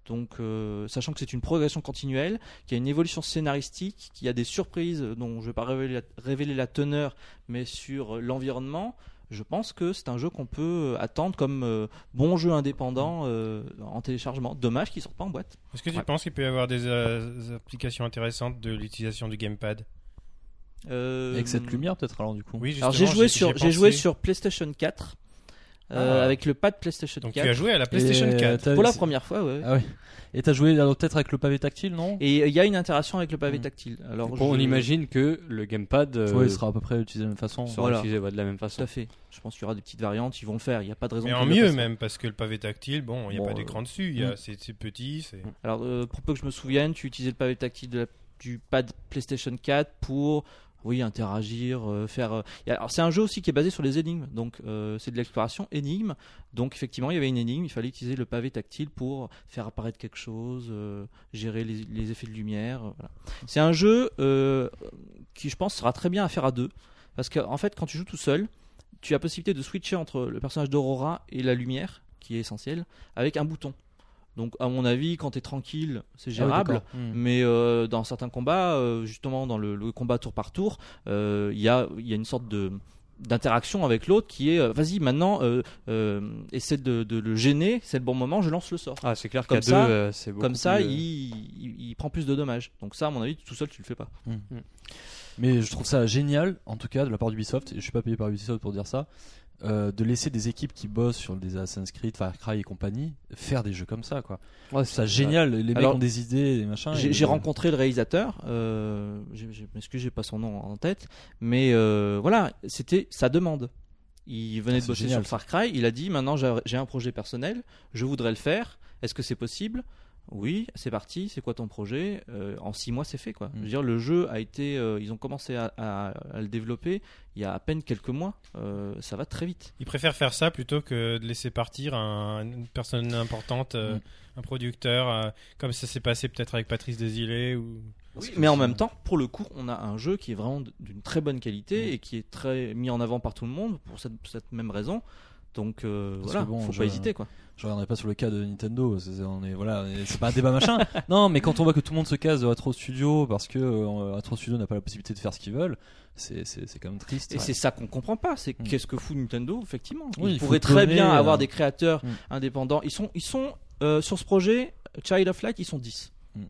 Speaker 4: Donc, euh, sachant que c'est une progression continuelle, qu'il y a une évolution scénaristique, qu'il y a des surprises dont je ne vais pas révéler la, révéler la teneur, mais sur euh, l'environnement, je pense que c'est un jeu qu'on peut euh, attendre comme euh, bon jeu indépendant euh, en téléchargement. Dommage qu'il ne sorte pas en boîte.
Speaker 5: Est-ce que tu
Speaker 4: Ouais.
Speaker 5: penses qu'il peut y avoir des, euh, des applications intéressantes de l'utilisation du gamepad
Speaker 4: Euh,
Speaker 3: Avec cette lumière, peut-être, alors, du coup.
Speaker 5: Oui,
Speaker 4: Alors
Speaker 5: justement,
Speaker 4: j'ai joué,
Speaker 5: j'y- j'y ai
Speaker 4: sur, j'ai joué
Speaker 5: pensé.
Speaker 4: sur PlayStation 4 euh,
Speaker 5: Ah.
Speaker 4: avec le pad PlayStation
Speaker 5: Donc
Speaker 4: 4
Speaker 5: tu as joué à la PlayStation
Speaker 3: Et, euh,
Speaker 5: 4.
Speaker 3: t'as-
Speaker 4: pour la première fois. ouais.
Speaker 3: Ah ouais. Et t'as joué alors, peut-être avec le pavé tactile, non
Speaker 4: Et euh, il y a une interaction avec le pavé
Speaker 5: Hmm.
Speaker 3: Mm.
Speaker 4: tactile. Alors
Speaker 2: Bon, on
Speaker 4: je-
Speaker 2: imagine que le gamepad euh,
Speaker 3: Ouais, il sera à peu près utilisé de la même façon.
Speaker 2: sera
Speaker 4: Voilà.
Speaker 2: utilisé ouais, de la même
Speaker 4: Tout
Speaker 2: façon.
Speaker 4: à fait. Je pense qu'il y aura des petites variantes. Ils vont le faire. Il n'y a pas de raison.
Speaker 5: Mais
Speaker 4: qu'ils
Speaker 5: en
Speaker 4: le fassent
Speaker 5: mieux
Speaker 4: pas.
Speaker 5: même, parce que le pavé tactile, bon, il n'y a
Speaker 4: Bon,
Speaker 5: pas
Speaker 4: euh,
Speaker 5: d'écran dessus, il y a-
Speaker 4: mm.
Speaker 5: c'est c'est petit, c'est...
Speaker 4: Alors, euh, pour peu que je me souvienne, tu utilisais le pavé tactile de la- du pad PlayStation 4 pour, oui, interagir, euh, faire. euh, y a- Alors, c'est un jeu aussi qui est basé sur les énigmes, donc euh, c'est de l'exploration énigme. Donc, effectivement, il y avait une énigme, il fallait utiliser le pavé tactile pour faire apparaître quelque chose, euh, gérer les, les effets de lumière. euh, voilà. C'est un jeu euh, qui, je pense, sera très bien à faire à deux, parce qu'en fait, quand tu joues tout seul, tu as possibilité de switcher entre le personnage d'Aurora et la lumière, qui est essentielle, avec un bouton. Donc, à mon avis, quand t'es tranquille,
Speaker 3: Ah
Speaker 4: c'est
Speaker 3: ouais,
Speaker 4: gérable.
Speaker 3: d'accord. Mm.
Speaker 4: Mais euh, dans certains combats, euh, justement dans le, le combat tour par tour, euh, il y, a, il y a une sorte de d'interaction avec l'autre qui est euh, vas-y maintenant euh, euh, essaie de, de le gêner c'est le bon moment je lance le sort
Speaker 2: Ah, c'est clair
Speaker 4: Comme
Speaker 2: qu'à deux,
Speaker 4: ça-
Speaker 2: euh, c'est beaucoup
Speaker 4: comme ça
Speaker 2: plus, euh,
Speaker 4: il, il- il prend plus de dommages donc ça à mon avis tout seul tu le fais pas
Speaker 3: Mais je trouve ça génial, en tout cas, de la part d'Ubisoft, et je suis pas payé par Ubisoft pour dire ça, euh, de laisser des équipes qui bossent sur des Assassin's Creed, Far Cry et compagnie, faire des jeux comme ça, quoi.
Speaker 2: ouais,
Speaker 3: Ça
Speaker 2: c'est-
Speaker 3: génial, les mecs
Speaker 4: Alors,
Speaker 3: ont des idées, des machins.
Speaker 4: J'ai
Speaker 3: et-
Speaker 4: j'ai rencontré le réalisateur, euh, j'ai- j'ai- je m'excuse, j'ai pas son nom en tête, mais euh, voilà, c'était sa demande. Il venait
Speaker 3: Ah,
Speaker 4: de
Speaker 3: c'est
Speaker 4: bosser
Speaker 3: génial,
Speaker 4: sur Far Cry, il a dit maintenant j'ai j'ai un projet personnel, je voudrais le faire, est-ce que c'est possible oui, c'est parti. C'est quoi ton projet Euh, En six mois, c'est fait
Speaker 3: Hmm.
Speaker 4: quoi. Je veux dire, le jeu a été, euh, ils ont commencé à, à- à le développer il y a à peine quelques mois. Euh, ça va très vite.
Speaker 5: Ils préfèrent faire ça plutôt que de laisser partir un- une personne importante, euh,
Speaker 3: Mm.
Speaker 5: un producteur, euh, comme ça s'est passé peut-être avec Patrice Desilets ou...
Speaker 4: mais en même temps, pour le coup, on a un jeu qui est vraiment d- d'une très bonne qualité et qui est très mis en avant par tout le monde pour cette, pour cette même raison. Donc euh,
Speaker 3: Parce
Speaker 4: voilà,
Speaker 3: que bon,
Speaker 4: faut
Speaker 3: je-
Speaker 4: pas hésiter quoi.
Speaker 3: Je reviendrai pas sur le cas de Nintendo, c'est c'est- on est- voilà, on est- c'est pas un débat machin. Non, mais quand on voit que tout le monde se casse de Retro Studio parce que euh, Retro Studio n'a pas la possibilité de faire ce qu'ils veulent, c'est c'est- c'est quand même triste.
Speaker 4: Et c'est ça qu'on comprend pas, c'est
Speaker 3: Mm.
Speaker 4: qu'est-ce que fout Nintendo effectivement.
Speaker 3: Oui, il
Speaker 4: ils
Speaker 3: faut
Speaker 4: pourraient très
Speaker 3: donner,
Speaker 4: bien
Speaker 3: euh,
Speaker 4: avoir des créateurs
Speaker 3: Mm.
Speaker 4: indépendants. Ils sont, ils sont euh, sur ce projet Child of Light, ils sont 10
Speaker 3: Mm.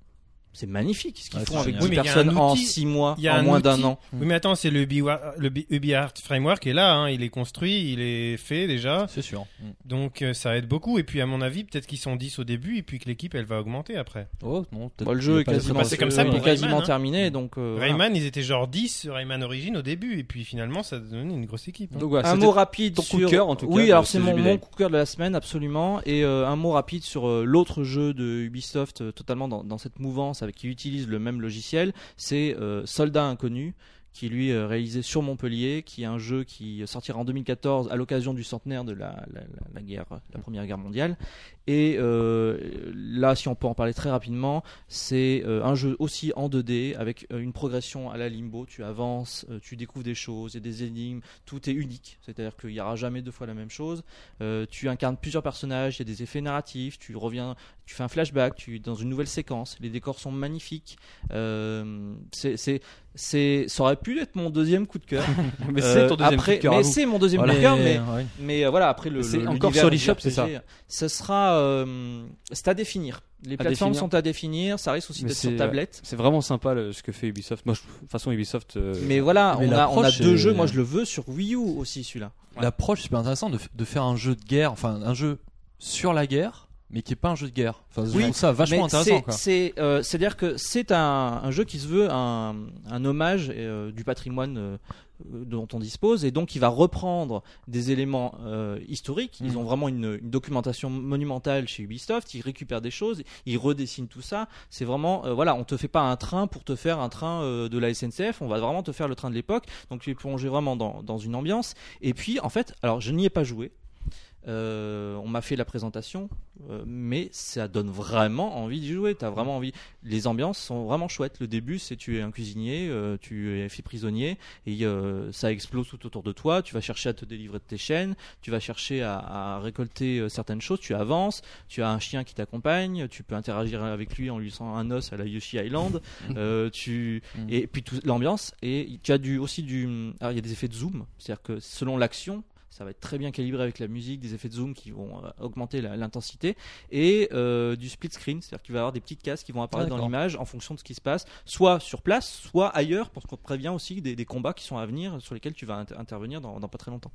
Speaker 4: C'est magnifique ce qu'ils
Speaker 3: Ouais,
Speaker 4: font
Speaker 3: c'est
Speaker 4: avec
Speaker 3: génial.
Speaker 4: 10
Speaker 5: Oui, mais il y a un
Speaker 4: personnes en
Speaker 5: outil-
Speaker 4: 6 mois,
Speaker 5: il y a
Speaker 4: en
Speaker 5: un
Speaker 4: moins d'un
Speaker 5: outil.
Speaker 4: an.
Speaker 5: Oui, mais attends, c'est le, Biwa- le Bi- UbiArt Framework qui est là, hein, il est construit, il est fait déjà,
Speaker 3: C'est sûr. Mm.
Speaker 5: donc euh, ça aide beaucoup. Et puis à mon avis, peut-être qu'ils sont 10 au début et puis que l'équipe, elle va augmenter après.
Speaker 3: Oh, non, peut-être
Speaker 4: Bon, le
Speaker 3: qu'il
Speaker 4: jeu
Speaker 3: va
Speaker 4: est
Speaker 3: pas laisser
Speaker 4: quasiment,
Speaker 3: passer
Speaker 5: C'est comme ça
Speaker 4: il est
Speaker 5: pour Rayman,
Speaker 4: quasiment
Speaker 5: hein.
Speaker 4: terminé donc. euh, voilà.
Speaker 5: Rayman, ils étaient genre 10 sur Rayman Origin au début et puis finalement, ça a donné une grosse équipe. hein.
Speaker 2: Donc, voilà,
Speaker 4: un
Speaker 2: c'était-
Speaker 4: mot rapide
Speaker 2: ton
Speaker 4: sur
Speaker 2: coup de cœur, en tout cas, euh,
Speaker 4: oui
Speaker 2: de
Speaker 4: alors
Speaker 2: ce
Speaker 4: c'est mon,
Speaker 2: jubilé.
Speaker 4: mon coup de cœur de la semaine absolument et euh, un mot rapide sur euh, l'autre jeu de Ubisoft euh, totalement dans, dans cette mouvance avec qui utilise le même logiciel c'est euh, Soldat Inconnu qui lui est réalisé sur Montpellier, qui est un jeu qui sortira en 2014 à l'occasion du centenaire de la, la, la, guerre, euh, la Première Guerre mondiale. Et euh, là, si on peut en parler très rapidement, c'est euh, un jeu aussi en 2D avec euh, une progression à la limbo. Tu avances, euh, tu découvres des choses, il y a des énigmes, tout est unique. C'est-à-dire qu'il n'y aura jamais deux fois la même chose. Euh, tu incarnes plusieurs personnages, il y a des effets narratifs, tu reviens, tu fais un flashback, tu es dans une nouvelle séquence. Les décors sont magnifiques. Euh, c'est c'est ça aurait pu être mon deuxième coup de cœur
Speaker 2: Euh, mais c'est ton deuxième
Speaker 4: après,
Speaker 2: coup de cœur à
Speaker 4: mais
Speaker 2: vous.
Speaker 4: c'est mon deuxième
Speaker 2: Voilà.
Speaker 4: coup de cœur mais
Speaker 3: Ouais.
Speaker 4: mais euh, voilà après le
Speaker 2: C'est
Speaker 4: le-
Speaker 2: encore
Speaker 4: l'univers
Speaker 2: sur
Speaker 4: du
Speaker 2: l'eShop, c'est ça
Speaker 4: RPG, ce sera euh, c'est à définir les plateformes
Speaker 2: définir.
Speaker 4: sont à définir ça risque aussi
Speaker 2: Mais
Speaker 4: d'être sur
Speaker 2: c'est- euh,
Speaker 4: tablette
Speaker 2: C'est vraiment sympa le- ce que fait Ubisoft. Moi, je- de toute façon, Ubisoft. euh,
Speaker 4: mais voilà
Speaker 3: mais
Speaker 4: on a on a
Speaker 3: l'approche
Speaker 4: deux
Speaker 3: est-
Speaker 4: jeux moi je le veux sur Wii U aussi celui-là
Speaker 3: L'approche est super intéressante de, f- de faire un jeu de guerre, enfin un jeu sur la guerre, mais qui est pas un jeu de guerre. Enfin, je
Speaker 4: Oui,
Speaker 3: trouve ça vachement
Speaker 4: Mais
Speaker 3: intéressant.
Speaker 4: c'est-
Speaker 3: Quoi.
Speaker 4: C'est euh, c'est-à-dire que c'est un, un jeu qui se veut un, un hommage euh, du patrimoine euh, euh, dont on dispose et donc il va reprendre des éléments euh, historiques. Ils
Speaker 3: Mhm.
Speaker 4: ont vraiment une, une documentation monumentale chez Ubisoft. Ils récupèrent des choses, ils redessinent tout ça. C'est vraiment euh, voilà, on te fait pas un train pour te faire un train euh, de la SNCF. On va vraiment te faire le train de l'époque. Donc tu es plongé vraiment dans, dans une ambiance. Et puis en fait, alors je n'y ai pas joué. Euh, on m'a fait la présentation, euh, mais ça donne vraiment envie d'y jouer. T'as vraiment envie. Les ambiances sont vraiment chouettes. Le début, c'est tu es un cuisinier, euh, tu es fait prisonnier, et euh, ça explose tout autour de toi. Tu vas chercher à te délivrer de tes chaînes, tu vas chercher à, à récolter euh, certaines choses. Tu avances, tu as un chien qui t'accompagne, tu peux interagir avec lui en lui laissant un os à la Yoshi Island.
Speaker 3: Mhm.
Speaker 4: Euh, tu
Speaker 3: Mm.
Speaker 4: et puis tout- l'ambiance et tu as du aussi du. alors, il y a des effets de zoom, c'est-à-dire que selon l'action ça va être très bien calibré avec la musique, des effets de zoom qui vont euh, augmenter la- l'intensité et euh, du split screen, c'est-à-dire qu'il va y avoir des petites cases qui vont apparaître
Speaker 3: Ah,
Speaker 4: dans
Speaker 3: d'accord.
Speaker 4: l'image en fonction de ce qui se passe, soit sur place, soit ailleurs, parce qu'on te prévient aussi des, des combats qui sont à venir sur lesquels tu vas inter- intervenir dans, dans pas très longtemps.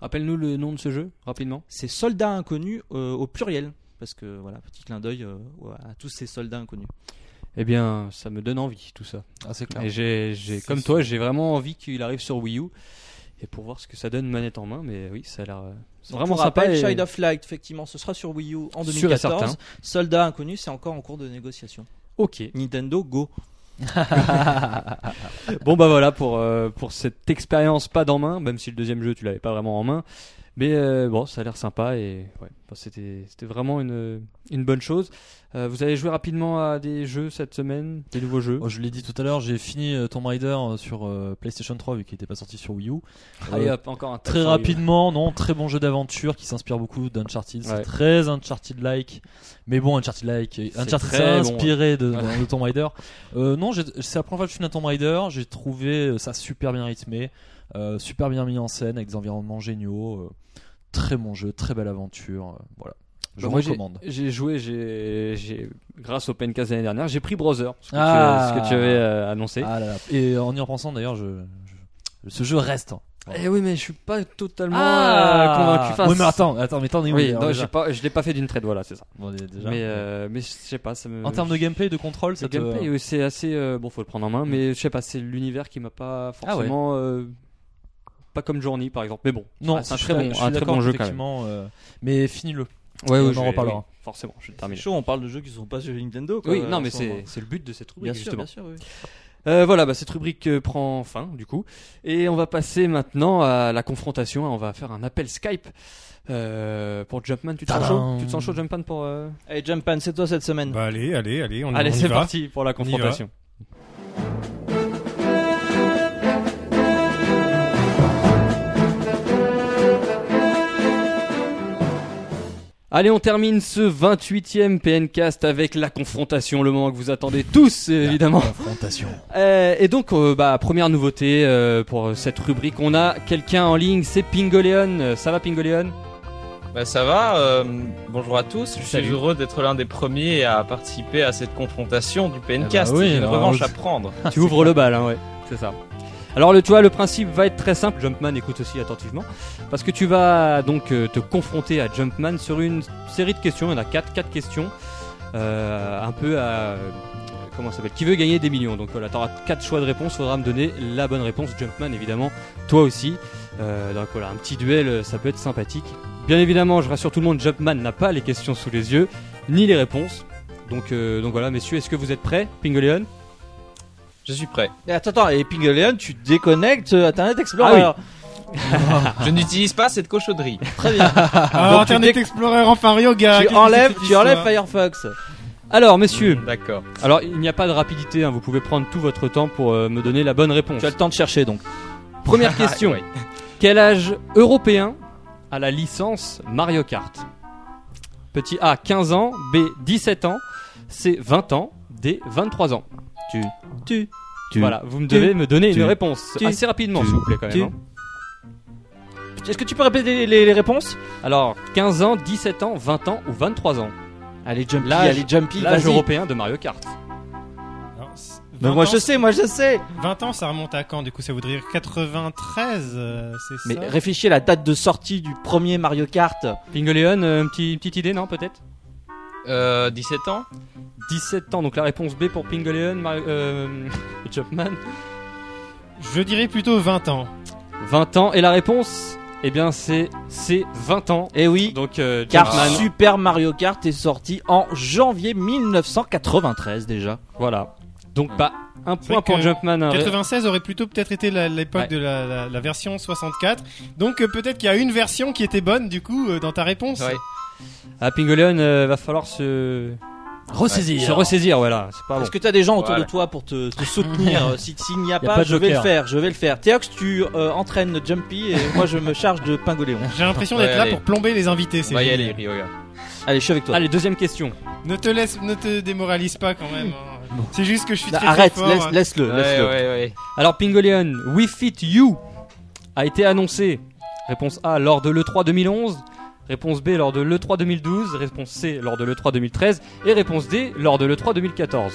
Speaker 2: Rappelle-nous le nom de ce jeu rapidement.
Speaker 4: C'est soldats inconnus euh, au pluriel, parce que voilà, petit clin d'œil euh, à tous ces soldats inconnus.
Speaker 2: Eh bien, ça me donne envie tout ça.
Speaker 3: Ah, c'est clair.
Speaker 2: Et j'ai, j'ai-
Speaker 3: C'est
Speaker 2: comme
Speaker 3: sûr.
Speaker 2: toi, j'ai vraiment envie qu'il arrive sur Wii U et pour voir ce que ça donne manette en main. Mais oui, ça a l'air euh, c'est
Speaker 4: Donc,
Speaker 2: vraiment
Speaker 4: pour rappel,
Speaker 2: sympa. et-
Speaker 4: Child of Light, effectivement, ce sera sur Wii U en
Speaker 2: Sûr et certain.
Speaker 4: 2014. Soldats inconnus, c'est encore en cours de négociation.
Speaker 2: Ok.
Speaker 4: Nintendo Go.
Speaker 2: Bon bah voilà pour euh, pour cette expérience pas d'en main, même si le deuxième jeu tu l'avais pas vraiment en main. Mais euh, bon, ça a l'air sympa et ouais, bah, c'était c'était vraiment une une bonne chose. Euh, vous avez joué rapidement à des jeux cette semaine, des nouveaux jeux.
Speaker 3: Oh, je l'ai dit tout à l'heure, j'ai fini euh, Tomb Raider euh, sur euh, PlayStation 3 vu qu'il n'était pas sorti sur Wii U. Euh,
Speaker 2: Allez hop, encore un
Speaker 3: Très
Speaker 2: top sur Wii U.
Speaker 3: rapidement, non, très bon jeu d'aventure qui s'inspire beaucoup d'Uncharted.
Speaker 2: Ouais.
Speaker 3: C'est très Uncharted-like, mais bon, Uncharted-like. et
Speaker 2: C'est
Speaker 3: Uncharted s'est
Speaker 2: très long,
Speaker 3: inspiré de, de Tomb Raider. Euh, non, j'ai- c'est la première fois que je suis un Tomb Raider. J'ai trouvé euh, ça super bien rythmé, euh, super bien mis en scène avec des environnements géniaux. euh, très bon jeu, très belle aventure. euh, voilà, je
Speaker 2: Bah, moi, j'ai-
Speaker 3: recommande.
Speaker 2: J'ai joué, j'ai, j'ai- grâce au Pencast l'année dernière, j'ai pris Brother, ce que,
Speaker 3: Ah.
Speaker 2: tu, ce que tu avais euh, annoncé.
Speaker 3: Ah là là. Et en y repensant d'ailleurs, je, je- ce jeu reste. hein.
Speaker 2: Eh oui, mais je suis pas totalement
Speaker 3: Ah.
Speaker 2: euh, convaincu. Enfin,
Speaker 3: Oui, mais attends, attends, mais t'en es où,
Speaker 2: oui,
Speaker 3: d'ailleurs,
Speaker 2: non,
Speaker 3: déjà
Speaker 2: j'ai pas, je l'ai pas fait d'une traite, voilà, c'est ça.
Speaker 3: Bon, dé- déjà.
Speaker 2: mais, euh, mais je sais pas, ça me.
Speaker 3: en termes de gameplay, de contrôle,
Speaker 2: Le
Speaker 3: ça te-
Speaker 2: gameplay, oui, c'est assez. euh, bon, faut le prendre en main, mais je sais pas, c'est l'univers qui m'a pas forcément. euh, pas comme Journey, par exemple, mais bon.
Speaker 3: Non,
Speaker 2: Ah, c'est un
Speaker 3: je
Speaker 2: très
Speaker 3: suis
Speaker 2: bon-
Speaker 3: d'ac- je
Speaker 2: un
Speaker 3: suis
Speaker 2: très
Speaker 3: d'accord,
Speaker 2: bon jeu, quand même.
Speaker 3: effectivement. euh, mais finis-le.
Speaker 2: Ouais,
Speaker 3: on
Speaker 2: ouais,
Speaker 3: en
Speaker 2: Euh, je-
Speaker 3: reparlera.
Speaker 2: oui, forcément, je vais le
Speaker 4: C'est
Speaker 2: terminer.
Speaker 4: chaud, on parle de jeux qui sont pas sur Nintendo. quoi,
Speaker 2: Oui,
Speaker 4: en
Speaker 2: non, mais
Speaker 4: ce moment.
Speaker 2: c'est c'est le but de cette rubrique,
Speaker 4: Bien sûr,
Speaker 2: justement.
Speaker 4: bien sûr, oui.
Speaker 2: Euh, voilà, bah, cette rubrique euh, prend fin du coup. Et on va passer maintenant à la confrontation. hein. On va faire un appel Skype euh, pour Jumpman. Tu te sens
Speaker 3: Tadam.
Speaker 2: chaud Tu te sens chaud, Jumpman, pour. euh,
Speaker 4: Allez, Jumpman, c'est toi cette semaine.
Speaker 5: Bah, allez, allez, allez, on, y-
Speaker 2: Allez,
Speaker 5: on y
Speaker 2: c'est
Speaker 5: va.
Speaker 2: parti pour la confrontation. Allez, on termine ce 28e PNcast avec la confrontation, le moment que vous attendez tous, évidemment.
Speaker 3: Confrontation.
Speaker 2: Euh, et donc, euh, bah, première nouveauté euh, pour cette rubrique, on a quelqu'un en ligne, c'est Pingoleon. Euh, Ça va, Pingoleon
Speaker 7: Bah, ça va, euh, bonjour à tous. Je suis
Speaker 2: Salut.
Speaker 7: heureux d'être l'un des premiers à participer à cette confrontation du PNcast.
Speaker 3: Ah bah oui,
Speaker 7: J'ai une
Speaker 3: alors,
Speaker 7: revanche
Speaker 3: je-
Speaker 7: à prendre.
Speaker 2: Tu ouvres le bal, hein, ouais, c'est ça. Alors, le, tu vois, le principe va être très simple. Jumpman, écoute aussi attentivement. Parce que tu vas donc euh, te confronter à Jumpman sur une série de questions. Il y en a 4, 4 questions. euh, un peu à. euh, Comment ça s'appelle Qui veut gagner des millions Donc voilà, t'auras 4 choix de réponse. Faudra me donner la bonne réponse. Jumpman, évidemment, toi aussi. Euh, donc voilà, un petit duel, euh, ça peut être sympathique. Bien évidemment, je rassure tout le monde, Jumpman n'a pas les questions sous les yeux, ni les réponses. Donc, euh, donc voilà, messieurs, est-ce que vous êtes prêts, Pingoleon
Speaker 7: Je suis prêt.
Speaker 4: Et attends, attends, et Pingleon, tu déconnectes euh, Internet Explorer.
Speaker 7: Ah Je n'utilise pas cette cochonnerie.
Speaker 4: Très bien.
Speaker 5: Alors,
Speaker 4: Donc, tu
Speaker 5: Ah, Internet
Speaker 4: déc-
Speaker 5: Explorer, enfin Yoga. qu'est-ce
Speaker 4: tu
Speaker 5: que
Speaker 4: enlèves,
Speaker 5: c'est que
Speaker 4: tu enlèves
Speaker 5: cette histoire
Speaker 4: Firefox.
Speaker 2: Alors, messieurs,
Speaker 7: Mm, D'accord.
Speaker 2: alors il n'y a pas de rapidité, hein, vous pouvez prendre tout votre temps pour euh, me donner la bonne réponse.
Speaker 4: Tu as le temps de chercher donc.
Speaker 2: Première question
Speaker 4: Ah,
Speaker 7: Ouais.
Speaker 2: Quel âge européen a la licence Mario Kart Petit A, 15 ans. B, 17 ans. C, 20 ans. D, 23 ans.
Speaker 4: Tu, tu, tu.
Speaker 2: Voilà, vous me
Speaker 4: tu-
Speaker 2: devez me donner
Speaker 4: tu-
Speaker 2: une réponse
Speaker 4: tu-
Speaker 2: assez rapidement,
Speaker 4: tu-
Speaker 2: s'il vous plaît, quand
Speaker 4: tu-
Speaker 2: même. hein.
Speaker 4: Est-ce que tu peux répéter les, les- les réponses
Speaker 2: Alors, 15 ans, 17 ans, 20 ans ou 23 ans
Speaker 4: Allez, Jumpy,
Speaker 2: L'âge-
Speaker 4: allez, Jumpy,
Speaker 2: L'âge
Speaker 4: vas-y.
Speaker 2: européen de Mario Kart.
Speaker 5: Alors, c'est-
Speaker 4: Mais
Speaker 5: 20
Speaker 4: moi
Speaker 5: ans,
Speaker 4: je sais, moi je sais.
Speaker 5: 20 ans, ça remonte à quand Du coup, ça voudrait dire 93, euh, c'est
Speaker 4: Mais
Speaker 5: ça
Speaker 4: réfléchis à la date de sortie du premier Mario Kart.
Speaker 2: Pingoléon, euh, un petit- une petite idée, non, peut-être
Speaker 7: Euh, 17 ans
Speaker 2: 17 ans, donc la réponse B pour Pingoléon, Mario- euh, Jumpman.
Speaker 5: Je dirais plutôt 20 ans.
Speaker 2: 20 ans, et la réponse Eh bien, c'est C, 20 ans.
Speaker 4: Eh oui,
Speaker 2: Donc, euh,
Speaker 4: car
Speaker 2: Jumpman,
Speaker 4: Super Mario Kart est sorti en janvier 1993 déjà.
Speaker 2: voilà. Donc, bah, un
Speaker 5: C'est
Speaker 2: point
Speaker 5: vrai
Speaker 2: pour hein.
Speaker 5: que
Speaker 2: Jumpman. un ré-
Speaker 5: 96 aurait plutôt peut-être été la- l'époque
Speaker 2: Ouais.
Speaker 5: de la, la- la version 64. Donc euh, peut-être qu'il y a une version qui était bonne du coup euh, dans ta réponse.
Speaker 7: Ouais.
Speaker 2: Ah, Pingoléon, euh, va falloir se...
Speaker 3: Ressaisir.
Speaker 2: se ressaisir, voilà. C'est pas bon.
Speaker 4: Est-ce que t'as des gens autour
Speaker 7: Voilà.
Speaker 4: de toi pour te, te soutenir euh, Si s'il n'y
Speaker 3: Y
Speaker 4: a,
Speaker 3: a
Speaker 4: pas,
Speaker 3: pas de
Speaker 4: je vais le
Speaker 3: joker.
Speaker 4: faire, je vais le faire. Théox, tu euh, entraînes Jumpy et moi je me charge de Pingoléon.
Speaker 5: J'ai l'impression
Speaker 7: Ouais,
Speaker 5: d'être là
Speaker 7: allez.
Speaker 5: pour plomber les invités.
Speaker 7: On
Speaker 5: c'est
Speaker 7: va y aller,
Speaker 5: génial.
Speaker 7: Ryoga.
Speaker 4: Allez, je suis avec toi.
Speaker 2: Allez, deuxième question.
Speaker 5: Ne te laisse, ne te démoralise pas quand même. hein. C'est juste que je suis
Speaker 4: Là,
Speaker 5: très, très
Speaker 4: Bah, arrête,
Speaker 5: fort,
Speaker 4: laisse-
Speaker 5: hein.
Speaker 4: laisse-le.
Speaker 7: Ouais,
Speaker 4: Euh, laisse-le.
Speaker 7: ouais, ouais.
Speaker 2: Alors Pingoleon, We Fit You a été annoncé. Réponse A lors de l'E3 2011. Réponse B lors de l'E3 2012. Réponse C lors de l'E3 2013. Et réponse D lors de l'E3 2014.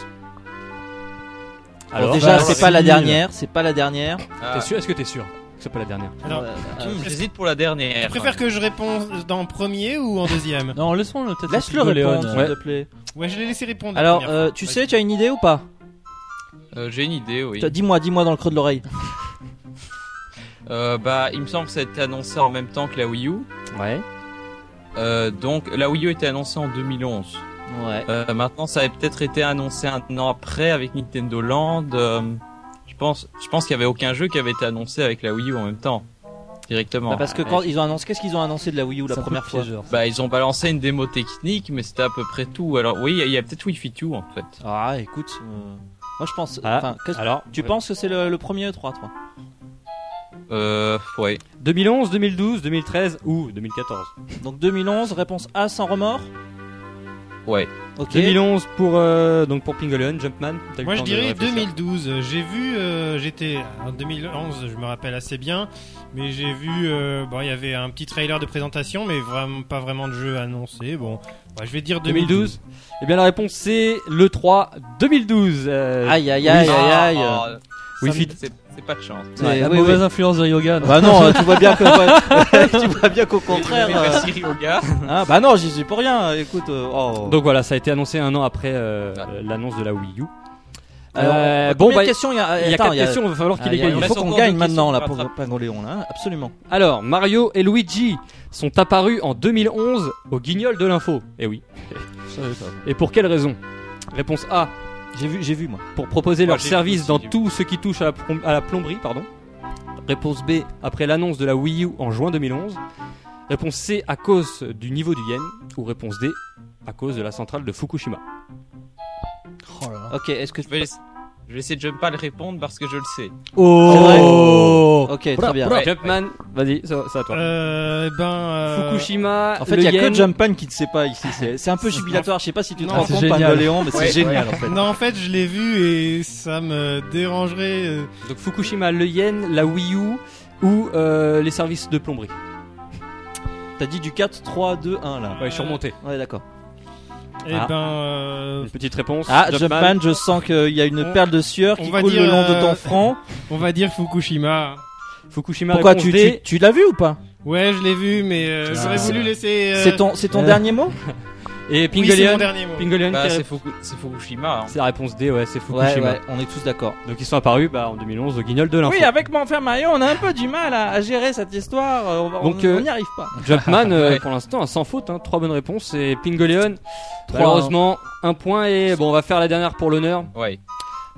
Speaker 4: Alors,
Speaker 2: Alors
Speaker 4: déjà,
Speaker 7: bah,
Speaker 4: c'est
Speaker 7: c'est
Speaker 4: pas la
Speaker 3: nul.
Speaker 4: dernière, c'est pas la dernière.
Speaker 7: Ah,
Speaker 2: T'es sûr Est-ce que t'es sûr que c'est pas la dernière
Speaker 5: Alors,
Speaker 4: Euh,
Speaker 7: hum, J'hésite pour la dernière.
Speaker 5: tu préfères que je réponde dans premier ou en deuxième
Speaker 3: Non, laissons-le peut-être.
Speaker 4: Laisse-le
Speaker 3: Napoléon,
Speaker 4: répondre,
Speaker 3: euh,
Speaker 4: s'il te plaît.
Speaker 5: Ouais, je l'ai laissé répondre. la
Speaker 4: Alors,
Speaker 5: première
Speaker 4: euh,
Speaker 5: fois.
Speaker 4: tu
Speaker 5: Vas-y.
Speaker 4: sais, tu as une idée ou pas
Speaker 7: Euh, J'ai une idée, oui.
Speaker 4: Toi, Dis-moi, dis-moi dans le creux de l'oreille.
Speaker 7: Euh, bah, il me semble que ça a été annoncé en même temps que la Wii U.
Speaker 2: Ouais.
Speaker 7: Euh, donc, la Wii U était annoncée en 2011.
Speaker 4: Ouais.
Speaker 7: Euh, maintenant, ça avait peut-être été annoncé un an après avec Nintendo Land. Euh, je pense, je pense qu'il y avait aucun jeu qui avait été annoncé avec la Wii U en même temps, directement.
Speaker 4: Bah, parce que quand ils ont annoncé, qu'est-ce qu'ils ont annoncé de la Wii U la
Speaker 3: c'est un peu
Speaker 4: première fois
Speaker 3: piégeur.
Speaker 7: Bah, ils ont balancé une démo technique, mais c'était à peu près tout. Alors oui, il y a peut-être Wii Fit You en fait.
Speaker 4: Ah, écoute, euh, moi je pense.
Speaker 2: Ah,
Speaker 4: enfin, qu'est-ce-
Speaker 2: Alors,
Speaker 4: tu penses que c'est le, le premier E3, toi
Speaker 7: Euh, ouais.
Speaker 2: 2011, 2012, 2013 ou 2014
Speaker 4: Donc 2011, réponse A sans remords.
Speaker 7: Ouais.
Speaker 4: Ok.
Speaker 2: 2011 pour euh, donc pour Pingoleon, Jumpman. t'as eu
Speaker 5: Moi
Speaker 2: le
Speaker 5: je
Speaker 2: temps de
Speaker 5: dirais
Speaker 2: réfléchir.
Speaker 5: 2012. J'ai vu, euh, j'étais en 2011, je me rappelle assez bien, mais j'ai vu, euh, bon, il y avait un petit trailer de présentation, mais vraiment pas vraiment de jeu annoncé. Bon, bah, je vais dire 2012.
Speaker 2: 2012. Eh bien la réponse c'est le 3 2012. euh,
Speaker 4: Aïe aïe aïe
Speaker 7: Ah,
Speaker 4: aïe aïe.
Speaker 7: ah,
Speaker 2: Wii
Speaker 7: ça me-
Speaker 2: Fit.
Speaker 7: C'est c'est pas de chance.
Speaker 4: C'est-
Speaker 3: Ouais, la
Speaker 4: oui,
Speaker 3: mauvaise
Speaker 4: oui.
Speaker 3: influence de Yoga.
Speaker 4: Bah non, euh, tu vois bien que tu vois bien qu'au contraire.
Speaker 7: Oui,
Speaker 4: euh,
Speaker 7: merci, Ryoga.
Speaker 4: hein, bah non, j'y suis pour rien. euh, Écoute, euh, oh.
Speaker 2: Donc voilà, ça a été annoncé un an après euh,
Speaker 7: Ah.
Speaker 2: l'annonce de la Wii U.
Speaker 4: Alors,
Speaker 2: euh,
Speaker 4: combien
Speaker 2: bon,
Speaker 4: de
Speaker 2: bah,
Speaker 4: questions il y a
Speaker 2: Il y a
Speaker 4: attends,
Speaker 2: quatre questions, il va falloir
Speaker 4: ah,
Speaker 2: qu'il ait
Speaker 4: il y a-
Speaker 2: gagné.
Speaker 4: il
Speaker 7: reste
Speaker 4: faut qu'on
Speaker 7: encore
Speaker 4: gagne
Speaker 7: deux
Speaker 4: maintenant là
Speaker 7: questions
Speaker 4: pour
Speaker 7: à
Speaker 4: Pingoléon là, absolument.
Speaker 2: Alors, Mario et Luigi sont apparus en 2011 au Guignol de l'info. Eh oui. Et pour quelle raison Réponse A,
Speaker 4: J'ai vu, j'ai vu moi.
Speaker 2: pour proposer
Speaker 7: Moi,
Speaker 2: leur
Speaker 7: j'ai
Speaker 2: service
Speaker 7: aussi
Speaker 2: dans
Speaker 7: vu.
Speaker 2: tout ce qui touche à la, plom- à la plomberie, pardon. Réponse B, après l'annonce de la Wii U en juin 2011. Réponse C, à cause du niveau du yen. Ou réponse D, à cause de la centrale de Fukushima.
Speaker 3: Oh là là.
Speaker 4: Ok, est-ce que
Speaker 7: Je vais, laisser- je vais essayer de ne pas le répondre parce que je le sais.
Speaker 4: Oh Ok, très bien.
Speaker 7: Ouais,
Speaker 2: Jumpman, vas-y, ça- c'est à toi.
Speaker 5: Euh, ben, euh,
Speaker 2: Fukushima,
Speaker 4: En fait,
Speaker 2: le
Speaker 4: il y a
Speaker 2: yen.
Speaker 4: que Jumpman qui ne sait pas ici. C'est Ah, c'est un peu jubilatoire. Je sais pas si tu te
Speaker 5: Non,
Speaker 4: rends
Speaker 3: c'est
Speaker 4: compte,
Speaker 3: génial.
Speaker 4: Pingoléon, mais c'est
Speaker 7: Ouais,
Speaker 4: génial en fait.
Speaker 5: non, en fait, je l'ai vu et ça me dérangerait. euh.
Speaker 2: Donc Fukushima, le yen, la Wii U ou euh, les services de plomberie.
Speaker 4: T'as dit du 4, 3, 2, 1 là.
Speaker 2: Ouais, je suis remonté.
Speaker 4: Ouais, d'accord.
Speaker 5: Eh
Speaker 2: Ah.
Speaker 5: ben, euh,
Speaker 2: Une petite réponse.
Speaker 4: Ah,
Speaker 2: Jumpman.
Speaker 4: Jumpman, je sens qu'il y a une
Speaker 5: On-
Speaker 4: perle de sueur
Speaker 5: on
Speaker 4: qui
Speaker 5: va
Speaker 4: coule
Speaker 5: dire,
Speaker 4: le long de
Speaker 5: euh,
Speaker 4: ton front.
Speaker 5: on va dire Fukushima.
Speaker 2: Fukushima
Speaker 4: Pourquoi
Speaker 2: réponse
Speaker 4: tu, tu,
Speaker 2: D.
Speaker 4: tu l'as vu ou pas
Speaker 5: Ouais, je l'ai vu, mais euh,
Speaker 3: Ah,
Speaker 5: j'aurais
Speaker 3: c'est-
Speaker 5: voulu laisser. euh,
Speaker 4: C'est ton, c'est ton
Speaker 3: euh,
Speaker 4: dernier mot
Speaker 2: Et
Speaker 5: Oui, c'est
Speaker 2: Pingolian.
Speaker 5: mon dernier mot.
Speaker 2: Pingolian
Speaker 7: Bah,
Speaker 2: qui
Speaker 7: c'est
Speaker 2: répond-
Speaker 7: Fuku- c'est Fukushima. hein.
Speaker 2: c'est la réponse D, ouais, c'est
Speaker 4: Ouais,
Speaker 2: Fukushima.
Speaker 4: ouais, on est tous d'accord.
Speaker 2: Donc ils sont apparus bah, en 2011 au Guignol de l'Info.
Speaker 4: avec mon frère Mario, on a un peu du mal à, à gérer cette histoire. euh, On
Speaker 2: Donc, euh,
Speaker 4: n'y arrive pas.
Speaker 2: Jumpman, euh,
Speaker 7: Ouais.
Speaker 2: pour l'instant, un sans faute, hein, trois bonnes réponses. Et Pingoleon,
Speaker 3: Trois,
Speaker 4: hein.
Speaker 2: malheureusement, un point. Et bon, on va faire la dernière pour l'honneur.
Speaker 7: Ouais.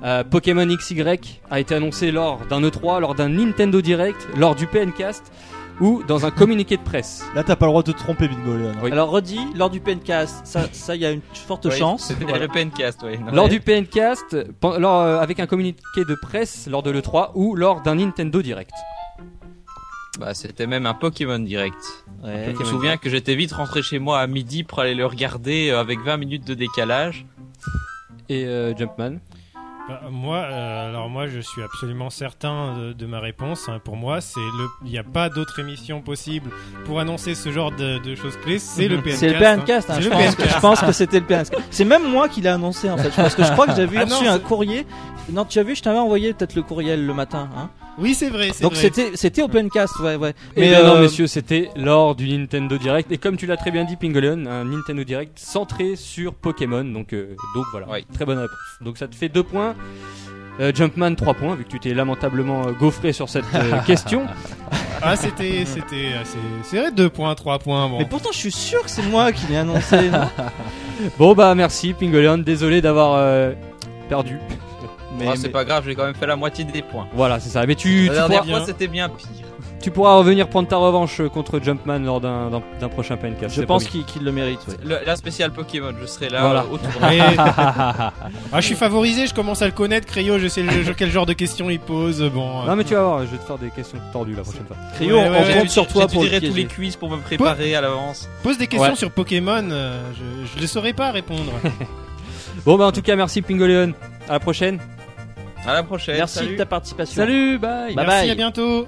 Speaker 2: Euh, Pokémon XY a été annoncé lors d'un E3, lors d'un Nintendo Direct, lors du PNcast ou dans un communiqué de presse.
Speaker 3: Ah
Speaker 8: Là, t'as pas le droit de te tromper, Bingo. Léon.
Speaker 2: Oui.
Speaker 4: Alors redis, lors du PNcast, ça, ça y a une forte
Speaker 7: Oui,
Speaker 4: chance.
Speaker 7: C'était
Speaker 4: Voilà.
Speaker 7: le PNcast, oui. Non,
Speaker 2: Lors
Speaker 7: mais-
Speaker 2: du PNcast, pen- lors, euh, avec un communiqué de presse lors de l'E3 ou lors d'un Nintendo Direct.
Speaker 7: Bah, c'était même un Pokémon direct.
Speaker 4: Ouais.
Speaker 7: Eh, Je me souviens que j'étais vite rentré chez moi à midi pour aller le regarder euh, avec 20 minutes de décalage.
Speaker 2: Et euh, Jumpman
Speaker 5: Bah, moi, euh, alors moi, je suis absolument certain de, de ma réponse. hein. Pour moi, c'est le, il n'y a pas d'autre émission possible pour annoncer ce genre de, de choses clés. C'est le PNcast.
Speaker 4: C'est le
Speaker 5: hein.
Speaker 4: PNcast, hein,
Speaker 5: C'est
Speaker 4: je,
Speaker 5: le
Speaker 4: pense que,
Speaker 5: PNcast.
Speaker 4: je pense que c'était le PNcast. C'est même moi qui l'ai annoncé en fait. Parce que je crois que j'avais
Speaker 5: Ah non,
Speaker 4: reçu un
Speaker 5: c'est-
Speaker 4: courrier. Non, tu as vu, je t'avais envoyé peut-être le courriel le matin. Hein.
Speaker 5: Oui, c'est vrai. c'est
Speaker 4: Donc
Speaker 5: vrai.
Speaker 4: c'était c'était au PNcast, ouais, ouais.
Speaker 2: Mais
Speaker 4: euh,
Speaker 2: Eh non, messieurs, c'était lors du Nintendo Direct. Et comme tu l'as très bien dit, Pingolion, un Nintendo Direct centré sur Pokémon. Donc, euh, donc voilà,
Speaker 7: Oui.
Speaker 2: très bonne réponse. Donc ça te fait 2 points. Euh, Jumpman, 3 points, vu que tu t'es lamentablement euh, gaufré sur cette euh, question.
Speaker 5: Ah, c'était, c'était, euh, c'est- c'est vrai, 2 points, 3 points. Bon.
Speaker 4: Mais pourtant, je suis sûr que c'est moi qui l'ai annoncé. non
Speaker 2: Bon, bah merci, Pingolion. Désolé d'avoir euh, perdu.
Speaker 4: mais,
Speaker 7: Ah,
Speaker 4: mais-
Speaker 7: c'est pas grave, j'ai quand même fait la moitié des points.
Speaker 2: Voilà, c'est ça. Mais tu,
Speaker 7: La
Speaker 2: tu,
Speaker 7: dernière
Speaker 2: pourras,
Speaker 7: fois, c'était bien pire.
Speaker 2: tu pourras revenir prendre ta revanche euh, contre Jumpman lors d'un d'un- d'un prochain PNK.
Speaker 4: je pense qu'il qu'il le mérite. Ouais.
Speaker 7: Le- la spéciale Pokémon, je serai là
Speaker 2: Voilà.
Speaker 7: euh, au tournoi.
Speaker 5: Mais- ah, je suis favorisé, je commence à le connaître, Cryo. Je sais le- quel genre de questions il pose. Bon. euh,
Speaker 2: Non, mais tu vas voir, je vais te faire des questions tordues la prochaine fois.
Speaker 4: Cryo,
Speaker 5: Ouais, ouais,
Speaker 4: on
Speaker 5: ouais,
Speaker 7: J'ai
Speaker 4: compte
Speaker 7: dû-
Speaker 4: sur toi
Speaker 7: j'ai dû
Speaker 4: pour le
Speaker 7: tirer tous les
Speaker 4: piéger.
Speaker 7: quiz pour me préparer à l'avance.
Speaker 5: Pose des questions
Speaker 2: Ouais.
Speaker 5: sur Pokémon. euh, je, je ne saurais pas répondre.
Speaker 2: Bon, bah en tout cas, merci, Pingolion. À la prochaine.
Speaker 7: À la prochaine.
Speaker 4: Merci
Speaker 7: salut.
Speaker 4: de ta participation.
Speaker 2: Salut, bye.
Speaker 4: Bye
Speaker 5: Merci,
Speaker 4: bye.
Speaker 5: à bientôt.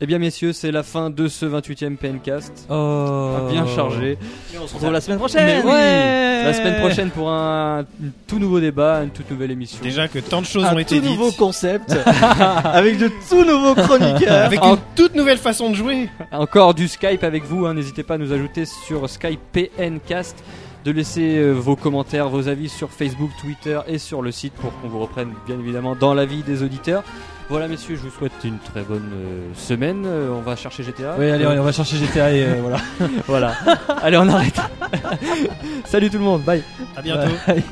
Speaker 2: Eh bien messieurs, c'est la fin de ce 28e PNcast.
Speaker 4: Oh.
Speaker 2: Ah, Bien chargé.
Speaker 4: On se retrouve la semaine
Speaker 2: Mais
Speaker 4: prochaine.
Speaker 2: oui.
Speaker 4: Ouais.
Speaker 2: La semaine prochaine pour un un tout nouveau débat, une toute nouvelle émission.
Speaker 5: Déjà que tant de choses ont
Speaker 4: Un
Speaker 5: été
Speaker 4: tout nouveau
Speaker 5: dites.
Speaker 4: concept avec de tout nouveaux chroniqueurs.
Speaker 5: Avec
Speaker 2: En-
Speaker 5: une toute nouvelle façon de jouer.
Speaker 2: Encore du Skype avec vous, hein. n'hésitez pas à nous ajouter sur Skype PNcast, de laisser euh, vos commentaires, vos avis sur Facebook, Twitter et sur le site pour qu'on vous reprenne bien évidemment dans la vie des auditeurs. Voilà messieurs, je vous souhaite une très bonne euh, semaine. Euh, on va chercher GTA.
Speaker 8: Oui, allez, on va chercher GTA et euh, voilà.
Speaker 2: Voilà. allez, on arrête. Salut tout le monde, bye.
Speaker 5: À bientôt.
Speaker 8: Bye.